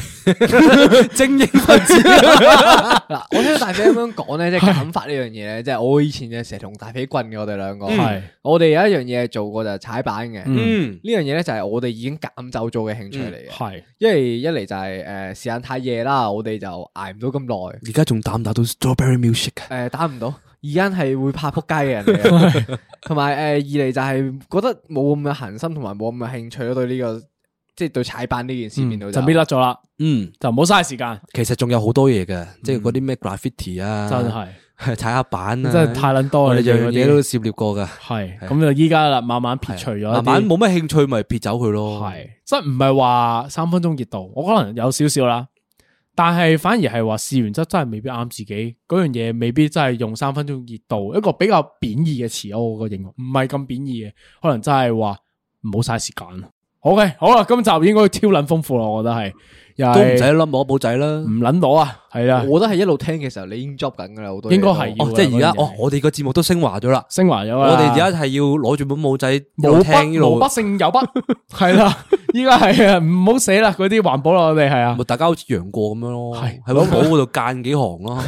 Speaker 5: 係精英分子
Speaker 4: 嗱，我聽到大肥咁樣講 咧，即係減法呢樣嘢咧，即係我以前就成日同大肥棍嘅，我哋兩個
Speaker 3: 係
Speaker 4: 我哋有一樣嘢做過就係踩板嘅，呢
Speaker 5: 嗯，
Speaker 4: 樣嘢咧就係我哋已經減走咗嘅興趣嚟嘅，
Speaker 3: 係
Speaker 4: 因為一嚟就係誒時間太夜啦，我哋就捱唔到咁耐，
Speaker 5: 而家仲打唔打到 strawberry music 啊？
Speaker 4: 誒呃打唔到，而家係會怕撲街嘅人嚟 嘅，同埋誒二嚟就係覺得冇咁嘅恒心，同埋冇咁嘅興趣咯，對呢個即係對踩板呢件事變到
Speaker 3: 嗯就搣甩咗啦，
Speaker 5: 嗯，
Speaker 3: 就唔好嘥時間，
Speaker 5: 其實仲有好多嘢嘅，即係嗰啲咩 graffiti 啊，
Speaker 3: 嗯真係。
Speaker 5: 係踩下板啊，
Speaker 3: 真係太撚多啦
Speaker 5: 我哋樣
Speaker 3: 呢啲
Speaker 5: 嘢都涉獵過噶，
Speaker 3: 係
Speaker 5: 係
Speaker 3: 咁就依家啦，慢慢撇除咗一啲，
Speaker 5: 慢啊慢冇乜興趣咪撇走佢咯，
Speaker 3: 系，即系唔系话三分钟热度，我可能有少少啦，但系反而系话试完之後真系未必啱自己，嗰样嘢未必真系用三分钟热度，一个比较贬义嘅词，我个形容唔系咁贬义嘅，可能真系话唔好嘥时间。OK，好啦，今集應該超撚豐富啦，我覺得係，又
Speaker 5: 都唔使
Speaker 3: 係
Speaker 5: 冧摸簿仔啦
Speaker 3: 唔。撚攞啊，係啊，
Speaker 4: 我覺得係一路聽嘅時候，你已經 job 緊㗎啦，好多嘢
Speaker 3: 應該
Speaker 4: 都
Speaker 3: 係要
Speaker 5: 哦
Speaker 3: 㗎，
Speaker 5: 即係而家
Speaker 3: 嗰樣嘢
Speaker 5: 哦，我哋個節目都升華咗啦。
Speaker 3: 升華咗
Speaker 5: 我
Speaker 3: 啦
Speaker 5: 哋而家係要攞住本簿仔一
Speaker 3: 冇
Speaker 5: 路聽一
Speaker 3: 筆
Speaker 5: 路
Speaker 3: 冇筆，勝有筆， 係啦，依家係啊，唔好寫啦，嗰啲環保啦，我哋係啊
Speaker 5: 咪，大家好似楊過咁樣咯，
Speaker 3: 係
Speaker 5: 喺本簿嗰度間幾行咯。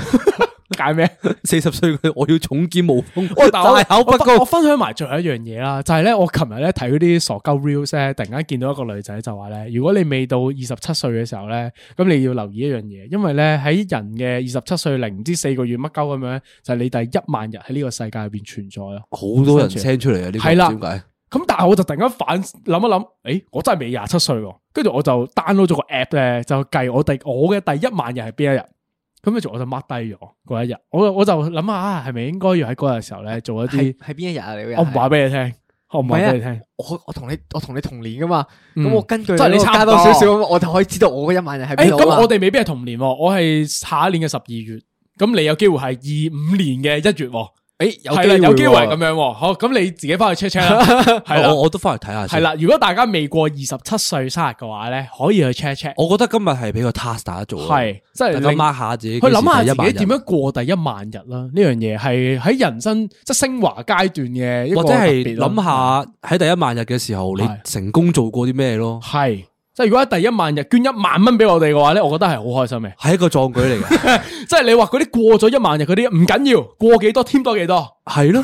Speaker 3: 解 咩？
Speaker 5: 四十歲佢我要重劍無鋒，
Speaker 3: 喂，但我
Speaker 5: 大口不
Speaker 3: 我分我
Speaker 5: 高。
Speaker 3: 分享埋最後一樣嘢啦，就係咧，我琴日咧睇嗰啲傻鳩 reels 咧，突然間見到一個女仔就話咧，如果你未到二十七歲嘅時候咧，咁你要留意一樣嘢，因為咧喺人嘅二十七歲零唔知四個月乜鳩咁樣，就係你第一萬日喺呢個世界入邊存在咯。
Speaker 5: 好多人 send 出嚟啊！呢個
Speaker 3: 係啦
Speaker 5: 唔知點解？
Speaker 3: 咁但係我就突然間反諗一諗，誒、我真係未廿七歲喎，跟住我就 download 咗個 app 咧，就計我第我嘅第一萬日係邊一日。咁跟住我就 mark 低咗嗰一日，我我就諗下啊，係咪應該要喺嗰日嘅時候咧做一啲
Speaker 4: 係？係邊一日啊？你嗰日
Speaker 3: 我唔話俾你聽，我唔話俾你聽。
Speaker 4: 我我同你我同你同年噶嘛，
Speaker 3: 嗯
Speaker 4: 咁我根據
Speaker 3: 即係你
Speaker 4: 嗰個
Speaker 3: 差唔
Speaker 4: 加
Speaker 3: 多
Speaker 4: 多少少，我就可以知道我嗰一萬人喺邊
Speaker 3: 诶，
Speaker 4: 度
Speaker 3: 咁
Speaker 4: 啊嘛
Speaker 3: 我哋未必係同年喎，我係下一年嘅十二月，咁你有機會係二五年嘅一月喎。
Speaker 5: 诶，有
Speaker 3: 係啦，
Speaker 5: 機會
Speaker 3: 有機會係
Speaker 5: 喎
Speaker 3: 咁樣喎。好，咁你自己翻去 check check 啦。係啦，
Speaker 5: 我我都翻去睇下
Speaker 3: 系
Speaker 5: 先。
Speaker 3: 啦，如果大家未過二十七歲生日嘅話咧，可以去 check check。
Speaker 5: 我覺得今日係俾個 task 大家做啊，
Speaker 3: 係即係
Speaker 5: 大家
Speaker 3: 你
Speaker 5: mark 下自己，
Speaker 3: 去諗下自己
Speaker 5: 點
Speaker 3: 點樣過第一萬日啦。呢樣嘢係喺人生即係升華階段嘅一個
Speaker 5: 或者係
Speaker 3: 特別
Speaker 5: 諗
Speaker 3: 咯
Speaker 5: 下喺第一萬日嘅時候，你成功做過啲咩咯？
Speaker 3: 係，即係如果喺第一萬日捐一萬蚊俾我哋嘅話咧，我覺得係好開心嘅。
Speaker 5: 係一個壯舉嚟嘅，
Speaker 3: 即係你話嗰啲過咗一萬日嗰啲唔緊要，過幾多添多幾多
Speaker 5: 係咯。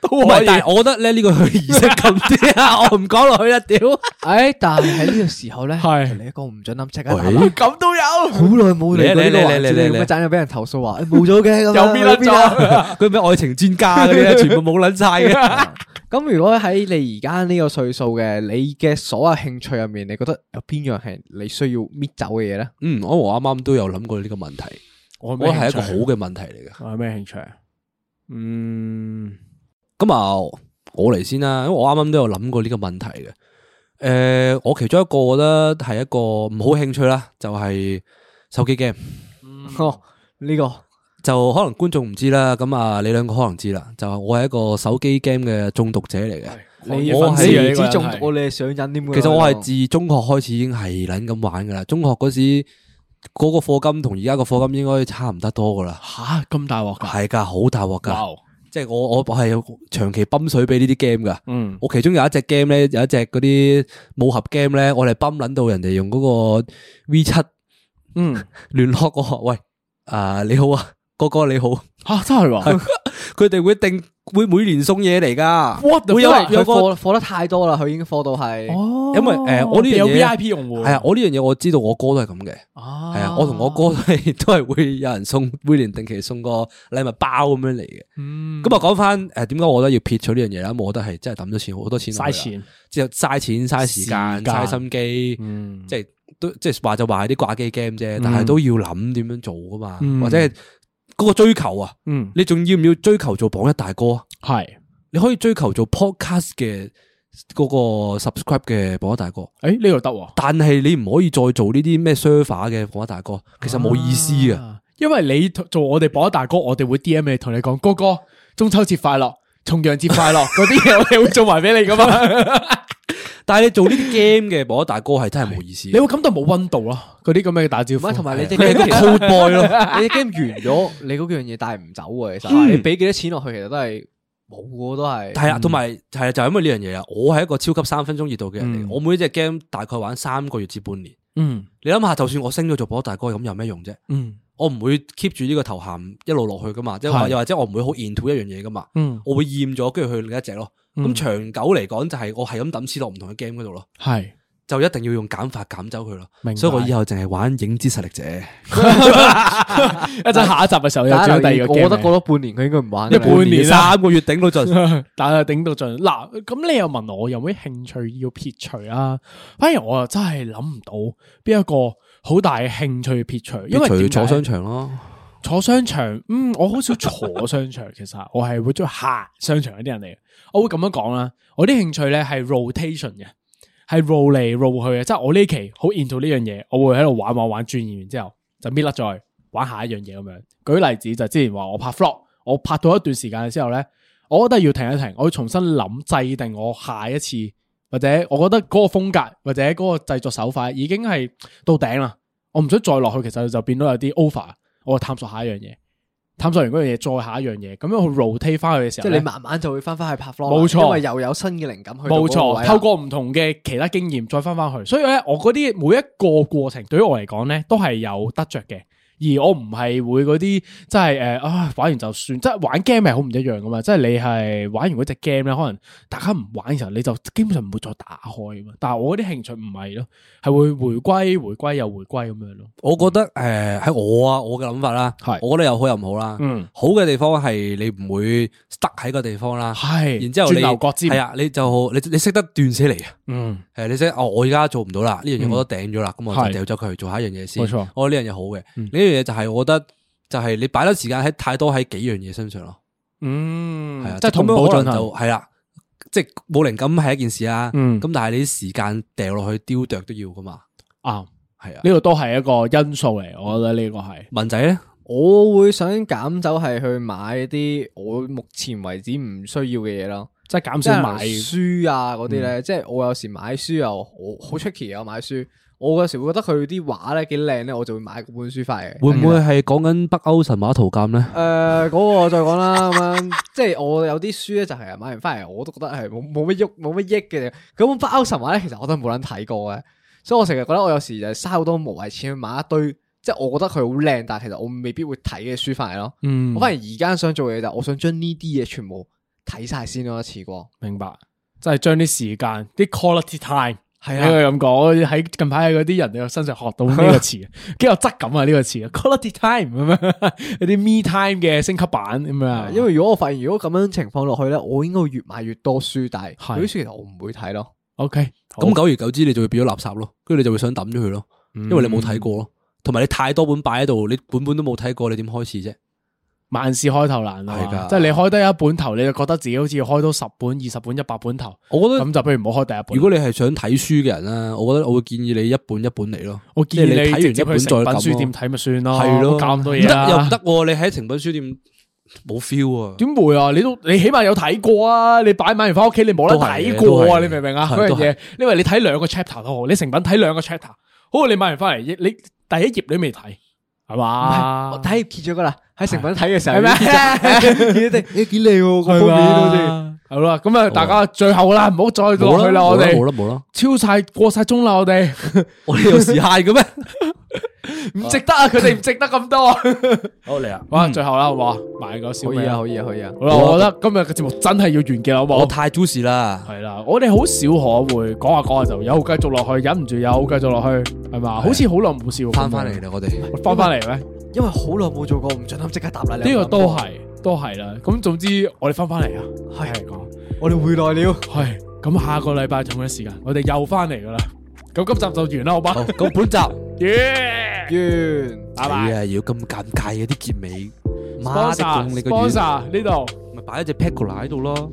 Speaker 3: 都
Speaker 5: 唔
Speaker 3: 可
Speaker 5: 係
Speaker 3: 以。
Speaker 5: 但係我覺得咧呢個去儀式感啲 啊，我唔講落去啦，屌！
Speaker 4: 诶，但系喺呢个时候咧，系你一个唔准谂即刻答啦。
Speaker 3: 咁都有，好
Speaker 4: 耐冇嚟過呢
Speaker 5: 嚟嚟
Speaker 4: 個
Speaker 5: 嚟
Speaker 4: 環節
Speaker 5: 嚟嚟
Speaker 4: 你
Speaker 5: 嚟
Speaker 4: 咁啊阵又俾人投訴話誒冇咗嘅，咁
Speaker 3: 又
Speaker 4: 樣
Speaker 3: 搣甩
Speaker 4: 去邊啊
Speaker 3: 咗
Speaker 5: 佢咩愛情專家嗰啲啊咧，全部冇撚晒嘅。
Speaker 4: 咁如果喺你而家呢個歲數嘅，你嘅所有興趣入面，你覺得有邊樣係你需要搣走嘅嘢咧？
Speaker 5: 嗯，我我啱啱都有諗過呢個問題，
Speaker 3: 我
Speaker 5: 我
Speaker 3: 咩
Speaker 5: 覺得係
Speaker 3: 興
Speaker 5: 一
Speaker 3: 趣啊
Speaker 5: 個好嘅問題嚟嘅。
Speaker 3: 我有咩興趣啊？嗯，
Speaker 5: 咁啊，我嚟先啦，因為我啱啱都有諗過呢個問題嘅。诶、我其中一個我覺得係一個唔好興趣啦，就係手機 game。
Speaker 3: 嗯
Speaker 4: 哦，呢個
Speaker 5: 就可能觀眾唔知啦，咁啊，你兩個可能知啦。就我係一個手機 game 嘅中毒者嚟
Speaker 4: 你
Speaker 5: 嘅，我
Speaker 4: 粉
Speaker 3: 絲啊呢
Speaker 5: 係
Speaker 3: 個
Speaker 4: 知中毒，你係上癮添㗎
Speaker 5: 其實我係
Speaker 4: 喎
Speaker 5: 自中學開始已經係撚咁玩噶啦。中學嗰時嗰個課金同而家個課金應該差唔得多噶啦，
Speaker 3: 吓咁大鑊㗎，
Speaker 5: 係㗎，好大鑊㗎。
Speaker 3: 哇！
Speaker 5: 即係我我係有長期泵水俾呢啲 game 噶。
Speaker 3: 嗯，
Speaker 5: 我其中有一隻 game 咧，有一隻嗰啲武俠 game 咧，我哋泵撚到人哋用嗰個 V 七
Speaker 3: 嗯，
Speaker 5: 聯絡我，喂，啊你好啊，哥哥你好，
Speaker 3: 吓真係喎，
Speaker 5: 佢哋會定會每年送嘢嚟噶
Speaker 3: What，the
Speaker 5: 會有
Speaker 3: 真係
Speaker 5: 有
Speaker 4: 佢
Speaker 5: 個
Speaker 4: 貨貨得太多啦，佢已經貨到係。
Speaker 3: 哦
Speaker 5: 因為誒我呢樣
Speaker 3: 有
Speaker 5: 嘢
Speaker 3: V I P 用户
Speaker 5: 係啊，我呢樣嘢我知道我哥都係咁嘅，
Speaker 3: 啊
Speaker 5: 係啊，我同我哥都係 都係會有人送每年定期送個禮物包咁樣嚟嘅。
Speaker 3: 嗯
Speaker 5: 咁啊，講翻誒點解我覺得要撇除呢樣嘢啦？我覺得係真係啊抌咗錢好多錢落去啦
Speaker 3: 嘥錢，
Speaker 5: 之後嘥錢嘥時間
Speaker 3: 時間
Speaker 5: 嘥心機，
Speaker 3: 嗯
Speaker 5: 即係都即係話就話係啲掛機 game 啫，但係
Speaker 3: 嗯
Speaker 5: 都要諗點樣做噶嘛，
Speaker 3: 嗯
Speaker 5: 或者係嗰個追求啊，
Speaker 3: 嗯
Speaker 5: 你仲要唔要追求做榜一大哥啊？
Speaker 3: 係。
Speaker 5: 你可以追求做 podcast 嘅嗰個 subscribe 嘅榜一大哥，
Speaker 3: 诶，呢度得喎，
Speaker 5: 但係你唔可以再做呢啲咩 server 嘅榜一大哥，其實冇意思嘅。
Speaker 3: 啊因為你做我哋榜一大哥，我哋會 D M 你同你講，哥哥中秋節快樂，重陽節快樂，嗰啲嘢我哋會做埋俾你噶嘛，
Speaker 5: 但係你做呢啲 game 嘅榜一大哥係真係冇意思
Speaker 3: 你。會感到冇温度咯，嗰啲咁嘅打招
Speaker 4: 唔
Speaker 3: 呼，啊
Speaker 4: 係，同埋你隻
Speaker 5: 你係一
Speaker 4: game
Speaker 5: 個 cold boy 咯，
Speaker 4: 你 game 完咗，你嗰樣嘢帶唔走嘅，其
Speaker 3: 嗯
Speaker 4: 實你俾幾多錢落去，其實都係冇嘅，都係。
Speaker 5: 係啊，同埋係啊，就係因為呢樣嘢啊，我係一個超級三分鐘熱度嘅人嚟嘅，
Speaker 3: 嗯
Speaker 5: 我每一隻 game 大概玩三個月至半年。
Speaker 3: 嗯
Speaker 5: 你諗下，就算我升咗做榜一大哥，咁有咩用啫？
Speaker 3: 嗯
Speaker 5: 我唔會 keep 住呢個頭銜一路落去噶嘛，即係話
Speaker 3: 係
Speaker 5: 又或者我唔會好 into 一樣嘢噶嘛，
Speaker 3: 嗯，
Speaker 5: 我會厭咗，跟住去另一隻咯。咁
Speaker 3: 嗯
Speaker 5: 長久嚟講，就係我係咁抌錢落唔同嘅 game 嗰度咯，
Speaker 3: 係
Speaker 5: 就一定要用減法減走佢咯
Speaker 3: 明。白
Speaker 5: 所以我以後淨係玩影之實力者，
Speaker 3: 一陣下一集嘅時候又
Speaker 4: 大家留
Speaker 3: 轉第
Speaker 4: 意
Speaker 3: 二個
Speaker 4: 我覺得
Speaker 3: game
Speaker 4: 過咗半年佢應該唔玩㗎
Speaker 3: 一
Speaker 4: 啦。
Speaker 3: 半年啦
Speaker 5: 三個月頂到盡。
Speaker 3: 但係頂到盡。嗱，咁你又問我有咩興趣要撇除啊？反而我又真係諗唔到邊一個好大嘅興趣撇除，因為
Speaker 5: 除
Speaker 3: 點解
Speaker 5: 坐商場咯，
Speaker 3: 坐商場，嗯，我好少坐商場，其實我係會中意行商場嗰啲人嚟嘅。我會咁樣講啦，我啲興趣咧係 rotation 嘅，係 roll 嚟 roll 去嘅，即係我呢期好 into 呢樣嘢，我會喺度玩玩玩，轉移完之後就搣甩咗去玩下一樣嘢咁樣。舉例子就之前話我拍 vlog，我拍到一段時間之後咧，我覺得要停一停，我要重新諗制定我下一次或者我覺得嗰個風格或者嗰個製作手法已經係到頂啦。我唔想再落去，其實就變到有啲 over。我探索下一樣嘢，探索完嗰樣嘢，再下一樣嘢，咁樣去 rotate 翻去嘅時
Speaker 4: 即
Speaker 3: 候
Speaker 4: 係
Speaker 3: 呢，
Speaker 4: 你慢慢就會翻翻去拍 vlog，啦
Speaker 3: 冇錯
Speaker 4: 因為又有新嘅靈感去到嗰個
Speaker 3: 冇錯，
Speaker 4: 位啦啊
Speaker 3: 透過唔同嘅其他經驗再翻翻去，所以咧，我嗰啲每一個過程對於我嚟講咧，都係有得着嘅。而我唔係會嗰啲即係誒啊玩完就算，即係玩 game 係好唔一樣噶嘛。即係你係玩完嗰只 game 咧，可能大家唔玩嘅時候，你就基本上唔會再打開噶嘛。但係我嗰啲興趣唔係咯，係會回歸、回歸又回歸咁樣咯。
Speaker 5: 我覺得誒喺我啊，我嘅諗法啦
Speaker 3: 係，
Speaker 5: 我覺得有好有唔好啦。
Speaker 3: 嗯，
Speaker 5: 好嘅地方係你唔會塞喺個地方啦，
Speaker 3: 係
Speaker 5: 然之後你
Speaker 3: 轉牛角尖
Speaker 5: 係啊，你就你你識得斷捨離啊。
Speaker 3: 嗯，
Speaker 5: 诶，你識哦，我而家做唔到啦，呢樣嘢
Speaker 3: 嗯
Speaker 5: 我都頂咗啦，咁我
Speaker 3: 係
Speaker 5: 就掉咗佢，做下一樣嘢先。
Speaker 3: 冇錯
Speaker 5: 我覺得呢樣嘢好嘅。
Speaker 3: 嗯
Speaker 5: 呢樣嘢就係我覺得就係你擺得時間喺太多喺幾樣嘢身上咯，
Speaker 3: 嗯
Speaker 5: 係啊，
Speaker 3: 即係同
Speaker 5: 咁樣
Speaker 3: 步
Speaker 5: 可
Speaker 3: 進
Speaker 5: 能
Speaker 3: 行
Speaker 5: 就。係啦，即係冇靈感係一件事啊。
Speaker 3: 嗯
Speaker 5: 咁但係你啲時間掉落去雕琢都要噶嘛，
Speaker 3: 啱，
Speaker 5: 係啊。
Speaker 3: 呢個都係一個因素嚟，我覺得呢個係
Speaker 5: 文仔咧，
Speaker 4: 我會想減走係去買啲我目前為止唔需要嘅嘢咯，
Speaker 3: 即係減少買
Speaker 4: 書啊嗰啲咧。
Speaker 5: 嗯
Speaker 4: 即係我有時買書又好好出奇啊，買書。我有時會覺得佢啲畫咧幾靚咧，我就會買嗰本書翻嚟。
Speaker 5: 會唔會係講緊北歐神話圖鑑咧？
Speaker 4: 誒，嗰個再講啦，咁樣 即係我有啲書咧，就係買完翻嚟，我都覺得係冇冇乜喐，冇乜益嘅。咁本北歐神話咧，其實我都冇撚睇過嘅，所以我成日覺得我有時就係嘥好多無謂錢去買一堆，即係我覺得佢好靚，但係其實我未必會睇嘅書翻嚟咯。
Speaker 3: 嗯
Speaker 4: 我反而而家想做嘅嘢就係我想將呢啲嘢全部睇晒先咯，一次過。
Speaker 3: 明白，即係將啲時間啲 quality time
Speaker 4: 係
Speaker 3: 啊，咁講，我喺近排喺嗰啲人嘅身上學到呢 個詞，幾有質感啊！呢個詞 quality time 咁樣， 有啲 me time 嘅升級版咁啊。
Speaker 4: 因為如果我發現如果咁樣情況落去咧，我應該會越買越多書，但係嗰啲書其實我唔會睇咯。
Speaker 3: OK，
Speaker 5: 咁久而久之，你就會變咗垃圾咯，跟住你就會想抌咗佢咯，
Speaker 3: 嗯
Speaker 5: 因為你冇睇過咯，同埋你太多本擺喺度，你本本都冇睇過，你點開始啫？
Speaker 3: 萬事開頭難
Speaker 5: 係
Speaker 3: 啊
Speaker 5: 㗎，
Speaker 3: 即係你開得一本頭，你就覺得自己好似開到十本、二十本、一百本頭。
Speaker 5: 我覺
Speaker 3: 得咁就不如唔好開第一本。
Speaker 5: 如果你係想睇書嘅人咧，我覺得我會建議你一本一本嚟咯。
Speaker 3: 我建議
Speaker 5: 即係
Speaker 3: 你
Speaker 5: 睇完
Speaker 3: 直
Speaker 5: 一
Speaker 3: 接
Speaker 5: 本
Speaker 3: 去成品
Speaker 5: 再抌
Speaker 3: 書
Speaker 5: 咯
Speaker 3: 店睇咪算咯，
Speaker 5: 係咯，
Speaker 3: 搞咁多
Speaker 5: 唔
Speaker 3: 嘢啊
Speaker 5: 得又唔
Speaker 3: 啦。
Speaker 5: 得喎，你喺成品書店冇 feel 啊。
Speaker 3: 點會啊？你都你起碼有睇過啊！你擺買完翻屋企，你冇得睇
Speaker 5: 都係
Speaker 3: 過
Speaker 5: 嘅
Speaker 3: 啊！你明唔明啊？
Speaker 5: 係
Speaker 3: 嗰樣
Speaker 5: 都
Speaker 3: 嘢
Speaker 5: 係，
Speaker 3: 因為你睇兩個 chapter 都好，你成品睇兩個 chapter，好你買完翻嚟，你第一頁你未睇，係嘛？
Speaker 5: 啊
Speaker 4: 我睇揭咗噶啦，喺成品睇嘅時候
Speaker 3: 係啊咩
Speaker 4: 已經揭咗咦幾靚喎，個封面好似。
Speaker 3: 好啦，咁啊，大家最後啦，唔好再落去
Speaker 5: 冇啦
Speaker 3: 啦，我哋
Speaker 5: 冇啦冇啦，
Speaker 3: 超晒過晒鐘啦，我哋
Speaker 5: 我哋有時限嘅咩？
Speaker 3: 唔值得啊！佢哋唔值得咁多。
Speaker 5: 好嚟啊！
Speaker 3: 哇，最後啦，好唔好啊？買個小
Speaker 4: 可
Speaker 3: 味
Speaker 4: 以啊，可以啊，可以啊。
Speaker 3: 好啦，我覺得今日嘅節目真係要完結啦，好冇？
Speaker 5: 我太 juicy 啦，
Speaker 3: 係啦，我哋好少可會講下講下就有繼續落去，忍唔住有繼續落去，係嘛？好似好啊耐冇試過
Speaker 5: 翻翻嚟啦，我哋
Speaker 3: 嚟，翻翻嚟咩？
Speaker 4: 因為好耐冇做過，唔准諗即刻答啦。
Speaker 3: 呢個都係，都係啦。咁總之我哋翻翻嚟啊，係嚟講，
Speaker 4: 我哋回來了。
Speaker 3: 係咁下個禮拜同一時間，我哋又翻嚟噶啦。咁今集就完啦，好吧？
Speaker 5: 咁本集
Speaker 3: 耶！
Speaker 4: 完，
Speaker 3: 拜拜。
Speaker 5: 啊，要咁尷尬嘅啲結尾，媽的共你個丸
Speaker 3: sponsor，sponsor 呢度。
Speaker 5: 咪擺一隻 Peccola 喺度咯。